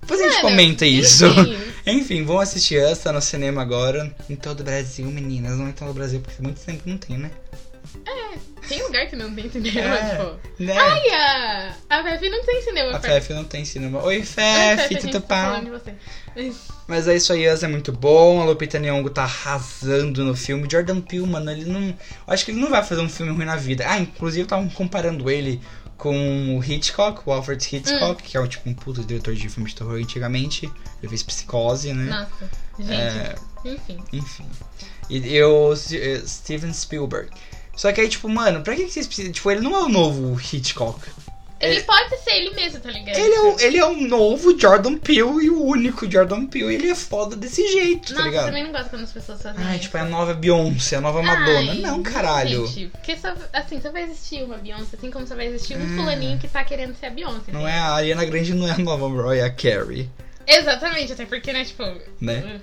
A: Depois a gente
B: Mano,
A: comenta isso.
B: É, né? Enfim,
A: Enfim, vão assistir Us, tá no cinema agora. Em todo o Brasil, meninas. Não em todo o Brasil, porque muito tempo não tem, né?
B: Tem lugar que não tem cinema,
A: É.
B: tipo.
A: Né?
B: Ai, a, a Fefe não tem cinema
A: A
B: perto.
A: Fef não tem cinema. Oi,
B: Ai,
A: Fef,
B: a gente
A: tudo
B: tá
A: pau?
B: falando de você.
A: Mas é isso aí, Us é muito bom. A Lupita Nyong'o tá arrasando no filme. Jordan Peele, mano, ele não... Eu acho que ele não vai fazer um filme ruim na vida. Ah, inclusive estavam comparando ele com o Hitchcock, o Alfred
B: Hum.
A: Hitchcock, que é o tipo um puto diretor de filme de terror antigamente. Ele fez Psicose, né?
B: Nossa, gente.
A: É.
B: Enfim.
A: Enfim. E eu. eh, Steven Spielberg. Só que aí, tipo, mano, pra que que vocês precisam. Tipo, ele não é o novo Hitchcock.
B: Ele pode ser ele mesmo, tá ligado?
A: É. Ele é, o, ele é o novo Jordan Peele e o único Jordan Peele. Ele é foda desse jeito, tá
B: Nossa, eu
A: ligado?
B: também não gosto quando as pessoas fazem
A: Ai,
B: isso.
A: tipo, é a nova Beyoncé, a nova Madonna.
B: Ai,
A: não, caralho.
B: Gente, porque só, assim, só vai existir uma Beyoncé, assim como só vai existir um
A: É.
B: fulaninho que tá querendo ser a Beyoncé.
A: Não
B: assim.
A: é a Ariana Grande, não é a nova Mariah Carey,
B: Exatamente, até porque, né, tipo.
A: né?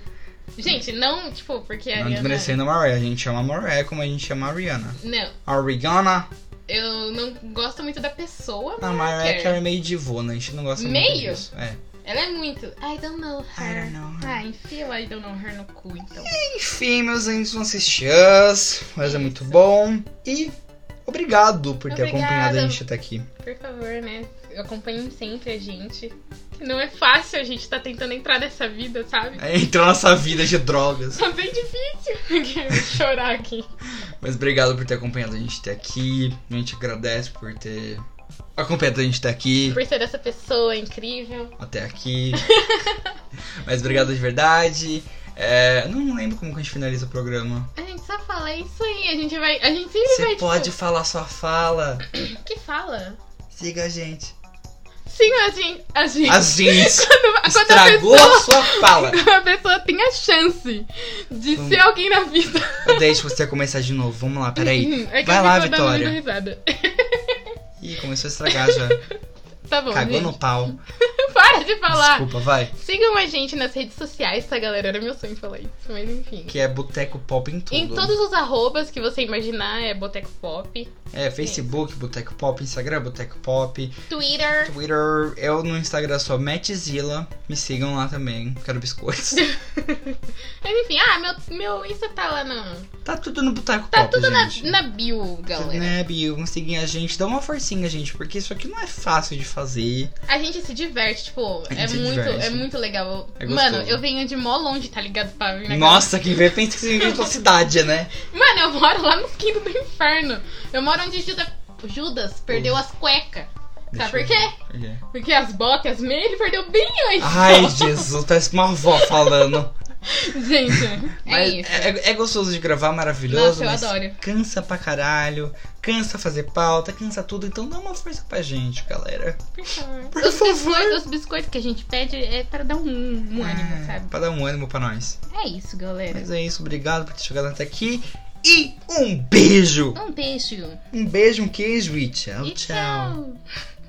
B: Gente, não, tipo, porque a
A: Não
B: Ariana.
A: desmerecendo a Mariah. A gente chama a Mariah como a gente chama a Rihanna.
B: Não,
A: A Rihanna.
B: eu não gosto muito da pessoa,
A: A
B: mas.
A: Mariah Carey é meio divô, né? A gente não gosta muito
B: Meio?
A: disso. É.
B: Ela é muito. I don't know
A: I
B: her.
A: don't know her.
B: Ah, enfia o I don't know her no cu, então.
A: Enfim, meus amigos, vão assistir Us, mas é muito bom. E obrigado por ter
B: Obrigada.
A: acompanhado a gente até aqui.
B: Por favor, né? Acompanhem sempre a gente. Que não é fácil, a gente tá tentando entrar nessa vida, sabe?
A: É, Entrou nossa vida de drogas.
B: Tá bem difícil. Eu vou chorar aqui.
A: Mas obrigado por ter acompanhado a gente até aqui. A gente agradece por ter acompanhado a gente até aqui.
B: Por ser essa pessoa incrível.
A: Até aqui. mas obrigado de verdade. É, não lembro como que a gente finaliza o programa.
B: A gente só fala isso aí, a gente vai. A gente sempre vai.
A: Você
B: tipo,
A: pode falar sua fala.
B: que fala?
A: Siga a gente.
B: Sim, a gente. A gente.
A: A gente
B: Quando, quando a
A: estragou
B: pessoa.
A: a sua fala.
B: quando a pessoa tem a chance de
A: Hum.
B: ser alguém na vida.
A: Eu deixo você começar de novo. Vamos lá, peraí.
B: Hum, é que
A: Vai
B: eu
A: lá,
B: fico dando muita
A: Vitória.
B: risada.
A: Ih, começou a estragar já.
B: Tá bom,
A: Cagou
B: gente.
A: no pau.
B: Para de falar.
A: Desculpa, vai.
B: Sigam a gente nas redes sociais, tá, galera? Era meu sonho falar isso, mas enfim.
A: Que é Boteco Pop em tudo.
B: Em todos os arrobas que você imaginar é Boteco Pop.
A: É, Facebook, Boteco Pop, Instagram, Boteco Pop,
B: Twitter.
A: Twitter. Eu no Instagram sou Matzilla. Me sigam lá também. Quero biscoitos.
B: Mas enfim, ah, meu, meu Insta tá lá no.
A: tá tudo no Boteco
B: Tá
A: Pop,
B: tudo na,
A: gente.
B: na bio, galera.
A: Né, Bio? Vão seguir a gente. Dá uma forcinha, gente, porque isso aqui não é fácil de fazer.
B: A gente se diverte, tipo,
A: gente
B: é
A: se
B: muito,
A: diverte.
B: é muito legal.
A: É gostoso.
B: Mano, eu venho de mó longe, tá ligado? Pra vir na
A: Nossa, quem vê pensa que você vive em tua cidade, né?
B: Mano, eu moro lá no quinto do inferno. Eu moro onde Judas, Judas
A: Hum.
B: perdeu as cuecas. Sabe por
A: Deixa
B: quê?
A: eu- Por quê?
B: Porque as botas, as meias, ele perdeu bem antes.
A: Ai, Jesus, parece uma avó falando.
B: Gente, é
A: Mas
B: isso.
A: é, é gostoso de gravar, maravilhoso.
B: Nossa, eu
A: mas
B: adoro.
A: Cansa pra caralho, cansa fazer pauta, cansa tudo. Então dá uma força pra gente, galera.
B: Por favor.
A: Por
B: os,
A: favor.
B: Biscoitos, os biscoitos que a gente pede é pra dar um, um ânimo,
A: É,
B: sabe?
A: Pra dar um ânimo pra nós.
B: É isso, galera.
A: Mas é isso, obrigado por ter chegado até aqui. E um beijo!
B: Um beijo.
A: Um beijo, um queijo e tchau,
B: e
A: tchau.
B: tchau.